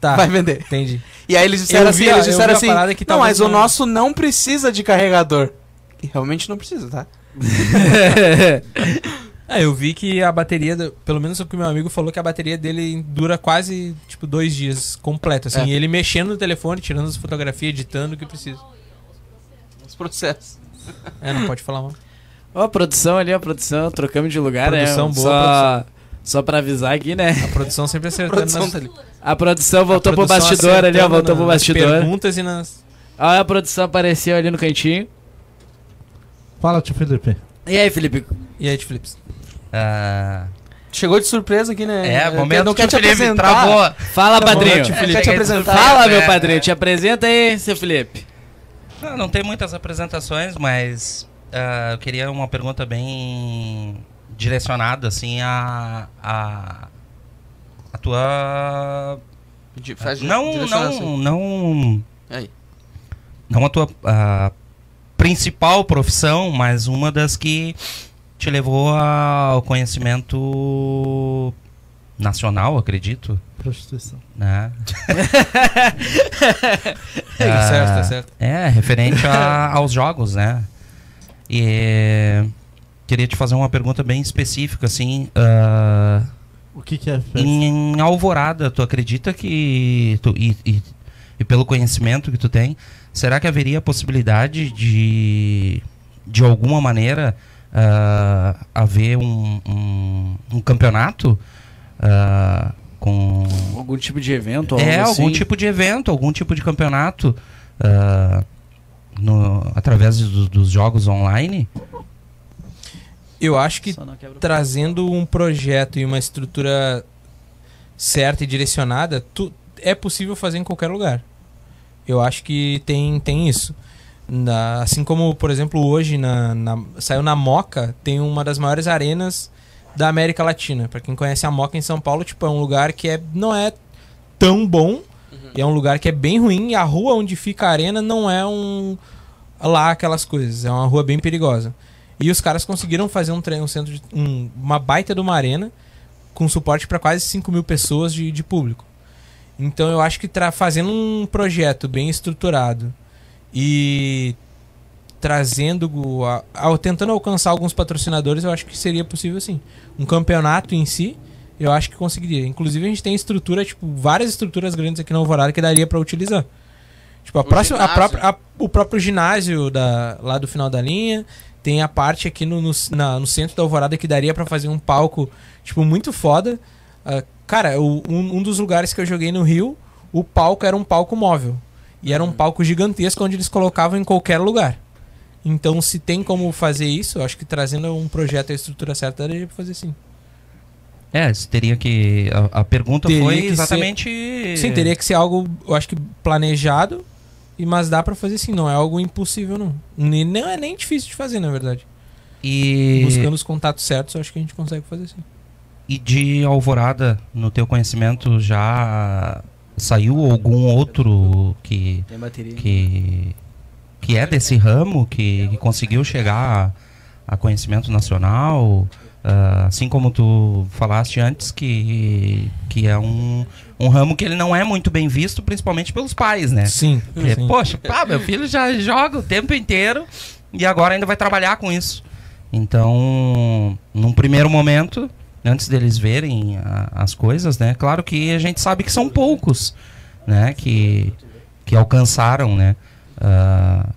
Tá, vai vender. entendi. E aí eles disseram Eu vi assim, a- eles eu vi disseram a assim, parada que não, talvez mas o não- nosso não precisa de carregador. E realmente não precisa, tá? É, eu vi que a bateria, do- pelo menos o que meu amigo falou, que a bateria dele dura quase, tipo, dois dias completo, assim. É. E ele mexendo no telefone, tirando as fotografias, editando o que precisa. Os processos. É, não pode falar mal. Ó, a produção ali, ó, a produção, trocamos de lugar, Produção né? boa, só, só pra avisar aqui, né? A produção sempre acertando Produção nas... tá ali. A produção voltou a pro produção bastidor ali, ó, acertando voltou pro nas bastidor. perguntas e nas... Ó, a produção apareceu ali no cantinho. Fala, tio Felipe. E aí, Felipe? E aí, Flips? Ah, Chegou de surpresa aqui, né? é, Eu momento não que quer o te Felipe apresentar. travou. Fala, padrinho. Tio É, quer te Felipe. apresentar. Fala, meu É. padrinho. Te apresenta aí, seu Felipe. Não, não tem muitas apresentações, mas ah, eu queria uma pergunta bem direcionada, assim, a, a, a tua... De- faz- Ah, não, direciona não, assim. não... Aí. Não a tua ah, principal profissão, mas uma das que te levou ao conhecimento nacional, acredito, Prostituição. né? Tá certo, tá certo. É, referente a- aos jogos, né? E eh, queria te fazer uma pergunta bem específica, assim. ah, O que, que é festa? em Alvorada, tu acredita que. tu- e, e- e pelo conhecimento que tu tem, será que haveria a possibilidade de, de alguma maneira, ah, haver um, um- um campeonato? ah, com Algum tipo de evento? é, algo algum assim? tipo de evento, algum tipo de campeonato ah, no- através do- dos jogos online. Eu acho que Só não quebra o- trazendo um projeto e uma estrutura certa e direcionada, tu, é possível fazer em qualquer lugar. Eu acho que tem, tem isso. Na- assim como, por exemplo, hoje na, na- saiu na Moca, tem uma das maiores arenas da América Latina. Pra quem conhece a Moca em São Paulo, tipo, é um lugar que é, não é tão bom, e é um lugar que é bem ruim, e a rua onde fica a arena não é um lá aquelas coisas, é uma rua bem perigosa. E os caras conseguiram fazer um, tre- um centro de- um- uma baita de uma arena com suporte para quase 5 mil pessoas de, de público. Então eu acho que tra- fazendo um projeto bem estruturado e trazendo o- a- ao- tentando alcançar alguns patrocinadores, eu acho que seria possível sim. Um campeonato em si, eu acho que conseguiria. Inclusive a gente tem estrutura, tipo, várias estruturas grandes aqui na Alvorada que daria para utilizar. Tipo, a O próxima, a ginásio. própria- a- o próprio ginásio da, lá do final da linha, tem a parte aqui no, no, na- no centro da Alvorada que daria pra fazer um palco, tipo, muito foda. Ah, cara, o- um, um dos lugares que eu joguei no Rio, o palco era um palco móvel. E Uhum. era um palco gigantesco onde eles colocavam em qualquer lugar. Então, se tem como fazer isso, eu acho que trazendo um projeto e a estrutura certa, daria pra fazer sim. É, isso teria que. A, a pergunta Teria foi que ser- exatamente. É. Sim, teria que ser algo, eu acho que planejado, e mas dá pra fazer sim, não é algo impossível não. Nem, não é nem difícil de fazer, na verdade. E, Buscando os contatos certos, eu acho que a gente consegue fazer sim. e de Alvorada, no teu conhecimento, já saiu algum outro que. Tem bateria. que, que é desse ramo, que, que conseguiu chegar a, a conhecimento nacional, ah, assim como tu falaste antes, que, que é um, um ramo que ele não é muito bem visto, principalmente pelos pais, né? Sim, Porque, sim. poxa, pá, meu filho já joga o tempo inteiro e agora ainda vai trabalhar com isso. Então, num primeiro momento, antes deles verem a- as coisas, né? Claro que a gente sabe que são poucos, né? Que, que alcançaram, né? ah,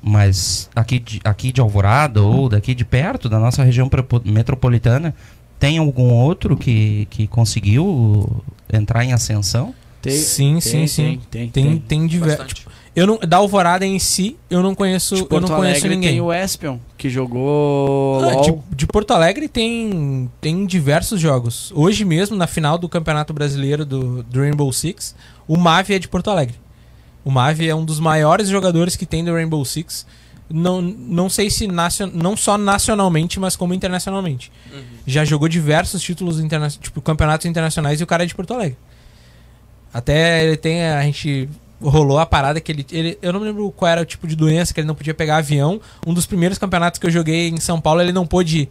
mas aqui de, aqui de Alvorada ou daqui de perto, da nossa região prepo- metropolitana, tem algum outro que, que conseguiu entrar em ascensão? Tem- Sim, sim, tem, sim. Tem, tem. Tem, tem diversos. Bastante. Eu não, da Alvorada em si, eu não conheço, De eu Porto Tipo, não conheço Alegre ninguém. tem o Espion, que jogou Ah, LOL. de, de Porto Alegre tem, tem diversos jogos. Hoje mesmo, na final do Campeonato Brasileiro do, do Rainbow Six, o Mavi é de Porto Alegre. O Mavi é um dos maiores jogadores que tem do Rainbow Six. Não, não sei se nacio- não só nacionalmente, mas como internacionalmente. Uhum. Já jogou diversos títulos, interna tipo campeonatos internacionais, e o cara é de Porto Alegre. Até ele tem. A gente rolou a parada que ele, ele. Eu não me lembro qual era o tipo de doença que ele não podia pegar avião. Um dos primeiros campeonatos que eu joguei em São Paulo, ele não pôde ir.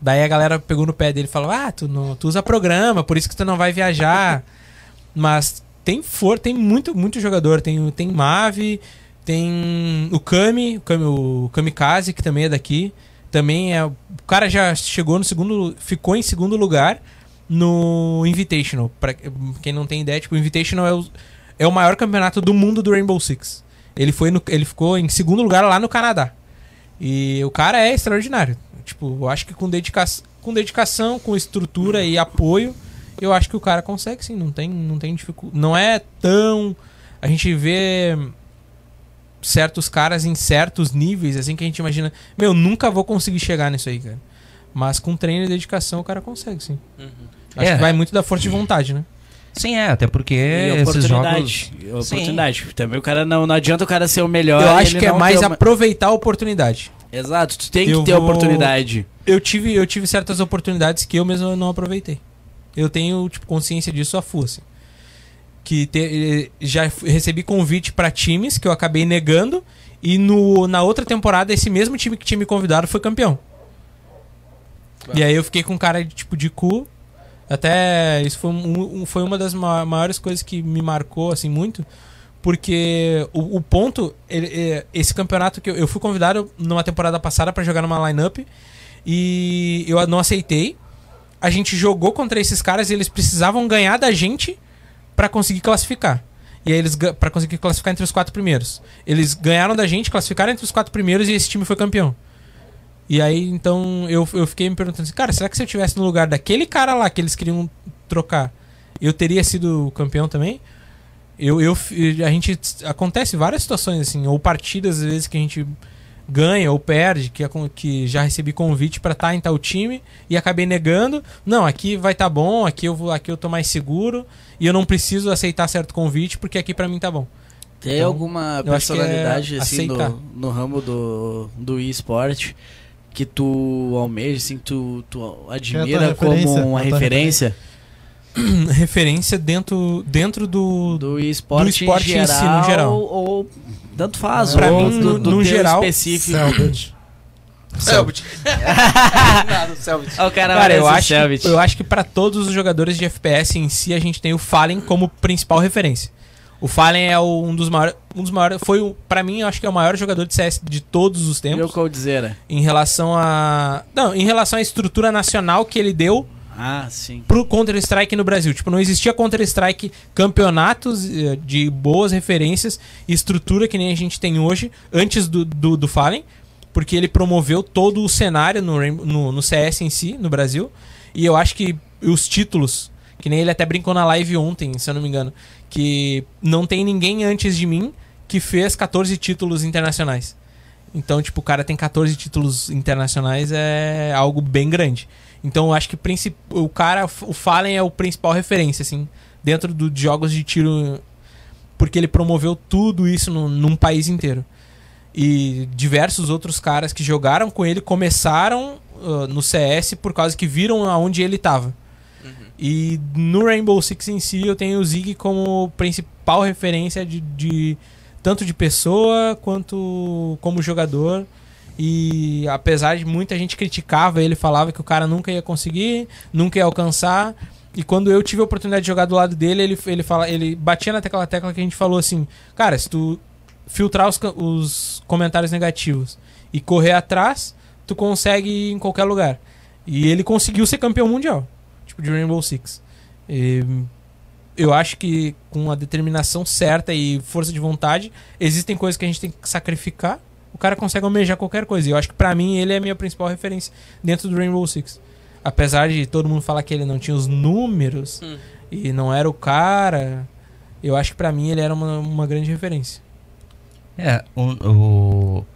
Daí a galera pegou no pé dele e falou: Ah, tu, não, tu usa programa, por isso que tu não vai viajar. Mas tem for, tem muito, muito jogador. Tem, o- tem Mave, tem o Kami, o Kami, o Kamikaze, que também é daqui. Também é. O cara já chegou no segundo. Ficou em segundo lugar no Invitational. Pra quem não tem ideia, tipo, o Invitational é o, é o maior campeonato do mundo do Rainbow Six. Ele, foi no- ele ficou em segundo lugar lá no Canadá. E o cara é extraordinário. Tipo, eu acho que com, dedica com dedicação, com estrutura e apoio, eu acho que o cara consegue sim. Não tem, não tem dificuldade. Não é tão. A gente vê certos caras em certos níveis, assim que a gente imagina. Meu, nunca vou conseguir chegar nisso aí, cara. Mas com treino e dedicação o cara consegue, sim. Acho É. que vai muito da força de vontade, né? Sim, é, até porque E esses jogos. oportunidade. Oportunidade. Também o cara não, não adianta o cara ser o melhor. eu e acho ele que é não mais ter uma- aproveitar a oportunidade. Exato, tu tem Eu que ter vou- oportunidade. Eu tive, eu tive certas oportunidades que eu mesmo não aproveitei. Eu tenho, tipo, consciência disso a força. Que te- eh, já f- recebi convite pra times que eu acabei negando e no, na outra temporada esse mesmo time que tinha me convidado foi campeão. E aí eu fiquei com cara de tipo de cu. Até isso foi, um- um- foi uma das ma- maiores coisas que me marcou assim muito, porque o, o ponto ele- eh, esse campeonato que eu, eu fui convidado numa temporada passada pra jogar numa lineup e eu não aceitei. A gente jogou contra esses caras e eles precisavam ganhar da gente pra conseguir classificar. E aí eles ga- pra conseguir classificar entre os quatro primeiros. Eles ganharam da gente, classificaram entre os quatro primeiros e esse time foi campeão. E aí então eu, eu fiquei me perguntando assim, cara, será que se eu tivesse no lugar daquele cara lá que eles queriam trocar, eu teria sido campeão também? Eu, eu fi- a gente acontece várias situações assim, ou partidas às vezes que a gente ganha ou perde, que, acon- que já recebi convite pra estar em tal time e acabei negando. Não, aqui vai tá bom, aqui eu vou, aqui eu tô mais seguro e eu não preciso aceitar certo convite porque aqui pra mim tá bom. Tem Então, alguma eu acho que é personalidade assim aceitar. no, no ramo do, do esporte que tu almeja, assim, que tu, tu admira como referência? uma Qual a É tua referência Hum, Referência dentro dentro do, do esporte, do esporte em, em si, geral, no geral. Ou tanto faz, Pra ou mim, do, no- no teu geral, específico. Selbit. Selbit. Nada, Selbit. Ah, o cara, Cara, eu parece acho, o Selbit. que, eu acho que para todos os jogadores de FPS em si, a gente tem o Fallen como principal referência. O Fallen é o- um dos maiores, um dos maiores, foi o- pra mim, eu acho que é o maior jogador de CS de todos os Meu tempos coldzera. em relação a, não, em relação à estrutura nacional que ele deu Ah, sim. pro Counter-Strike no Brasil. Tipo, não existia Counter-Strike campeonatos eh, de boas referências e estrutura que nem a gente tem hoje, antes do, do, do Fallen, porque ele promoveu todo o cenário no, Rainbow- no, no CS em si, no Brasil. E eu acho que os títulos, que nem ele até brincou na live ontem, se eu não me engano, que não tem ninguém antes de mim que fez 14 títulos internacionais. Então, tipo, o cara tem 14 títulos internacionais, é algo bem grande. Então, eu acho que princi- o cara, o Fallen é o principal referência, assim, dentro do- de jogos de tiro, porque ele promoveu tudo isso no- num país inteiro. E diversos outros caras que jogaram com ele começaram ah, no CS por causa que viram aonde ele tava. E no Rainbow Six em si, eu tenho o Zig como principal referência de, de- tanto de pessoa quanto como jogador. E apesar de muita gente criticava ele, falava que o cara nunca ia conseguir, nunca ia alcançar. E quando eu tive a oportunidade de jogar do lado dele, ele, ele, fala, ele batia na tecla, tecla que a gente falou assim: Cara, se tu filtrar os, ca- os comentários negativos e correr atrás, tu consegue ir em qualquer lugar. E ele conseguiu ser campeão mundial, tipo de Rainbow Six. E, eu acho que com a determinação certa e força de vontade, existem coisas que a gente tem que sacrificar. O cara consegue almejar qualquer coisa. E eu acho que pra mim ele é a minha principal referência dentro do Rainbow Six. Apesar de todo mundo falar que ele não tinha os números Hum. e não era o cara, eu acho que pra mim ele era uma, uma grande referência. É, o, o,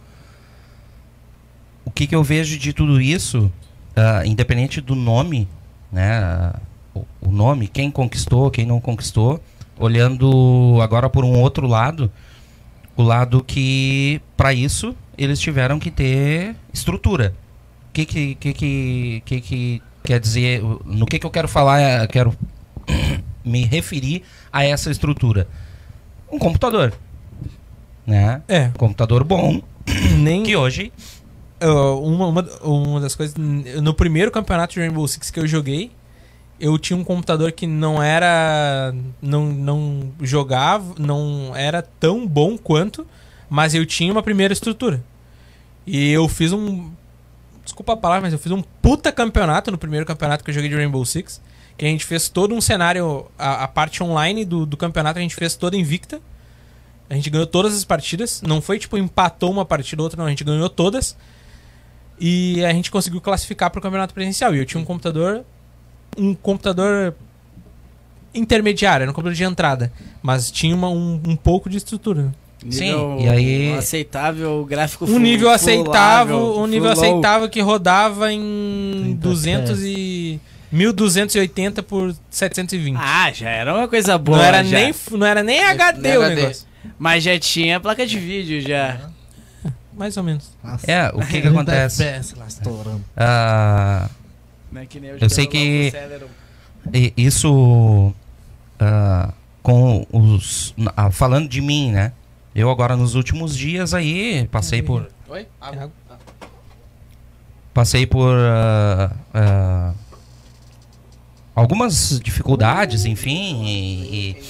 o que, que eu vejo de tudo isso, ah, independente do nome, né? ah, o, o nome, quem conquistou, quem não conquistou, olhando agora por um outro lado, o lado que, para isso, eles tiveram que ter estrutura. O que que, que, que, que, que quer dizer, o- no que, que eu quero falar, eh, quero me referir a essa estrutura? Um computador, né? É, computador bom, nem que hoje Ó, Ah, uma, uma, uma das coisas. No primeiro campeonato de Rainbow Six que eu joguei, eu tinha um computador que não era. Não, não jogava, não era tão bom quanto, mas eu tinha uma primeira estrutura. E eu fiz um. Desculpa a palavra, mas eu fiz um puta campeonato no primeiro campeonato que eu joguei de Rainbow Six. Que a gente fez todo um cenário, a, a parte online do, do campeonato a gente fez toda invicta. A gente ganhou todas as partidas. Não foi tipo empatou uma partida ou outra, não. A gente ganhou todas. E a gente conseguiu classificar pro campeonato presencial. E eu tinha um computador. Um computador intermediário, era um computador de entrada. Mas tinha uma- um, um pouco de estrutura. Nível Sim, e aí- Aceitável, gráfico Um flu- nível aceitável, flulável, um nível flulow. aceitável que rodava em 30 200 e 1280 por 720. Ah, já era uma coisa boa. não era já. nem f- não era nem HD nem o HD. negócio. Mas já tinha placa de vídeo já. Mais ou menos. Nossa, É, o que, que 30 acontece? FPS lá estourando. Ah, Né, que nem Eu sei que- E isso ah, com os na- ah, falando de mim, né? Eu agora nos últimos dias aí passei por Oi? Ah, Água. passei por ah, ah, algumas dificuldades, enfim, e, e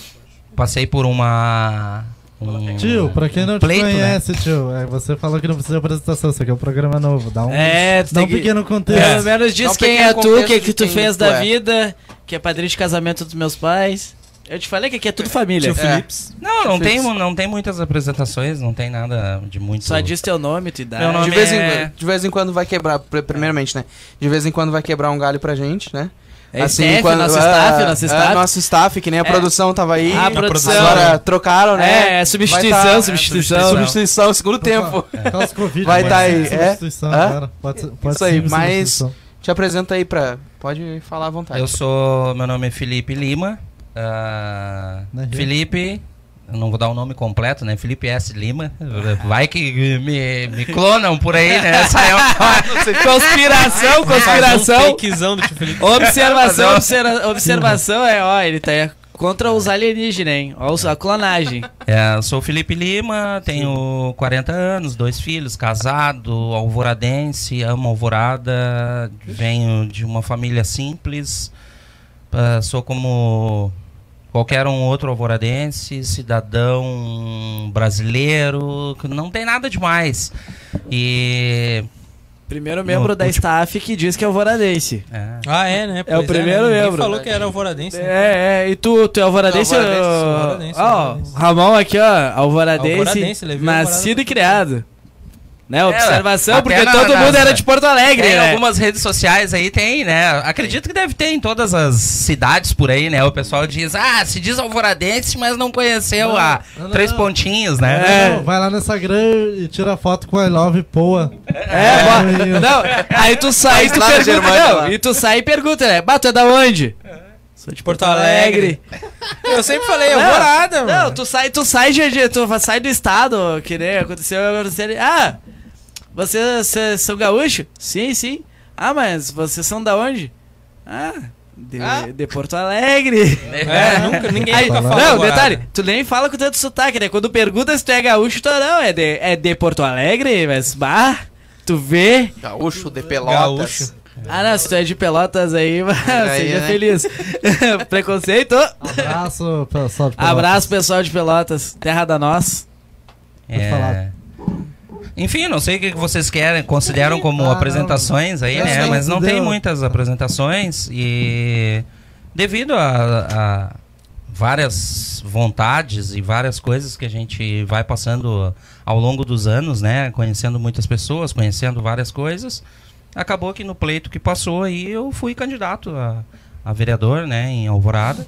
passei por uma um- Tio, pra quem não te Pleito, né? conhece, tio, é, você falou que não precisa de apresentação, isso aqui é um programa novo. Dá um, É, tu dá tem um que... pequeno contexto. Pelo menos Dá diz um quem pequeno é tu, o contexto que, que de tu quem fez tu da é. vida, que é padrinho de casamento dos meus pais. Eu te falei que aqui é tudo família. Tio Philips. Não, não tem, Fiz. não tem muitas apresentações, não tem nada de muito. Só diz teu nome, tua idade. Meu nome De vez, em, É. de vez em quando vai quebrar, pr- primeiramente, né? De vez em quando vai quebrar um galho pra gente, né? É staff, nosso é, staff, nosso é, staff. nosso staff, que nem a É. produção tava aí. Ah, A produção. Agora trocaram, né? É, é substituição, Vai tá- substituição. então. Substituição, segundo tempo. Caso é, Covid, Vai pode tá ser aí, é? substituição Hã? agora, Pode, ser- pode Isso aí, ser mas- substituição. Te apresenta aí pra. Pode falar à vontade. Eu sou. Meu nome é Felipe Lima. ah, Né, gente? Felipe. eu Não vou dar o nome completo, né? Felipe S. Lima. Vai que me, me clonam por aí, né? Essa é uma... Conspiração, Faz um conspiração. fakezão do tio Felipe. Observação, observa- observação é, ó, ele tá contra os alienígenas, hein? Ó, os- a clonagem. É, eu sou o Felipe Lima, tenho 40 anos, dois filhos, casado, alvoradense, amo alvorada, venho de uma família simples, ah, sou como qualquer um outro alvoradense, cidadão brasileiro, que não tem nada demais. E. Primeiro membro No da último- staff que diz que é alvoradense. é, Ah, é, né? É o primeiro né? Ninguém membro. falou que era alvoradense. né? É, é, e tu, tu é alvoradense? Eu alvoradense, ô- sou alvoradense, Ó, alvoradense. Ramon aqui, ó, alvoradense, Alvoradense, ele é vivo nascido e criado. Né, observação, até porque na- todo na- É, mundo era de Porto Alegre, Tem né? algumas redes sociais aí, tem, né? Acredito que deve ter em todas as cidades por aí, né? O pessoal diz, ah, se diz alvoradense, mas não conheceu Não, a não, não, Três não. Pontinhos, Não, né? não, Vai lá no Instagram e tira foto com I Love Poa. É, Aí, bota- não, aí tu sai e tu Mas lá na pergunta, Germânia, não, lá. e tu sai e pergunta, né? Bah, tu é da onde? Sou de Porto Alegre. Eu sempre falei alvorada, mano. Não, tu sai, tu sai, GG, tu fa- sai do estado, que nem aconteceu, aconteceu ah, vocês cê- são gaúcho? Sim, sim. Ah, mas vocês são da onde? Ah, de, Ah. tá de Porto Alegre. É, nunca, ninguém Aí- nunca não, falou. alvorada. detalhe, tu nem fala com tanto sotaque, né? Quando pergunta se tu é gaúcho, tu não, é de, é de Porto Alegre, mas bah, tu vê... Gaúcho de Gaúcho. Ah, não, se tu é de Pelotas aí, Aí, seja né? feliz. Preconceito. Abraço, pessoal. de Pelotas. Abraço, pessoal de Pelotas, terra da nós. Pode falar. É. Enfim, não sei o que que vocês querem, consideram como Ah, não. apresentações aí, Eu né? sei, Mas não entendeu? tem muitas apresentações e devido a, a várias vontades e várias coisas que a gente vai passando ao longo dos anos, né? Conhecendo muitas pessoas, conhecendo várias coisas, acabou que no pleito que passou aí eu fui candidato a, a vereador, né? Em Alvorada.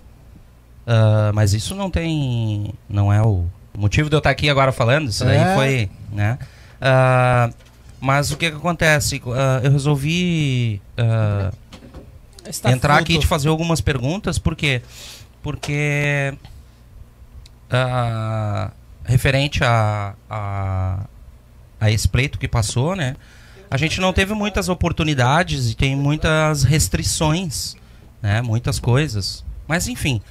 Ah, mas isso não tem, não é o motivo de eu estar aqui agora falando. Isso daí É. foi, né? Ah, mas o que, que acontece? Ah, eu resolvi ah, Estatuto. entrar aqui e te fazer algumas perguntas, por quê? Porque ah, referente a, a, a esse pleito que passou, né? A gente não teve muitas oportunidades e tem muitas restrições, né? Muitas coisas. Mas enfim.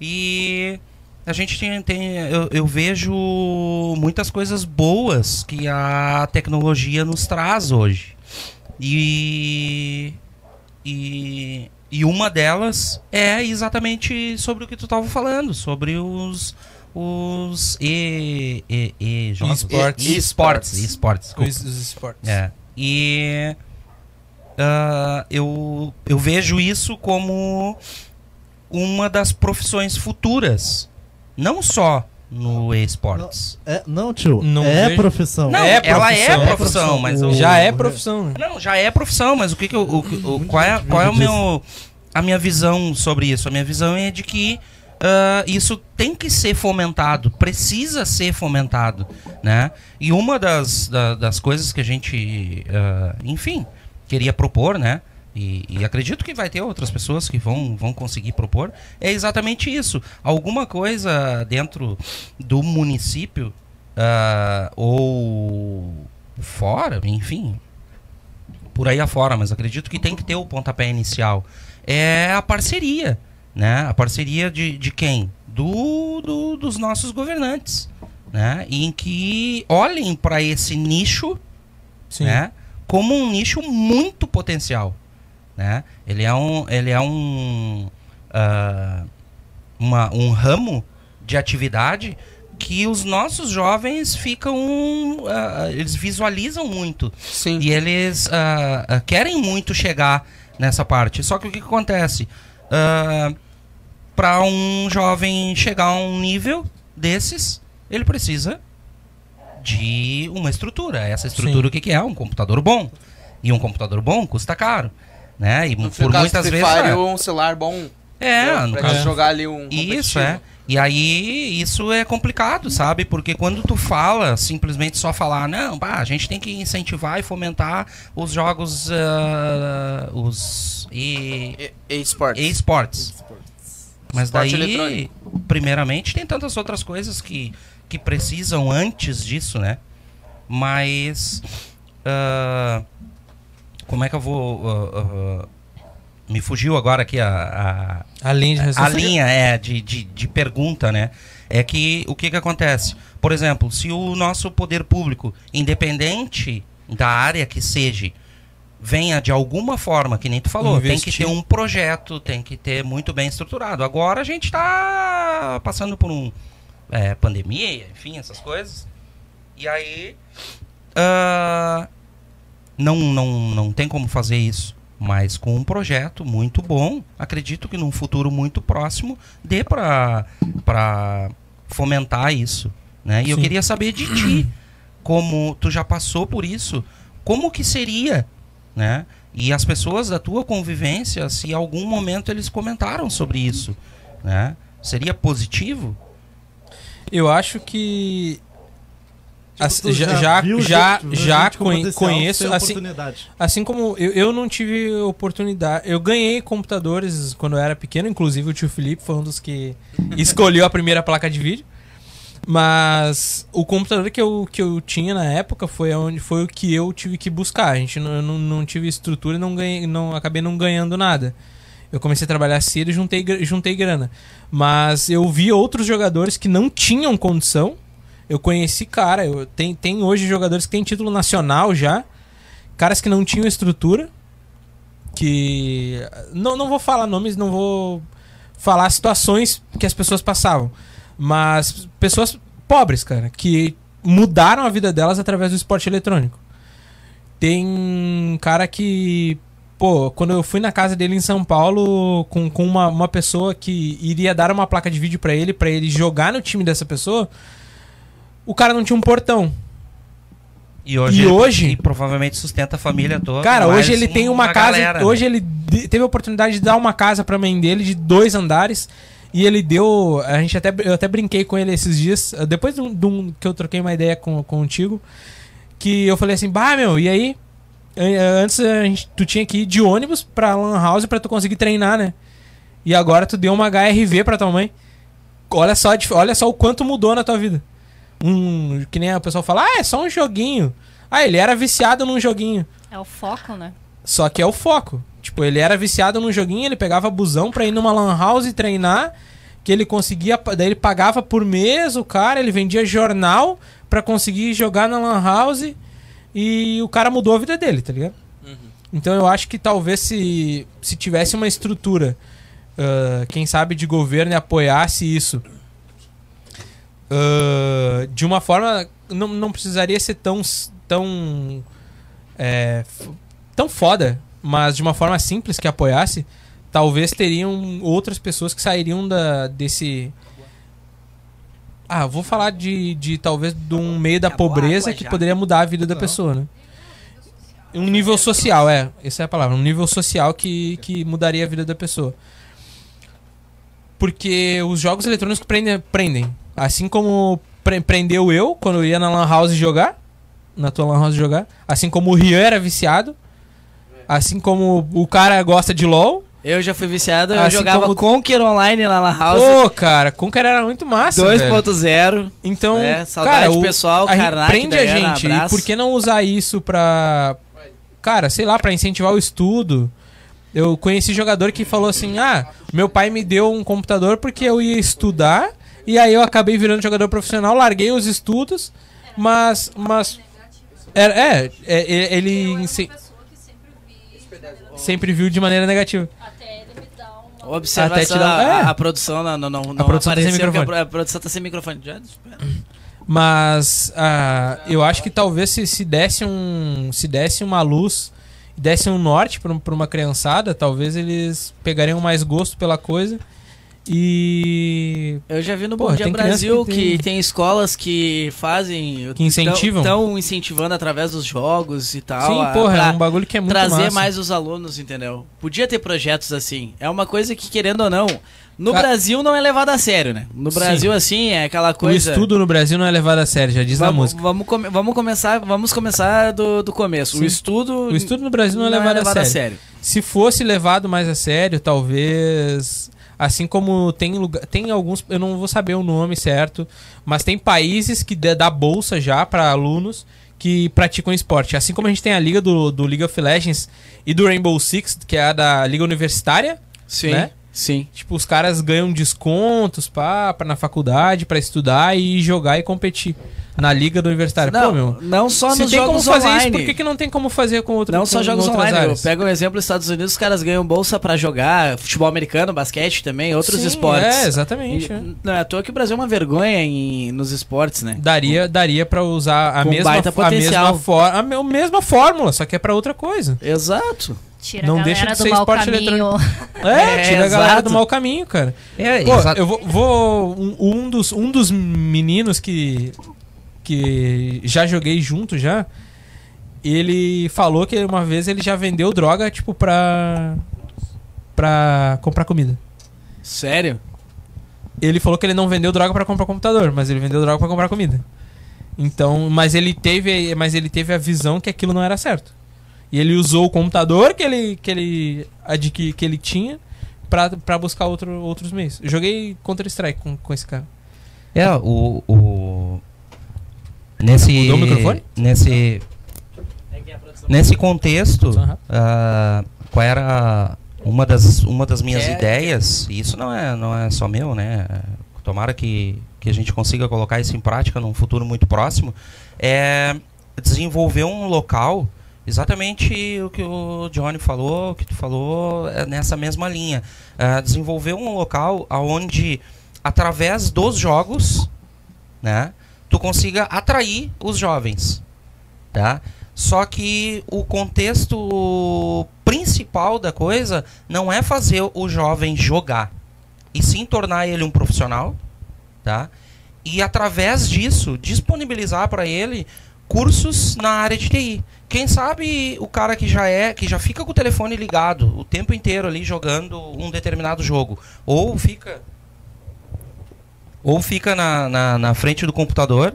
E a gente tem. tem- eu, eu vejo muitas coisas boas que a tecnologia nos traz hoje. E e, e uma delas é exatamente sobre o que tu estava falando, sobre os os e e e jogos. Esportes. e esportes, e esportes. Com desculpa. Os, os esportes. É. E ah, eu, eu vejo isso como uma das profissões futuras. Não só no esportes. É, não, tio. Não é Tipo, vejo. profissão. Não, ela é profissão. profissão, mas o- Já é profissão, né? Não, já é profissão, mas o que, que eu, o que- o- Muito qual é, gente qual é o vive meu a minha visão sobre isso? A minha visão é de que ah, isso tem que ser fomentado, precisa ser fomentado, né? E uma das, da- das coisas que a gente, ah, enfim, queria propor, né? E, e acredito que vai ter outras pessoas que vão, vão conseguir propor. É exatamente isso. Alguma coisa dentro do município ah, ou fora, enfim, por aí afora, mas acredito que tem que ter o pontapé inicial. É a parceria, né? A parceria de, de quem? Do, do- dos nossos governantes, né? Em que olhem para esse nicho, Sim. né? Como um nicho muito potencial, né? Ele é um, ele é um, ah, uma, um ramo de atividade que os nossos jovens ficam, ah, eles visualizam muito. Sim. E eles ah, ah, querem muito chegar nessa parte. Só que o que, que acontece? Ah, Pra para um jovem chegar a um nível desses, ele precisa de uma estrutura. Essa estrutura, Sim. o que, que é? Um computador bom. E um computador bom custa caro. Né? E No por caso, muitas Free vezes. Fire, é. um celular bom. É, no pra caso te jogar ali um isso, competitivo. é. E aí, isso é complicado, sabe? Porque quando tu fala, simplesmente só falar, não, pá, a gente tem que incentivar e fomentar os jogos, ah, os e, E- E-sports. e esportes. Mas Esporte daí, eletrônico. primeiramente, tem tantas outras coisas que, que precisam antes disso, né? Mas, ah, como é que eu vou... ah, ah, me fugiu agora aqui a- a, Além de a raciocínio. linha é de, de, de pergunta, né? É que o que, que acontece? Por exemplo, se o nosso poder público, independente da área que seja, venha de alguma forma, que nem tu falou, tem que Investir. ter um projeto, tem que ter muito bem estruturado. Agora a gente está passando por um é, pandemia, enfim, essas coisas. E aí ah, não, não, não tem como fazer isso. Mas com um projeto muito bom, acredito que num futuro muito próximo dê para fomentar isso. Né? E eu Sim. queria saber de ti, como tu já passou por isso, como que seria, né? E as pessoas da tua convivência, se em algum momento eles comentaram sobre isso, né? Seria positivo? Eu acho que. As- Tipo, tu Assim, já já, viu já, gente- tipo, já gente com conhe- potencial um conheço. sem Assim, oportunidade. assim como eu, eu não tive oportunidade. Eu ganhei computadores quando eu era pequeno, inclusive o tio Felipe foi um dos que escolheu a primeira placa de vídeo. Mas o computador que eu, que eu tinha na época foi, onde, foi o que eu tive que buscar. A gente não, eu não, não tive estrutura e não ganhei, não, acabei não ganhando nada. Eu comecei a trabalhar cedo e juntei, gra- juntei grana. Mas eu vi outros jogadores que não tinham condição. Eu conheci, cara, eu, tem, tem hoje jogadores que têm título nacional já. Caras que não tinham estrutura. Que. Não, não vou falar nomes, não vou falar situações que as pessoas passavam. Mas pessoas pobres, cara, que mudaram a vida delas através do esporte eletrônico. Tem um cara que. Pô, quando eu fui na casa dele em São Paulo com, com uma, uma pessoa que iria dar uma placa de vídeo pra ele, pra ele jogar no time dessa pessoa, o cara não tinha um portão. E ele- hoje- e provavelmente sustenta a família toda. Cara, mais hoje ele tem uma, casa. galera, hoje né? ele de- teve a oportunidade de dar uma casa pra mãe dele de dois andares. E ele deu. A gente até, eu até brinquei com ele esses dias. eh, Depois de um, de um- que eu troquei uma ideia com, contigo. Que eu falei assim, bah, meu, e aí? Eh, eh, Antes a gente, tu tinha que ir de ônibus pra Lan House pra tu conseguir treinar, né? E agora tu deu uma HRV pra tua mãe. Olha só, a dif- olha só o quanto mudou na tua vida. Um, que nem a pessoa fala, ah, é só um joguinho. Ah, ele era viciado num joguinho. É o foco, né? Só que é o foco. Tipo, ele era viciado num joguinho, ele pegava busão pra ir numa lan house e treinar, que ele conseguia, daí ele pagava por mês o cara, ele vendia jornal pra conseguir jogar na lan house e o cara mudou a vida dele, tá ligado? Então eu acho que talvez se, se tivesse uma estrutura, ah, quem sabe de governo e apoiasse isso, ah, de uma forma, não, não precisaria ser tão, s- tão é, f- tão foda mas de uma forma simples que apoiasse, talvez teriam outras pessoas que sairiam da, desse. Ah, vou falar de, de talvez de um meio da pobreza que poderia mudar a vida da pessoa, né? Um nível social, é. Essa é a palavra. Um nível social que, que mudaria a vida da pessoa. Porque os jogos eletrônicos prendem. prendem. Assim como pre- prendeu eu quando eu ia na Lan House jogar. Na tua Lan House jogar. Assim como o Rian era viciado. Assim como o cara gosta de LOL. Eu já fui viciado, eu Assim jogava como- Conquer Online lá na House. Pô, cara, Conquer era muito massa. velho. 2.0. Então, É, saudade cara, o, pessoal, a gente Karnak, prende a Dayana, gente. E abraço. por que não usar isso pra. Cara, sei lá, pra incentivar o estudo? Eu conheci jogador que falou assim: ah, meu pai me deu um computador porque eu ia estudar, e aí eu acabei virando jogador profissional, larguei os estudos, mas. mas era- é, é, é, ele ince- pessoa que sempre vi. sempre viu de maneira negativa. Até ele me dá um. Observação, Até te dá- a- é. a, produção não, não, não, não produção tá sem apareceu, que a microfone. pro- a, produção tá sem microfone. Já desespera. Mas ah, eu acho que talvez se, se desse um. Se desse uma luz, desse um norte pra, um- pra uma criançada, talvez eles pegariam mais gosto pela coisa. E. Eu já vi no Pô, Bom Dia tem criança Brasil que que tem... tem- escolas que fazem... Que incentivam? Estão incentivando através dos jogos e tal. sim, a- porra, pra é um bagulho que é muito Ah, trazer massa. mais os alunos, entendeu? Podia ter projetos assim. É uma coisa que, querendo ou não, no Ah. Brasil não é levado a sério, né? No Sim. Brasil, assim, é aquela O coisa... estudo no Brasil não é levado a sério, já diz na Vamos, música. vamos, come- vamos começar, vamos começar do, do começo. O Sim. estudo, O estudo no Brasil não é levado, a, sério. Se fosse levado mais a sério, talvez. Assim como tem lugar, tem alguns, eu não vou saber o nome certo, mas tem países que dê- dá bolsa já para alunos que praticam esporte. Assim como a gente tem a liga do, do League of Legends e do Rainbow Six, que é a da liga universitária, Sim, né? sim. tipo os caras ganham descontos pá, pra, na faculdade para estudar e jogar e competir na liga do universitário. Tá, Pô, Não, meu, não só se nos tem como jogos fazer isso, online. por que, que não tem como fazer com outro Não só com jogos outras online, eu áreas? pego o exemplo dos Estados Unidos, os caras ganham bolsa pra jogar futebol americano, basquete também, outros Sim, esportes. É, exatamente. E- é. Não é à toa que o Brasil é uma vergonha em- nos esportes, né? Daria, daria para usar a Com mesma, baita a mesma potencial. forma, a me- mesma fórmula, só que é pra outra coisa. Exato. Tira Não a deixa galera de do ser mau esporte caminho. eletrônico. É, É, tira a galera exato. do mau caminho, cara. É, Pô, exa- eu vou, vou- um, um dos um dos meninos que que já joguei junto já, ele falou que uma vez ele já vendeu droga tipo pra pra comprar comida. Sério? Ele falou que ele não vendeu droga pra comprar computador, mas ele vendeu droga pra comprar comida. Então, mas ele teve, mas ele teve a visão que aquilo não era certo. E ele usou o computador que ele que ele adqui, que ele tinha pra, pra buscar outro, outros meios. Eu Joguei Counter Strike com, com esse cara. É, o. o... Nesse. Mudou o microfone? Nesse. Nesse contexto, Aham. ah, qual era uma das, uma das minhas Quer- ideias, e isso não é, não é só meu, né? Tomara que, que a gente consiga colocar isso em prática num futuro muito próximo, é desenvolver um local exatamente o que o Johnny falou, o que tu falou, é nessa mesma linha. É, desenvolver um local onde, através dos jogos, né, tu consiga atrair os jovens. Tá? Só que o contexto principal da coisa não é fazer o jovem jogar, e sim tornar ele um profissional, tá? E através disso disponibilizar para ele cursos na área de TI. Quem sabe o cara que já é, que já fica com o telefone ligado o tempo inteiro ali jogando um determinado jogo, ou fica ou fica na, na, na frente do computador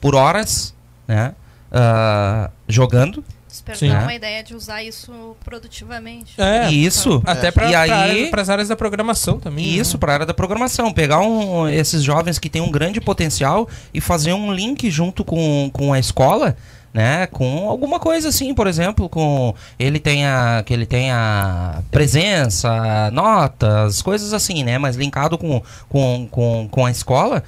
por horas, né? ah, jogando Despertar Sim. uma ideia de usar isso produtivamente. É. e isso Até pra, e aí pra área- pras áreas da programação também. E né? isso para a área da programação, pegar um- esses jovens que têm um grande potencial e fazer um link junto com, com a escola, né? Com alguma coisa assim, por exemplo, com ele tenha que ele tenha presença, notas, coisas assim, né? Mas linkado com, com, com, com a escola,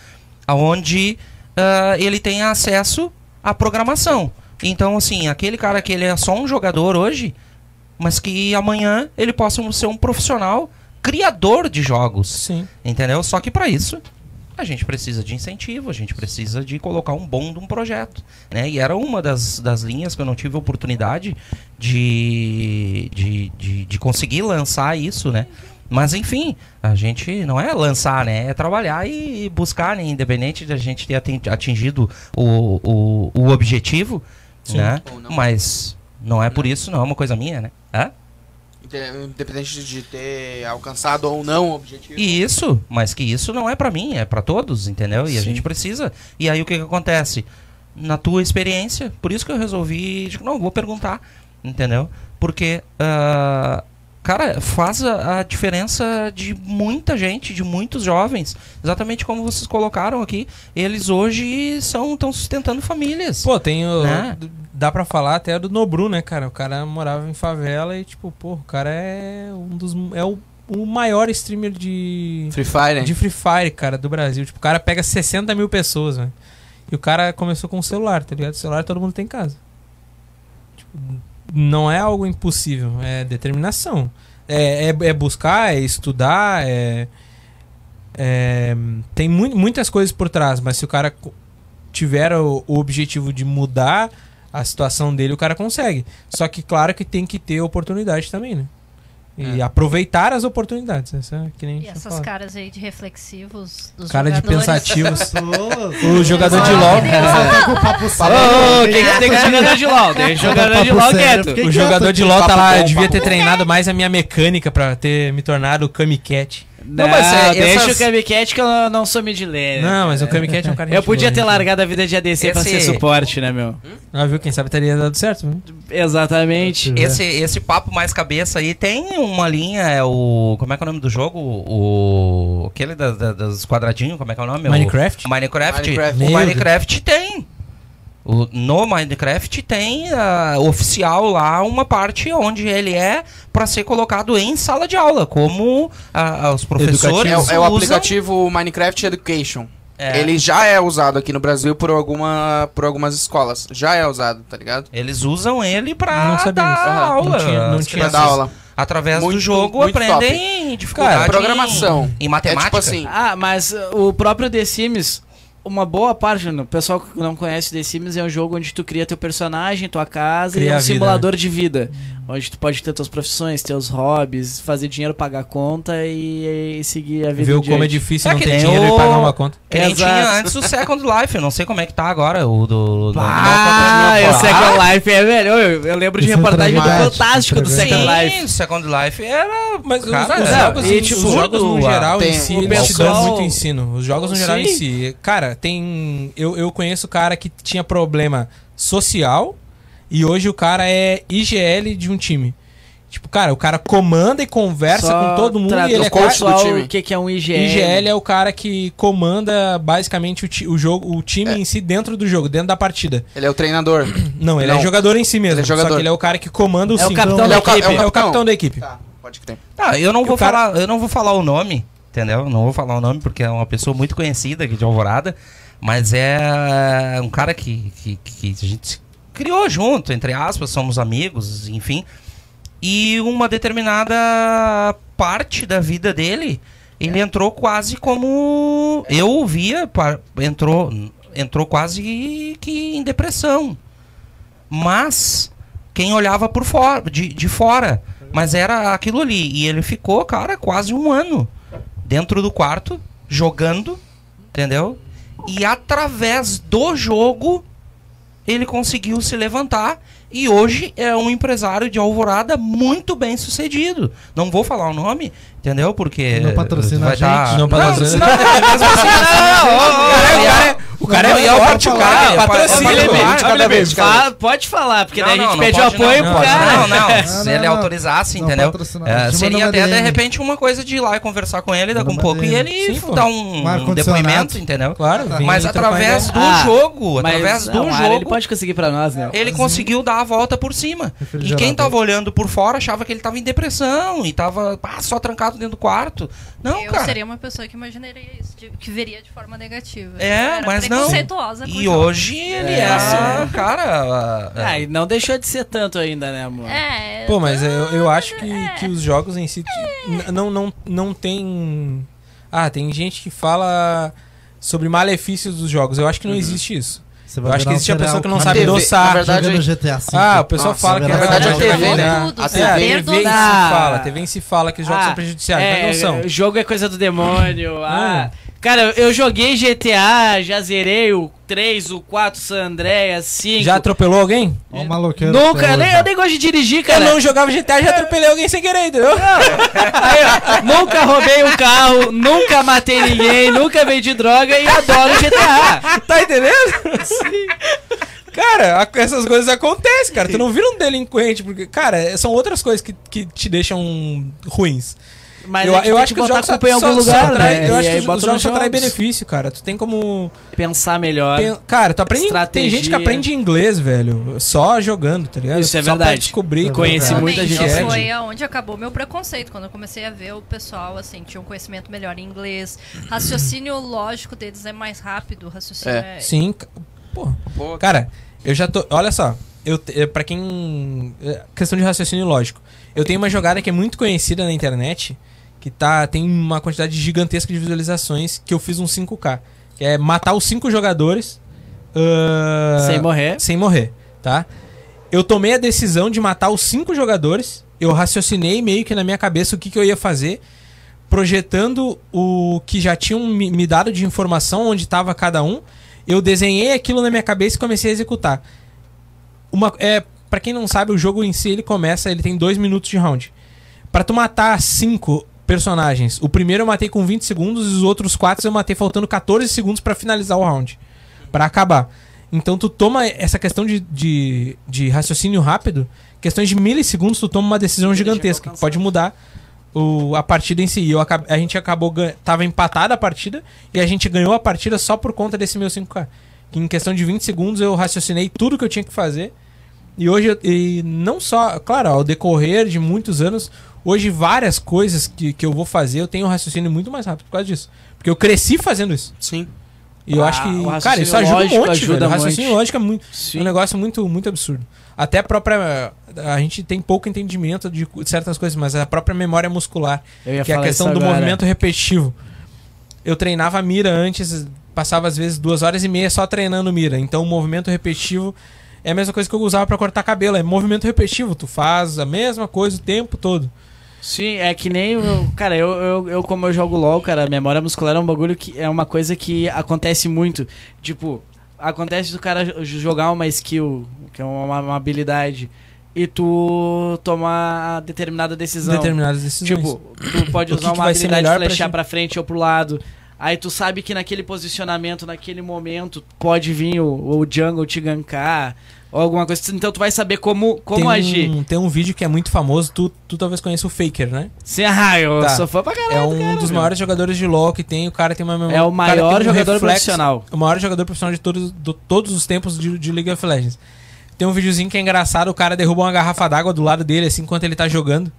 aonde ah, ele tenha acesso à programação. Então, assim, aquele cara que ele é só um jogador hoje, mas que amanhã ele possa um- ser um profissional criador de jogos, Sim. entendeu? Só que para isso a gente precisa de incentivo, a gente precisa de colocar um bom de um projeto, né? E era uma das, das linhas que eu não tive oportunidade de, de, de, de conseguir lançar isso, né? Mas enfim, a gente não é lançar, né? É trabalhar e, e buscar, né? Independente de a gente ter aten- atingido o, o, o objetivo, né? Ou não. Mas não é por isso, não. É uma coisa minha, né? Hã? Inde- Independente de ter alcançado ou não o objetivo. E isso, mas que isso não é pra mim, é pra todos, entendeu? E a gente precisa. E aí o que, que acontece? Na tua experiência, por isso que eu resolvi, digo, não, vou perguntar, entendeu? Porque, ah, cara, faz a, a diferença de muita gente, de muitos jovens, exatamente como vocês colocaram aqui, eles hoje são estão sustentando famílias. Pô, tem o. Né? d- Dá pra falar até do Nobru, né, cara? O cara morava em favela e, tipo, pô, o cara é um dos. É o, o maior streamer de. Free Fire, né? De Free Fire, cara, do Brasil. Tipo, o cara pega 60 mil pessoas, velho. E o cara começou com o celular, tá ligado? O celular todo mundo tem em casa. Tipo, não é algo impossível, é determinação. É, é, é buscar, é estudar, é. é, tem mui- muitas coisas por trás, mas se o cara co- tiver o, o objetivo de mudar a situação dele, o cara consegue. Só que, claro, que tem que ter oportunidade também, né? E É. aproveitar as oportunidades. Essa, é que nem a E gente essas fala. caras aí de reflexivos dos Cara de jogadores. pensativos. Ô, O jogador de Ah, LOL. entendeu? Ô, quem que tem que jogador de LOL? é Deixa o jogador de LOL quieto. é O jogador de LOL tá lá, eu devia ter treinado mais a minha mecânica pra ter me tornado o Kamiket. Não, mas é- deixa essas- o Kamiket que eu não, não sou midlaner. Não, mas o Kamiket é um cara Eu gente podia boa, ter gente. largado a vida de ADC pra Esse- ser suporte, né, meu? Ah, viu? Quem sabe teria dado certo. viu? Exatamente. é. Esse, esse papo mais cabeça aí tem uma linha, é o. Como é que é o nome do jogo? O. Aquele da, da- dos quadradinhos, como é que é o nome? O- Minecraft? Minecraft. Minecraft. O Meu Minecraft tem. O- no Minecraft tem ah, oficial lá uma parte onde ele é para ser colocado em sala de aula, como ah, ah, os professores. É, o- é o usam. aplicativo Minecraft Education. É. Ele já é usado aqui no Brasil por, alguma, por algumas escolas. Já é usado, tá ligado? Eles usam Ah, ele Não pra sabia disso. dar Aham. Não aula. tinha- não As tinha Pra crianças, dar Tipo, aula. Através do Muito- jogo muito aprendem dificuldade. Cara, em- programação. Em matemática. É tipo assim. Ah, mas uh, o próprio The Sims, uma boa parte, o pessoal que não conhece The Sims é um jogo onde tu cria teu personagem, tua casa Cria e é a um vida, simulador de vida. Onde tu pode ter tuas profissões, teus hobbies, fazer dinheiro, pagar conta e, e seguir a vida. Viu em como é diante. difícil É não que ter nem dinheiro o- e pagar uma conta. Que nem Exato. tinha antes o Second Life, eu não sei como é que tá agora, o do... do- Ah, do- o Second Life é velho. Eu, eu lembro de Isso é reportagem do dramático, fantástico do isso é Second Sim, Life. o Second Life é era... Mas os- Cara, os, é. jogos, E, os tipo, jogos no o- geral tem- em si, o eles te dão pessoal- muito ensino. Os jogos no geral em Sim. si. Cara, tem. Eu, eu conheço cara que tinha problema social e hoje o cara é IGL de um time. Tipo, cara, o cara comanda e conversa Só com todo mundo traduz e ele é pro cara- coach do pessoal time. O que, que é um IGL? IGL é o cara que comanda basicamente o, ti- o jogo, o time É. em si dentro do jogo, dentro da partida. Ele é o treinador. Não, ele Não. é jogador em si mesmo. Ele é Só jogador. que ele é o cara que comanda o É o sim. capitão da é o ca- equipe. é É o capitão da equipe. Tá, pode crer. Tá, eu não, E vou o cara- falar, eu não vou falar o nome, entendeu? Não vou falar o nome porque é uma pessoa muito conhecida aqui de Alvorada, mas é um cara que, que, que a gente se criou junto, entre aspas, somos amigos, enfim. E uma determinada parte da vida dele, É. ele entrou quase como... Eu ouvia, pa- entrou, entrou quase que em depressão. mas quem olhava por fora, de, de fora. Mas era aquilo ali. E ele ficou, cara, quase um ano dentro do quarto, jogando, entendeu? E através do jogo, ele conseguiu se levantar. E hoje é um empresário de alvorada muito bem sucedido. Não vou falar o nome, entendeu? Porque. Não patrocina vai a gente. tá- Não patrocina. Não, não, mas assim, é O cara Não, é e é o forte, o cara. particular, é patrocina, patrocínio. Leme. de cada vez, de cada Fala- pode falar, porque daí a gente pede o pode apoio né? não, pro pode cara. Não, não, Se não, ele não. autorizasse, Não entendeu? patrocina, É, a gente seria manda até, uma de DM. repente, uma coisa de ir lá e conversar com ele, daqui Manda um uma pouco, e DM. ele Sim, pô. dar um, Um ar-condicionado. depoimento, entendeu? Claro, vem Mas aí trocar através do ideia. Ah, jogo, Mas, através do não, ah, jogo, Ele pode conseguir pra nós, né? ele conseguiu dar a volta por cima. E quem Refrigerador. tava olhando por fora achava que ele tava em depressão e tava ah, só trancado dentro do quarto. Não, eu cara. seria uma pessoa que imaginaria isso, de- que veria de forma negativa. É, Eu era mas não. preconceituosa com E jovens. hoje ele é, É. cara. ah, Ah, e não deixou de ser tanto ainda, né, amor? É, Pô, mas eu, eu acho que, é. que os jogos em si t- n- não, não, não tem. Ah, tem gente que fala sobre malefícios dos jogos. Eu acho que não existe isso. Você Eu acho que Uhum. virar um existe a serial pessoa que não killer sabe TV. endossar. Na verdade, jogando GTA V. Ah, o pessoal Nossa, fala na que verdade, é a TV, jogada- né? tudo, A se É, a TV TV em si perdonar. fala, a TV em si fala que É. os jogos Ah, são prejudiciais, é, mas não são. Jogo é coisa do demônio. Ah. Cara, eu joguei GTA, já zerei o 3, o 4, San Andreas, 5. Já atropelou alguém? Ó, o maloqueiro. Nunca, até nem, hoje. eu nem gosto de dirigir, cara. Eu não jogava GTA, já atropelei alguém sem querer, entendeu? Aí, ó, nunca roubei um carro, nunca matei ninguém, nunca vendi droga e adoro GTA. Tá entendendo? Cara, a- essas coisas acontecem, cara. Tu não vira um delinquente, porque, cara, são outras coisas que, que te deixam ruins. Mas a eu gente eu tem acho que, os botar jogos a culpa em só- algum só lugar, atrai- né? Eu E acho aí que os- bota os nos jogos só trazem jogos. benefício, cara. Tu tem como. Pensar melhor. pen- Cara, tu aprende. Tem gente que Estratégia. aprende inglês, velho, só jogando, tá ligado? Isso é só Pra verdade. descobrir. Eu conheci cara. muita Realmente, gente isso que é, foi aonde acabou meu preconceito quando eu comecei a ver o pessoal assim tinha um conhecimento melhor em inglês raciocínio lógico deles é mais rápido o raciocínio é, Sim, ca- porra. Pô, Cara, eu já tô. Olha só. Eu, te- eh, pra quem. eh, Questão de raciocínio lógico. Eu tenho uma jogada que é muito conhecida na internet. Que tá, tem uma quantidade gigantesca de visualizações. Que eu fiz um 5K. Que é matar os 5 jogadores. ah, Sem morrer. Sem morrer, tá? Eu tomei a decisão de matar os 5 jogadores. Eu raciocinei meio que na minha cabeça o que, que eu ia fazer. Projetando o que já tinham me me dado de informação, onde estava cada um. Eu desenhei aquilo na minha cabeça e comecei a executar. Uma, é, para quem não sabe, o jogo em si ele começa, ele tem dois minutos de round. Pra tu matar cinco personagens, o primeiro eu matei com 20 segundos e os outros quatro eu matei faltando 14 segundos pra finalizar o round, Pra acabar. Então tu toma essa questão de, de, de raciocínio rápido, questões de milissegundos tu toma uma decisão gigantesca, que pode mudar o, a partida em si. E Eu, acab- a gente acabou gan- tava empatada a partida e a gente ganhou a partida só por conta desse meu 5K. Que em questão de 20 segundos eu raciocinei tudo que eu tinha que fazer e hoje, eu- e não só, claro, ao decorrer de muitos anos, hoje várias coisas que, que eu vou fazer, eu tenho um raciocínio muito mais rápido por causa disso. Porque eu cresci fazendo isso. sim. E eu Ah, acho o que, raciocínio cara, isso ajuda lógico um monte, ajuda velho. O um raciocínio monte. lógico é muito, Sim. um negócio muito, muito absurdo. Até a própria, a gente tem pouco entendimento de cu- certas coisas, mas a própria memória muscular, Eu ia que é a falar questão isso do agora. movimento repetitivo. Eu treinava a mira antes, passava às vezes duas horas e meia só treinando mira. Então o movimento repetitivo é a mesma coisa que eu usava pra cortar cabelo, é movimento repetitivo. Tu faz a mesma coisa o tempo todo. Sim, é que nem. o- Cara, eu, eu, eu, como eu jogo LOL, cara, a memória muscular é um bagulho que é uma coisa que acontece muito. Tipo, acontece do cara jo- jogar uma skill, que é uma, uma habilidade, e tu tomar determinada decisão. Determinadas decisões. Tipo, tu pode O que usar que uma vai ser habilidade de melhor pra flechar ti? pra frente ou pro lado. Aí tu sabe que naquele posicionamento, naquele momento, pode vir o, o jungle te gankar ou alguma coisa. Então tu vai saber como, como tem agir. Um, tem um vídeo que é muito famoso, tu, tu talvez conheça o Faker, né? Sim, ah, eu Tá. sou fã pra caralho. É um dos maiores jogadores de LoL que tem. O cara tem uma memória. É o cara tem um maior jogador reflexo- profissional. O maior jogador profissional de todos, do- todos os tempos de, de League of Legends. Tem um videozinho que é engraçado: o cara derruba uma garrafa d'água do lado dele, assim, enquanto ele tá jogando.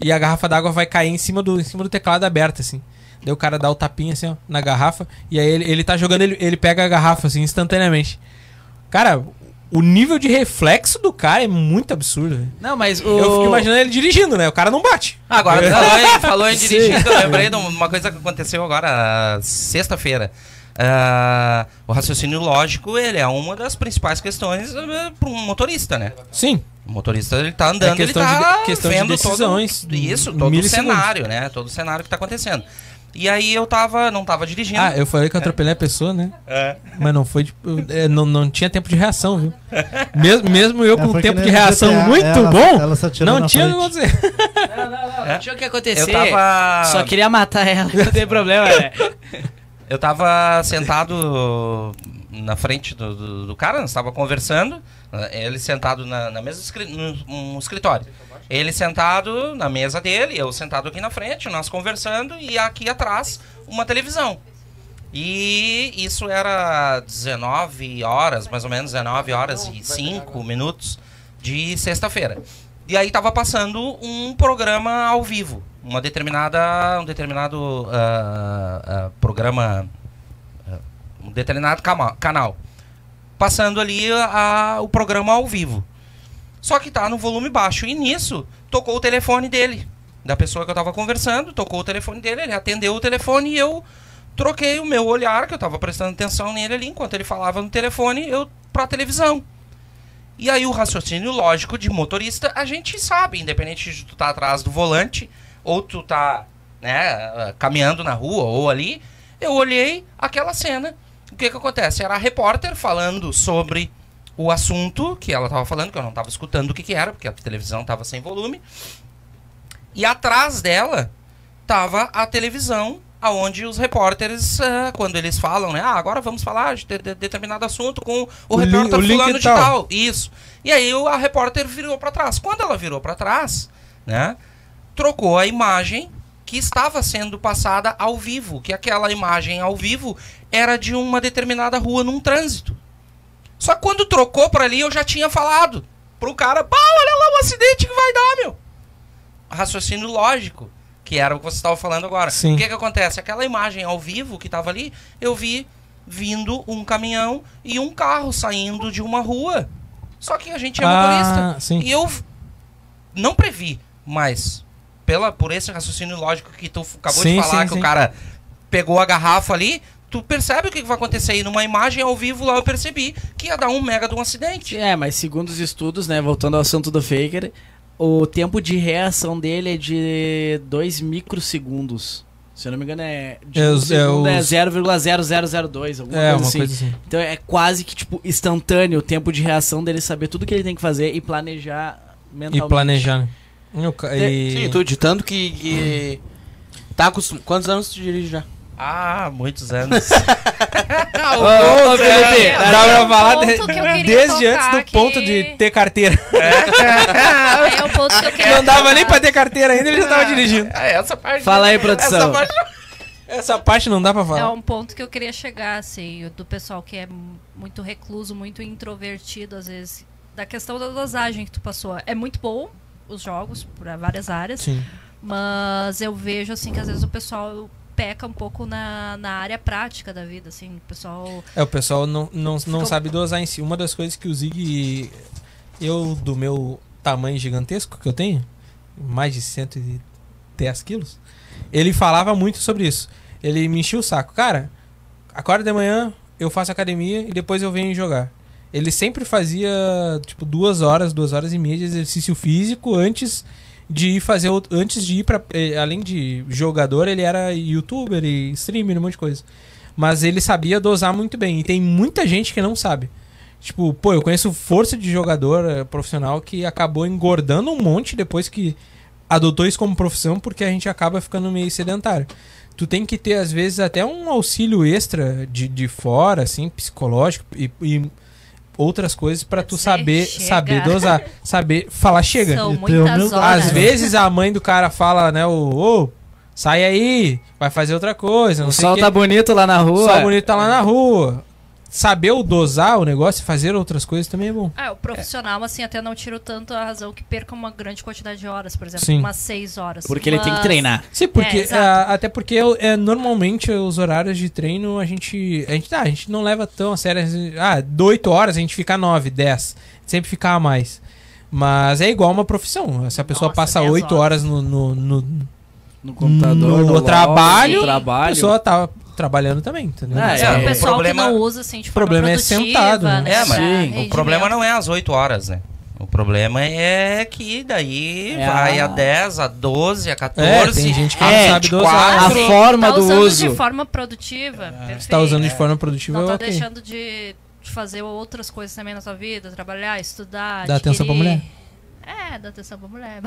E a garrafa d'água vai cair em cima do, em cima do teclado aberto, assim. Daí o cara dá o tapinha, assim, ó, na garrafa. E aí ele, ele tá jogando, ele, ele pega a garrafa, assim, instantaneamente. Cara, o nível de reflexo do cara é muito absurdo, velho. Não, mas o. Eu fico imaginando ele dirigindo, né? O cara não bate. Agora, falou em, falou em dirigindo, eu lembrei de uma coisa que aconteceu agora, ah, sexta-feira. Ah, o raciocínio lógico, ele é uma das principais questões para um motorista, né? Sim. O motorista, ele tá andando, É ele questão tá de- questão de vendo decisões, um todo, isso, todo o milissegundos. cenário, né? Todo o cenário que tá acontecendo. E aí eu tava, não tava dirigindo. Ah, eu falei que eu atropelei a pessoa, né? É. Mas não foi, tipo, é, não, não tinha tempo de reação, viu? Mesmo, mesmo eu É, com um foi que tempo nem de no reação GTA, muito ela- bom, ela só atirou não na tinha o que frente. acontecer. É. Tinha o que acontecer. Eu tava. Só queria matar ela, não tem problema, né? Eu tava sentado na frente do, do, do cara, nós estava conversando, né, ele sentado na, na mesa, do escri- no, no escritório. Ele sentado na mesa dele, eu sentado aqui na frente, nós conversando e aqui atrás uma televisão. E isso era 19 horas, mais ou menos 19 horas e 5 minutos de sexta-feira. E aí tava passando um programa ao vivo, uma determinada, um determinado ah, ah, programa, ah, um determinado cama- canal, passando ali a- o programa ao vivo. Só que tá no volume baixo. E nisso, tocou o telefone dele. Da pessoa que eu tava conversando, tocou o telefone dele, ele atendeu o telefone e eu troquei o meu olhar, que eu tava prestando atenção nele ali, enquanto ele falava no telefone, eu pra televisão. E aí o raciocínio lógico de motorista, a gente sabe, independente de tu tá atrás do volante, ou tu tá, né, caminhando na rua ou ali, eu olhei aquela cena. O que que acontece? Era a repórter falando sobre o assunto que ela tava falando, que eu não tava escutando o que que era, porque a televisão tava sem volume. E atrás dela tava a televisão, aonde os repórteres, ah, quando eles falam, né? Ah, agora vamos falar de, de- de determinado assunto com o, O lin- repórter o link fulano de tal. tal. Isso. E aí o- a repórter virou para trás. Quando ela virou para trás, né? Trocou a imagem que estava sendo passada ao vivo, que aquela imagem ao vivo era de uma determinada rua num trânsito. Só que quando trocou para ali, eu já tinha falado pro cara, pá, olha lá o acidente que vai dar, meu. Raciocínio lógico, que era o que você estava falando agora. Sim. O que que acontece? Aquela imagem ao vivo que estava ali, eu vi vindo um caminhão e um carro saindo de uma rua. Só que a gente é motorista. Ah, sim. E eu f- não previ, mas pela, por esse raciocínio lógico que tu f- acabou Sim, de falar, sim, que sim. o cara pegou a garrafa ali, tu percebe o que que vai acontecer. E numa imagem ao vivo lá eu percebi que ia dar um mega de um acidente. É, mas segundo os estudos, né, voltando ao assunto do Faker, o tempo de reação dele é de 2 microsegundos. Se eu não me engano, é. De É um os- é segundo é os- 0,0002, alguma É, coisa uma assim. coisa assim. Então é quase que, tipo, instantâneo o tempo de reação dele saber tudo que ele tem que fazer e planejar mentalmente. E planejar. né? E o ca- e- Sim, tu de tanto que. que... Tá acostum... Quantos anos tu dirige já? Ah, muitos anos. Ah, Ô, Felipe, É, dá pra é um falar ponto de- que eu queria desde antes do tocar ponto que- de ter carteira. É o ponto que eu queria Não dava nem pra falar. ter carteira ainda, ele já Ah. tava dirigindo. é, essa parte. Fala aí, produção. Essa parte... Essa parte não dá pra É falar. um ponto que eu queria chegar, assim, do pessoal que é m- muito recluso, muito introvertido, às vezes. Da questão da dosagem que tu passou. É muito bom os jogos, para várias áreas. Sim. Mas eu vejo, assim, que às vezes o pessoal peca um pouco na, na área prática da vida, assim. O pessoal... É, o pessoal não, não, não Ficou- sabe dosar em si. Uma das coisas que o Zig, eu do meu tamanho gigantesco que eu tenho, mais de 110 quilos, ele falava muito sobre isso. Ele me enchia o saco. Cara, acorda de manhã, eu faço academia e depois eu venho jogar. Ele sempre fazia, tipo, duas horas, duas horas e meia de exercício físico antes de ir fazer outro- antes de ir para além de jogador ele era youtuber e streamer um monte de coisa mas ele sabia dosar muito bem e tem muita gente que não sabe tipo pô eu conheço força de jogador eh, profissional que acabou engordando um monte depois que adotou isso como profissão porque a gente acaba ficando meio sedentário tu tem que ter às vezes até um auxílio extra de, de fora assim psicológico e, e outras coisas pra tu Sim, saber chega. saber dosar saber falar chega São E teu muitas humildade. horas. às vezes a mãe do cara fala, né, ô, ô, sai aí, vai fazer outra coisa, não O sei sol que. tá bonito lá na O rua. sol bonito tá lá na rua. Saber o dosar o negócio e fazer outras coisas também é bom. Ah, o profissional, assim, até não tiro tanto a razão que perca uma grande quantidade de horas, por exemplo, Sim. umas seis horas. Porque ele tem que Mas- treinar. Sim, porque É, exato. ah, até porque eu- é, normalmente os horários de treino a gente a gente, tá, a gente não leva tão a sério. Ah, de 8 horas a gente fica 9, 10, sempre fica a mais. Mas é igual uma profissão. Se a pessoa Nossa, passa 10 8 horas no- no- no, No computador, No no, trabalho, no a trabalho. pessoa tá trabalhando também, entendeu? Ah, É, É, o o pessoal problema- que não usa, assim, de o forma problema é produtiva, sentado, né? né? É, mas pra o rendimento. problema não é às 8 horas, né? O problema é que daí É vai a- a 10, a 12, a 14. É, tem gente que É, não sabe dosar. A Sim, forma tá do usando uso. de forma produtiva. perfeito. Se tá usando de forma produtiva, Não tá ok. deixando de de fazer outras coisas também na sua vida, trabalhar, estudar, Dá atenção pra adquirir. É, dá atenção pra mulher.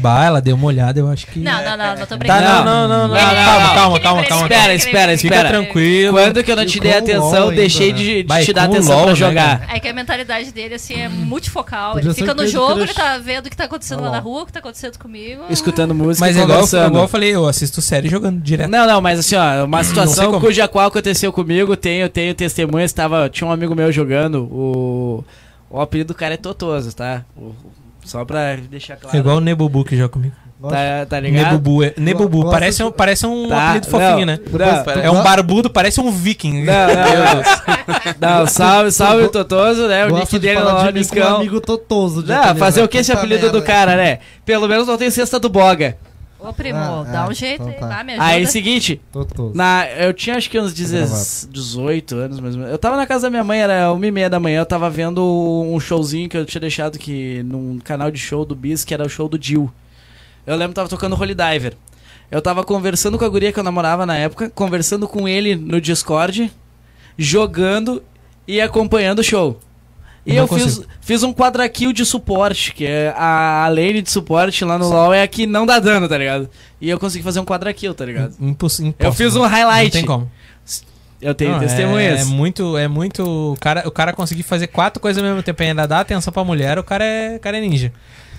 Bah, ela deu uma olhada, eu acho que... Não, não, não, não Tá, tô brincando. não, não, não, não, É, calma, calma, calma, equilibra, calma. Espera, equilibra, espera, equilibra. Fica espera. tranquilo. Quando que eu não te dei Ficou um atenção, LOL eu ainda, deixei né? de, de Vai, te dar com o atenção LOL, pra né, jogar. É que a mentalidade dele, assim, é muito focal. Podia Ele ser fica que no ele jogo, cresce. ele tá vendo o que tá acontecendo lá Olha na lá. rua, o que tá acontecendo comigo. Escutando música Mas e é igual, conversando. igual eu falei, eu assisto série jogando direto. Não, não, mas assim, ó, uma sei situação como. cuja qual aconteceu comigo, tenho, tenho testemunhas, tava, tinha um amigo meu jogando, o, o apelido do cara é Totoso, tá? O- só pra deixar claro. É igual o Nebubu que joga comigo. tá, tá ligado? Nebubu, é, Nebubu, Gosto parece de- um, parece um Tá, apelido fofinho, não, né? Não, Pois, É um barbudo, parece um viking. não, não, não, não, salve, salve o Totoso, né? O nick Gosta de dele falar lá no de mim com um Discão. amigo totoso. de Não, apelido, fazer né? o que esse Puta apelido do merda. cara, né? Pelo menos não tem cesta do boga. Ô, primo, Ah, dá ah, um jeito então aí, tá. vai, me ajuda. Aí, seguinte, Tô todo. na, eu tinha acho que uns 10 18 anos mais ou menos. Eu tava na casa da minha mãe, era 1 e meia da manhã, eu tava vendo um showzinho que eu tinha deixado que num canal de show do Bis, que era o show do Jill. Eu lembro que tava tocando Holy Diver. Eu tava conversando com a guria que eu namorava na época, conversando com ele no Discord, jogando e acompanhando o show. E Não eu fiz, consigo. fiz um quadra kill de suporte, que é a, a lane de suporte lá no LoL é a que não dá dano, tá ligado? E eu consegui fazer um quadra kill, tá ligado? Impossível. Eu fiz um Não highlight. tem como. Eu tenho Não, é- testemunhas. É, muito, é muito. O cara, o cara conseguir fazer quatro coisas ao mesmo tempo e ainda dar atenção pra mulher, o cara é, o cara é ninja.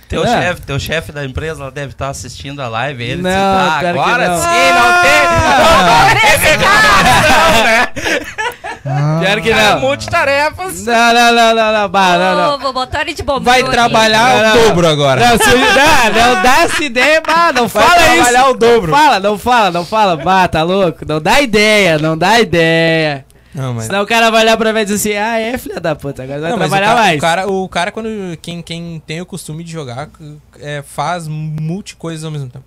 Teu É. chefe, teu chefe da empresa, ela deve estar assistindo a live. Ele Não, disse, "Ah, pior que agora não." sim, não Pior que tem. Não, né? É não. multitarefas. Não, não, não, não, não. Bah, Ah, não, não. Ô, vou botar ele de bombeiro Vai aqui. trabalhar o dobro agora. Não, se- não, não dá essa ideia, bah, não Vai fala isso. trabalhar o dobro. Não fala, não fala, não fala. Bah, tá louco? Não dá ideia, não dá ideia. Não, mas. Senão o cara vai olhar pra mim e dizer assim, ah, é filha da puta, agora vai Não, mas o, trabalhar cara, mais. o cara, o cara, quando quem, quem tem o costume de jogar, é, faz multi coisas ao mesmo tempo.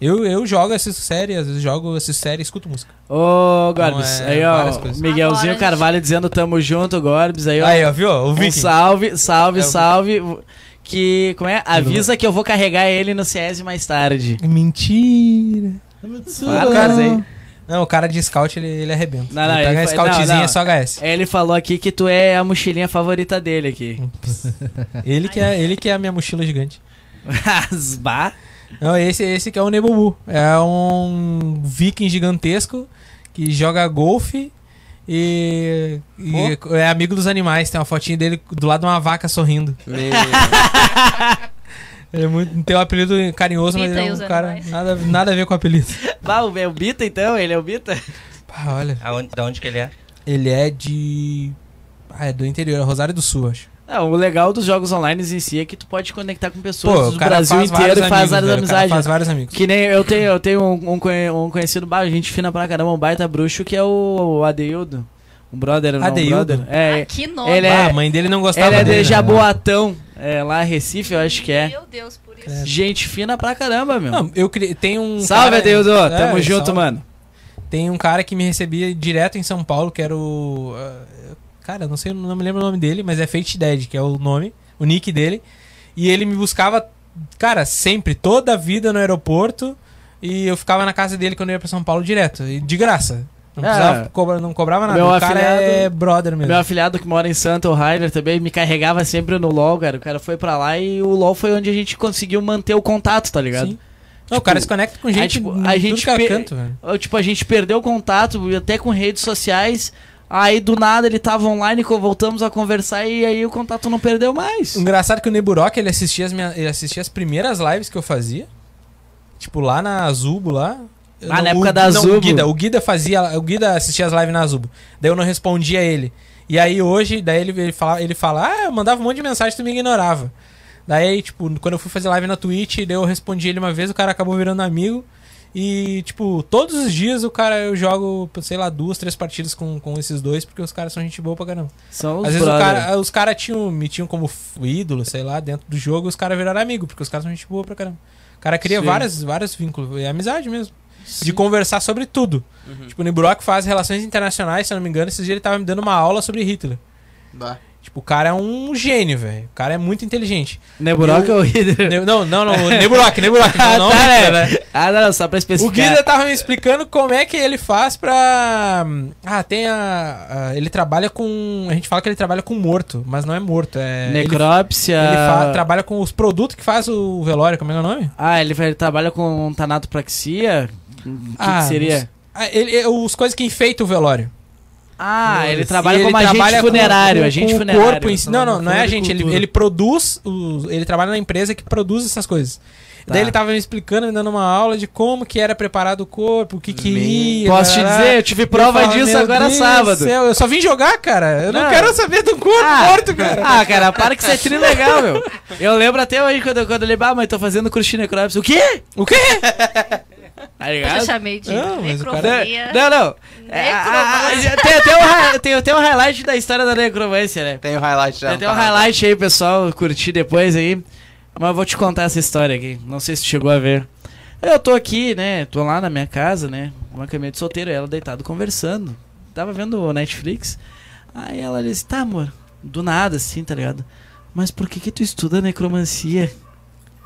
Eu, eu jogo, assisto série, às vezes jogo, assisto série e escuto música. Ô, Gorbis, Não, é aí várias ó, coisas. Agora a Miguelzinho gente- Carvalho dizendo tamo junto, Gorbis, aí ó, Aí, ó, viu? O um Viking. salve, salve, É, o- salve, que, como é? Avisa que eu vou carregar ele no CS mais tarde. Mentira. Claro, né? cara, aí. Não, o cara de scout, ele, ele arrebenta. Não, não, ele ele pega a foi- não, scoutzinha não. é só HS. Ele falou aqui que tu é a mochilinha favorita dele aqui. Ele que, é, ele que é a minha mochila gigante. Asba. Não, esse, esse que é o Nebubu. É um viking gigantesco que joga golfe e, e é amigo dos animais. Tem uma fotinha dele do lado de uma vaca sorrindo. Ele é muito, tem um apelido carinhoso, mas Pita ele e é os um cara. animais. Nada, nada a ver com o apelido. Bah, o é o Bita então? Ele é o Bita? Ah, olha. Aonde- Da onde que ele é? Ele é de. Ah, é do interior, é Rosário do Sul, acho. Não, o legal dos jogos online em si é que tu pode conectar com Pô, pessoas o do cara Brasil faz inteiro e vários faz amigos, várias velho, o cara amizades. né? Faz vários amigos. Que nem eu tenho, eu tenho um, um conhe- um conhecido, bah, gente fina pra caramba, um baita bruxo, que é o, o Adeildo. Um brother, não, um Adeildo? brother. Ah, É, que nome. Ele Ah, é- a mãe dele não gostava ele é de dele. né? Jaboatão, é, lá em Recife, eu acho que é. Meu Deus, por isso. Gente fina pra caramba, meu. Não, eu criei. Tem um. salve, cara- Adeildo, É, tamo junto, salve. mano. Tem um cara que me recebia direto em São Paulo, que era o. ah, Cara, eu não sei, não me lembro o nome dele, mas é Fate Dead, que é o nome, o nick dele. E ele me buscava, cara, sempre, toda a vida no aeroporto. E eu ficava na casa dele quando eu ia pra São Paulo direto, e de graça. Não, É. precisava cobrar, não cobrava nada. Meu o cara é afilhado- brother mesmo. Meu afilhado que mora em Santa, o Rainer também, me carregava sempre no LoL, cara. O cara foi pra lá e o LoL foi onde a gente conseguiu manter o contato, tá ligado? Sim. Não, o cara se conecta com aí, gente, tipo, em a tudo gente que é pe- canto, velho. Eu, Tipo, a gente perdeu o contato, até com redes sociais. Aí do nada ele tava online, co- voltamos a conversar e aí o contato não perdeu mais. Engraçado que o Neburok, ele assistia as, minha, ele assistia as primeiras lives que eu fazia. Tipo, lá na Azubo, lá. Eu Ah, na não- época o- da não, Azubo. O Guida, o Guida fazia. O Guida assistia as lives na Azubo. Daí eu não respondia ele. E aí hoje, daí ele, ele, fala, ele fala, ah, eu mandava um monte de mensagem e tu me ignorava. Daí, tipo, quando eu fui fazer live na Twitch, daí eu respondi ele uma vez, o cara acabou virando amigo. E, tipo, todos os dias o cara, eu jogo, sei lá, duas, três partidas com, com esses dois, porque os caras são gente boa pra caramba. São os Às vezes o brother. cara- os caras tinham, me tinham como f- ídolo, sei lá, dentro do jogo, os caras viraram amigo, porque os caras são gente boa pra caramba. O cara cria Sim. várias, vários vínculos, é amizade mesmo. De conversar sobre tudo. Uhum. Tipo, o Nibrock faz relações internacionais, se eu não me engano, esses dias ele tava me dando uma aula sobre Hitler. Bah. Tipo, o cara é um gênio, velho. O cara é muito inteligente. Nebuloca ou Hidro? Ne- não, não, não, Nebrock, Nebrock, não, não, É. tá, Hitler, né? né? Ah, não, só pra O especificar. Guida tava me explicando como é que ele faz pra. Ah, tem a. a- Ele trabalha com. A gente fala que ele trabalha com morto, mas não é morto. É. ele- Necrópsia. Ele fa- trabalha com os produtos que faz o velório, como é que é o nome? Ah, ele, vai- ele trabalha com tanatopraxia? O que, Ah, que seria? Ah, ele, é, os coisas que enfeitam o velório. Ah, ele Os- trabalha e como agente trabalha com- funerário. com- agente com o funerário. corpo em si. Não, não, não é agente. Ele, ele produz. os- ele trabalha na empresa que produz essas coisas. Tá. Daí ele tava me explicando, me dando uma aula de como que era preparado o corpo, o que que ia. Posso te tarará. dizer, eu tive prova Eu falava, disso "Ah, "Meu agora é Deus sábado." do céu, eu só vim jogar, cara. Eu não, Não. quero saber do corpo Ah. morto, cara. Ah, cara, para que isso é tri legal, meu. Eu lembro até hoje quando, quando ele, ah, mas tô fazendo curso necrópsia. O quê? O quê? Tá Eu já ligado? chamei de Não, mas o cara- necrofilia. Não, não. É, a- a- necromancia. a- tem, até um, hi- tem até um highlight da história da necromancia, né? Tem o highlight já. tá Tem até um highlight aí, pessoal, curtir depois aí. Mas eu vou te contar essa história aqui. Não sei se tu chegou a ver. Eu tô aqui, né? Tô lá na minha casa, né? Uma caminha de solteiro, ela deitado conversando. Tava vendo o Netflix. Aí ela disse, tá, amor, do nada, assim, tá ligado? Mas por que que tu estuda necromancia?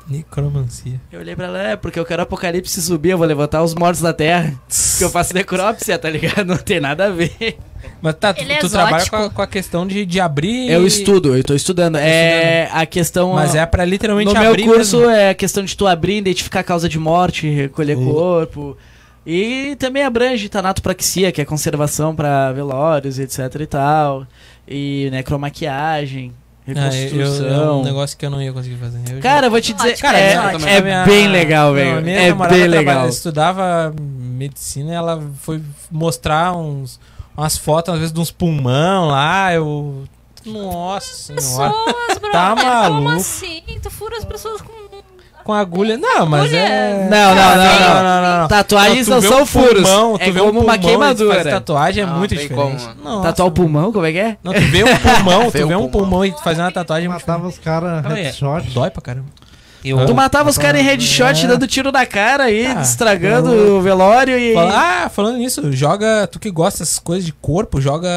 Necromancia. Eu olhei pra ela, é, porque eu quero apocalipse subir, eu vou levantar os mortos da terra. Porque eu faço necrópsia, tá ligado? Não tem nada a ver. Mas tá, tu, Ele é tu trabalha com exótico. a, com a questão de, de abrir. Eu estudo, eu tô estudando. É a questão. Mas é pra literalmente no meu abrir. curso mesmo. Ah, é a questão de tu abrir, identificar a causa de morte, recolher corpo. E também abrange tanatopraxia, que é conservação pra velórios, etc e tal. E necromaquiagem, Ah, eu- eu- é reconstrução. um negócio que eu não ia conseguir fazer. Eu já- Cara, eu vou te dizer, Cara, é, exato, mas é a minha- bem legal, não, velho. a minha É namorada bem trabalha- legal. estudava medicina e ela foi mostrar uns, umas fotos, às vezes, de uns pulmão lá. Eu. Nossa senhora. Pessoas, brother. Tá Como maluco. assim? Tu fura as pessoas com. um Com agulha. Não, mas é. Agulha. Não, não, não, não. não, não. Tatuagens Não, não tu vê são um furos. pulmão, tu é vê como uma um pulmão e faz queimadura. tatuagem é Não, muito tem diferente. como. Nossa. Tatuar o pulmão, como é que é? Não, tu vê um pulmão, Vê tu vê o um pulmão e fazer uma tatuagem é muito Matava os caras Calma aí. headshot. Dói pra caramba. Eu, Tu matava os caras em headshot, É. dando tiro na cara aí, Ah, estragando o velório e. Fala- ah, falando nisso, joga. Tu que gosta dessas coisas de corpo, joga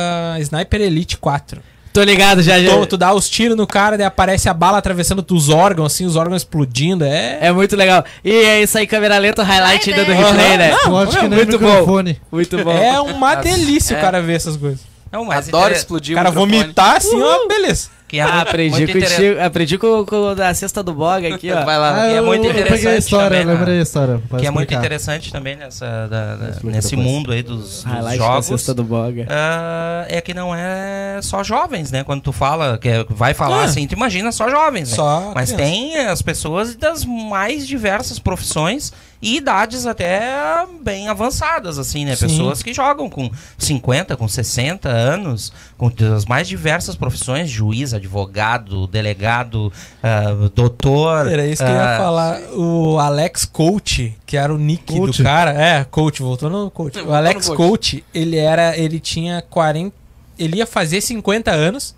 Sniper Elite 4. Tô ligado, já, já. Tu, tu dá os tiros no cara, daí aparece a bala atravessando os órgãos, assim, os órgãos explodindo. É. É muito legal. E é isso aí, câmera lenta, highlight Ai, dando ideia. replay, né? Explode que nem muito bom. microfone. Muito bom. É uma delícia é. o cara ver essas coisas. não, mas Adoro inter- O explodir é- cara o microfone. vomitar assim, ó, beleza. que é Ah, muito- aprendi muito inter- contigo. Aprendi com, com o da cesta do Bog aqui, ó. Vai lá. Ah, é eu- muito Eu peguei a interessante história, também, né? lembrei a história. pra Que é muito explicar. interessante também nessa, da- da- Explica nesse depois. mundo aí dos, dos Highlight da jogos. cesta do Bog. É, Ah, é que não é só jovens, né? Quando tu fala, que é- vai falar É. assim, tu imagina só jovens. né? Só. Mas criança. tem as pessoas das mais diversas profissões e idades até bem avançadas, assim, né? Sim. Pessoas que jogam com 50, com 60 anos, com as mais diversas profissões, juiz, advogado, delegado, ah, doutor. Era isso que eu ah, ia falar. O Alex Coach, que era o nick Coach? do cara. É, Coach, voltou no Coach. Não, O Alex voltou no Coach, ele era. Ele tinha 40. Ele ia fazer 50 anos.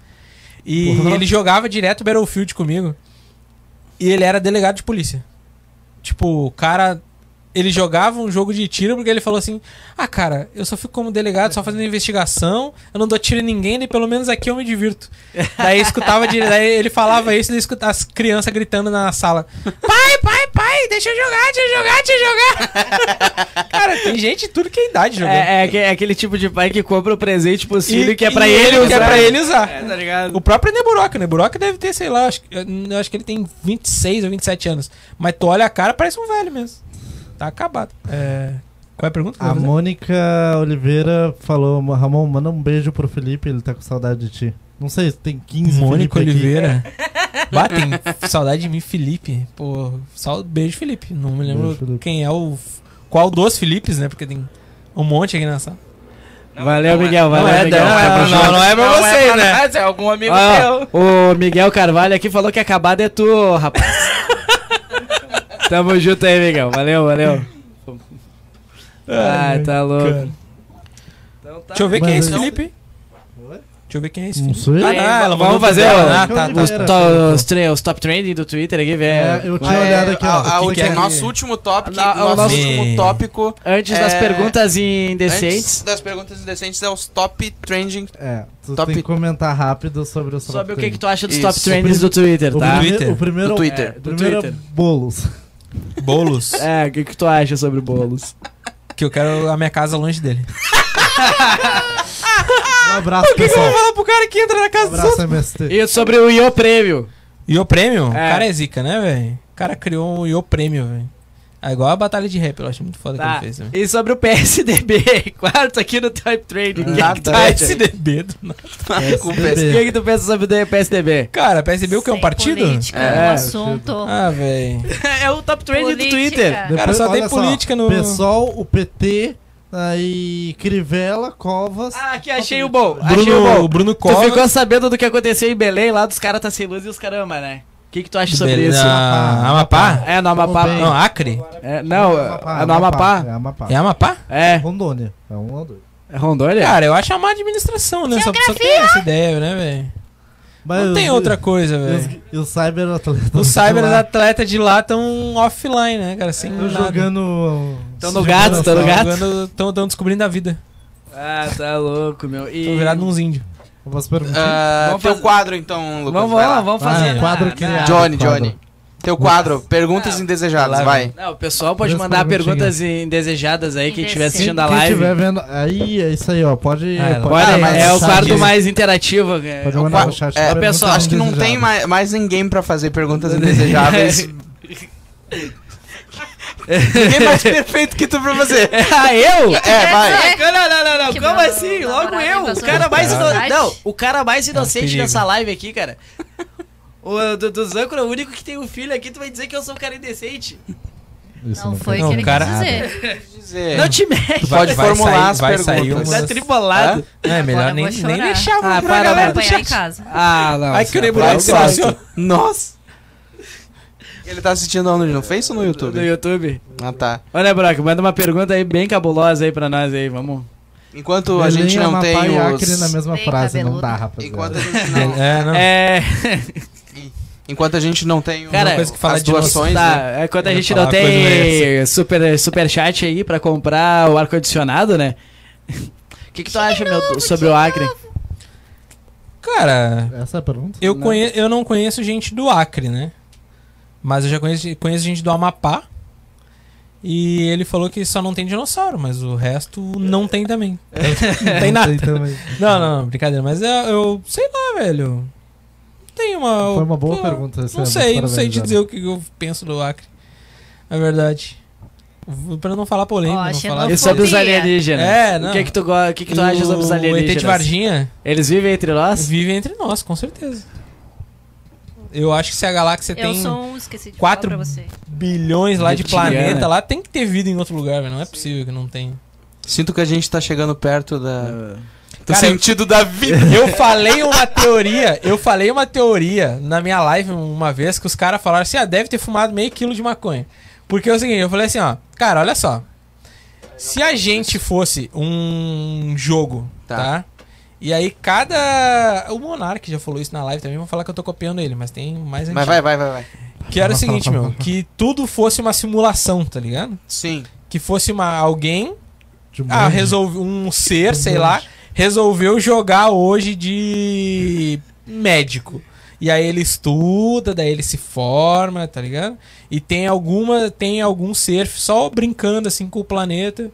E Porra. ele jogava direto Battlefield comigo. E ele era delegado de polícia. Tipo, o cara. Ele jogava um jogo de tiro porque ele falou assim: Ah, cara, eu só fico como delegado, só fazendo investigação, eu não dou tiro em ninguém, daí pelo menos aqui eu me divirto. Daí eu escutava dire- daí ele falava isso, daí eu escutava as crianças gritando na sala: Pai, pai, pai, deixa eu jogar, deixa eu jogar, deixa eu jogar. cara, tem gente de tudo que é idade jogando. É, é aque- é aquele tipo de pai que compra o presente pro filho que é pra e ele usar. Que é pra ele usar. É, tá ligado? O próprio Neburoca, o Neburoca deve ter, sei lá, acho, que- eu acho que ele tem 26 ou 27 anos. Mas tu olha a cara, parece um velho mesmo. Tá acabado. É... Qual é a pergunta? A Mônica Oliveira falou, Ramon, manda um beijo pro Felipe, ele tá com saudade de ti. Não sei, tem 15 Mônica Felipe aqui. É. Oliveira. Batem saudade de mim, Felipe. Pô, sal... beijo, Felipe. Não me lembro Beijo, Felipe. quem é o. Qual dos Felipes, né? Porque tem um monte aqui na sala. Valeu, Miguel. Valeu, é, Miguel. não, Valeu, não, professor. não, não é pra você, né? É algum amigo Ó, o Miguel Carvalho aqui falou que acabado é tu, rapaz. Tamo junto aí, Miguel. Valeu, valeu. Ai, tá louco. Deixa eu ver quem é esse Mas- Felipe. Deixa eu ver quem é esse Não Felipe. sei. Ah, não, ela mandou vamos fazer pra ela, o- né? Ah, tá, os, Era, to- os tre- os top trending do Twitter aqui, É, velho. eu tinha olhado aqui, ó. a- a- O o que que é? nosso último tópico, Ah, o o nosso nosso- último tópico Antes das é, perguntas antes indecentes. das perguntas indecentes é os top trending. É, tu Top- tem que comentar rápido sobre o Sobre o que, que tu acha dos Isso. top trends do Twitter, o tá? primeiro, Twitter? o primeiro, Do Twitter. é, o primeiro é Do bolos. Boulos. É, o que, que tu acha sobre bolos? Que eu quero a minha casa longe dele. Um abraço, O que, eu pessoal. vou falar pro cara que entra na Um casa dos abraço, outros? MST. E sobre o IO Prêmio. E o prêmio? O É. cara é zica, né, velho? O cara criou um Yo prêmio, velho. É igual a batalha de rap, eu acho muito foda Tá. que ele fez. né? E sobre o PSDB, quarto aqui no top trending. O que, que tu Tá acha? esse dedo. É, com o O PSDB. que, que tu pensa sobre o PSDB? Cara, percebeu que é um Sem partido? Política, É, é, um assunto. Ah, velho. é o top trend do Política. Twitter. Depois, Cara, só tem olha política no- Pessoal, o PT, aí Crivella, Covas. Ah, aqui achei o bom. achei o Bruno, bom. o Bruno Tu Covas. ficou sabendo do que aconteceu em Belém, lá dos caras tá sem luz e os caramba, né? O que, que tu acha sobre Beleza. isso? Ah, Amapá? É, no Amapá. Tudo Tá bem. Tá Não, Acre? É, não, Amapá, é no Amapá. É Amapá. É Amapá? É, Rondônia. É um ou dois. é Rondônia? Cara, eu acho a má administração, né? Só só tem essa ideia, né, velho? Mas não os- tem outra coisa, e os- velho. E os cyber atletas. Os lá É. cyber atletas de lá estão offline, né, cara? Sem tão nada. jogando. Tão no gato, tão no gato. gato. Estão descobrindo a vida. Ah, tá louco, meu. E... Estão virados uns índios. Umas perguntinhas. Ah, Vamos teu fazer- quadro, então, Lucas. Vamos, vai lá. lá, vamos Vai, fazer. quadro Ah, criado. não. Johnny, Quadro. Johnny. Teu quadro, perguntas Não. indesejadas, Lá vai. Não, o pessoal pode Duas mandar perguntinhas. perguntas indesejadas aí, quem estiver Indecente. assistindo a Quem live. tiver vendo. Aí, é isso aí, ó. Pode. Ah, pode Bora, Ah, mas é o sabe quarto disso. mais interativo. é. né? Pode Qua- mandar no chat. é, perguntas pessoal, acho que não tem indesejadas. mais, mais ninguém pra fazer perguntas indesejáveis. ninguém mais perfeito que tu pra fazer. Ah, eu? É, vai. Não, não, não, não, não. Que Como meu assim? namorado Logo eu, o invasou cara meu mais inocente. privacidade. Não, o cara mais inocente perigo. dessa live aqui, cara. O do, do Zancro é o único que tem um filho aqui, tu vai dizer que eu sou um cara indecente. Isso Não foi Não, o que ele cara- quis dizer. É. Dizer. Não te mete, Pode formular as perguntas. tá tribolado. Não, é melhor Agora eu nem, vou nem chorar. deixar Ah, pra para, galera para. do Acompanhar em chat. casa. Ah, não. Ai, que não, nebuloso vai, que você é vai. emocionou. Nossa! Ele tá assistindo onde? No Face ou no YouTube? No YouTube. Ah, tá. Olha, Brock, manda uma pergunta aí bem cabulosa aí pra nós aí, vamos. Enquanto a Belém, gente não Amapá tem e Acre na os... mesma Bem frase, não dá, cabeludo. rapaziada. Enquanto a gente não... É, não. É. Enquanto a gente não tem o- Cara, coisa que fala as de nós. doações, né? Tá, é quando a Eu ia gente falar não uma coisa assim. tem super, super chat aí pra comprar o ar-condicionado, né? O que, que tu acha, meu, sobre o Acre? Cara, Essa é a pergunta? eu, Não. Conhe... eu não conheço gente do Acre, né? Mas eu já conheço, conheço gente do Amapá. E ele falou que só não tem dinossauro, mas o resto não tem também. Não tem nada. Não sei também. Não, não, não, brincadeira. Mas eu, eu sei lá, velho. Não Tem uma. Foi uma boa eu- pergunta. é essa, Não mas sei, não sei parabéns, te dizer o que eu penso do Acre. Na verdade. V- Pra não falar polêmica, Ó, não xenofobia. falar. E sobre os alienígenas? É, não. O que, que tu, go- o que, que tu acha sobre os O ET alienígenas? de Varginha Eles vivem entre nós? vive entre nós, com certeza. Eu acho que se a galáxia Eu tem sou um, esqueci de quatro- falar pra você. bilhões lá de Reptiliana. planeta, lá tem que ter vida em outro lugar, velho. Não é possível que não tenha. Sinto que a gente tá chegando perto da... do Cara, sentido da vida. Eu falei uma teoria, eu falei uma teoria na minha live uma vez que os caras falaram assim, ah, deve ter fumado meio quilo de maconha. Porque é o seguinte, eu falei assim, ó, cara, olha só. Se a gente fosse um jogo, Tá. tá? E aí cada. O Monark já falou isso na live também, vou falar que eu tô copiando ele, mas tem mais Mas antigo. vai, vai, vai, vai. Que era o seguinte, meu, que tudo fosse uma simulação, tá ligado? Sim. Que fosse uma alguém de um ah, monte. resolve um ser, Entendi. sei lá, resolveu jogar hoje de médico. E aí ele estuda, daí ele se forma, tá ligado? E tem alguma, tem algum ser só brincando assim com o planeta.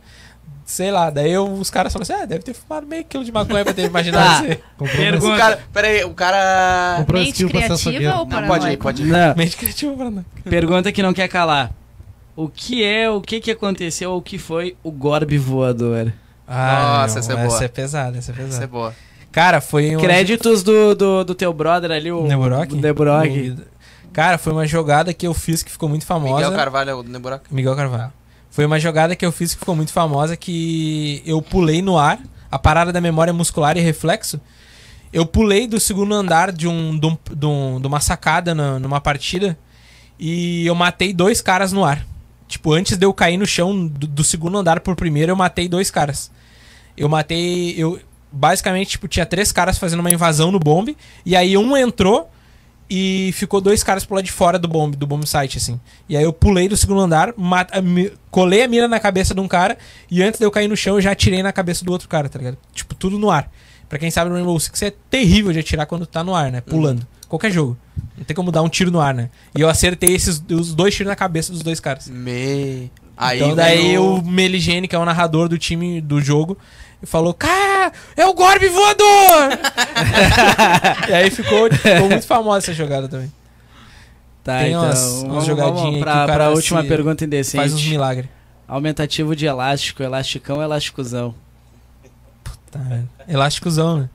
Sei lá, daí eu- os caras falam assim: ah, deve ter fumado meio quilo de maconha pra ter imaginado Tá. ser. Comprou uma- O cara... Pera aí, o cara... comprou um Mente skill pra ser açougueiro. criativa ou Não, pode ir, paranoico? pode ir. Não. Mente criativa tipo pra nós. Pergunta que não quer calar. O que é, o que que aconteceu, o que foi o Gorb voador? Nossa, essa é boa. Ah, Essa é pesada, essa é pesada. Essa é boa. Cara, foi um. Créditos do, do, do teu brother ali, o Nebrock? o Nebrock. Cara, foi uma jogada que eu fiz que ficou muito famosa. Miguel Carvalho é o Neburaco. Miguel Carvalho. Foi uma jogada que eu fiz que ficou muito famosa, que eu pulei no ar, a parada da memória muscular e reflexo. Eu pulei do segundo andar de, um, de, um- de um- de uma sacada na- numa partida e eu matei dois caras no ar. Tipo, antes de eu cair no chão do, do segundo andar pro primeiro, eu matei dois caras. Eu matei. Eu, basicamente, tipo, tinha três caras fazendo uma invasão no bombe. E aí um entrou e ficou dois caras pro lado de fora do bombe, do bomb site, assim. E aí eu pulei do segundo andar, mata- mi- colei a mira na cabeça de um cara, e antes de eu cair no chão, eu já atirei na cabeça do outro cara, tá ligado? Tipo, tudo no ar. Pra quem sabe, no Rainbow Six é terrível de atirar quando tá no ar, né? Pulando. Qualquer jogo. Não tem como dar um tiro no ar, né? E eu acertei esses, os dois tiros na cabeça dos dois caras. Me... Aí então daí vem o Meligene, que é o narrador do time do jogo, falou: Cara, é o Gorb voador! e aí ficou, ficou muito famosa essa jogada também. Tá, Tem então, umas- umas vamos, jogadinhas vamos aí que pra, o cara pra última se- pergunta indecente. Faz uns milagres. Aumentativo de elástico, elasticão, elasticozão. Tá, velho. Elásticozão, né?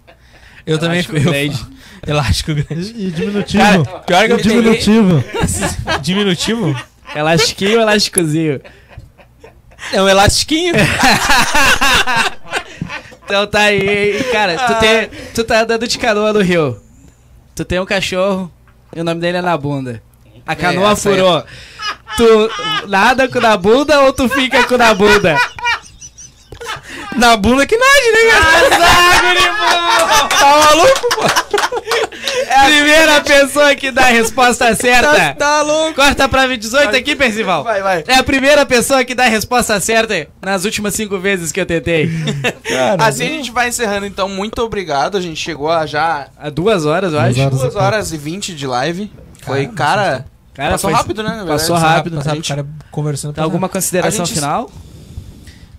Eu Elástico também. eu- grande. elástico grande. E, e diminutivo. Pior que e eu peguei. diminutivo. Diminutivo? Elastiquinho, elásticozinho. É um elastiquinho. Então tá aí, e, cara, Ah. tu, tem, tu tá andando de canoa no rio. Tu tem um cachorro e o nome dele é na bunda. A canoa essa aí é- furou. Tu nada com na bunda ou tu fica com na bunda? Na bunda que nada, né, cara? Azar, gurimão! Tá maluco, pô? É Primeira pessoa que dá a resposta certa. Tá louco? Corta pra 28 aqui, Percival. Vai, vai. É a primeira pessoa que dá a resposta certa nas últimas cinco vezes que eu tentei. assim a gente vai encerrando, então. Muito obrigado. A gente chegou a já Há duas horas, eu Duas acho. horas. duas horas e vinte de live. Foi, cara. Cara, passou foi- rápido, né? na verdade? passou rápido. A Sabe, gente- cara, conversando. Tá pra alguma A consideração gente- final?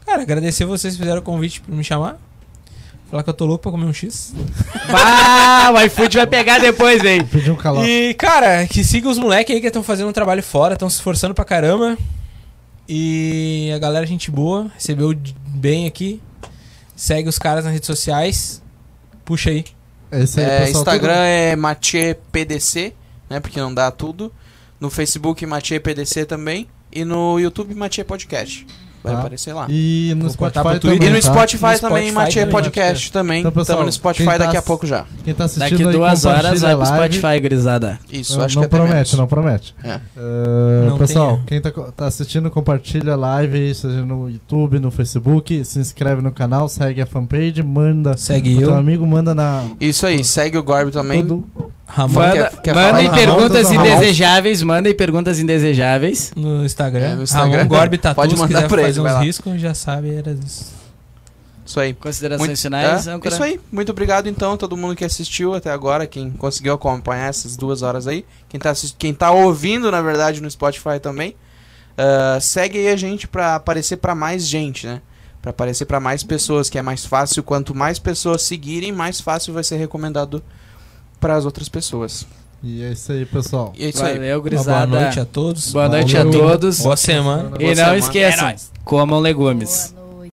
Cara, agradecer vocês que fizeram o convite pra me chamar. Falar que eu tô louco pra comer um X. Ah, o iFood vai pegar depois, hein? Pediu um calor. E, cara, que siga os moleques aí que estão fazendo um trabalho fora, estão se esforçando pra caramba. E a galera, gente boa, recebeu d- bem aqui. Segue os caras nas redes sociais. Puxa aí. Esse aí, É, pessoal, Instagram é MathieuPDC, né? Porque não dá tudo. No Facebook, MathieuPDC também. E no YouTube, Mathieu Podcast. Vai Tá. aparecer lá. tudo- E no Vou cortar pro Spotify Twitter. E também, no tá? Spotify No também, Spotify Matia também, Podcast também. Então, Então, pessoal, no Spotify quem tá daqui a ass- pouco já. Quem tá assistindo Daqui aí, duas horas compartilha vai a pro live. Spotify, gurizada. Isso, Não, acho não que até promete, menos. não promete. É. Eh, Não pessoal, tem- quem tá, co- tá assistindo, compartilha a live, seja no YouTube, no Facebook, se inscreve no canal, segue a fanpage, manda Segue pro eu. teu amigo, manda na. Isso aí, segue o Gorb também. Todo... Ramon Manda, quer falar, mandem Ramon? perguntas Ramon? indesejáveis, mandem perguntas indesejáveis. no Instagram. É, no Instagram. Ramon Gorb Tatu, Pode se mandar quiser pra fazer ele, vai uns lá. riscos, já sabe. Era isso. Isso aí. Considerações Muito- finais, é, âncora? Isso aí. Muito obrigado, então, todo mundo que assistiu até agora, quem conseguiu acompanhar essas duas horas aí. Quem tá, assist- quem tá ouvindo, na verdade, no Spotify também. ah, segue aí a gente pra aparecer pra mais gente, né? Pra aparecer pra mais pessoas, que é mais fácil. Quanto mais pessoas seguirem, mais fácil vai ser recomendado para as outras pessoas. E é isso aí, pessoal. E é isso aí. Valeu, Uma gurizada. boa noite a todos. Boa noite a Valeu. todos. Boa semana. E Boa não semana. esqueçam, comam legumes.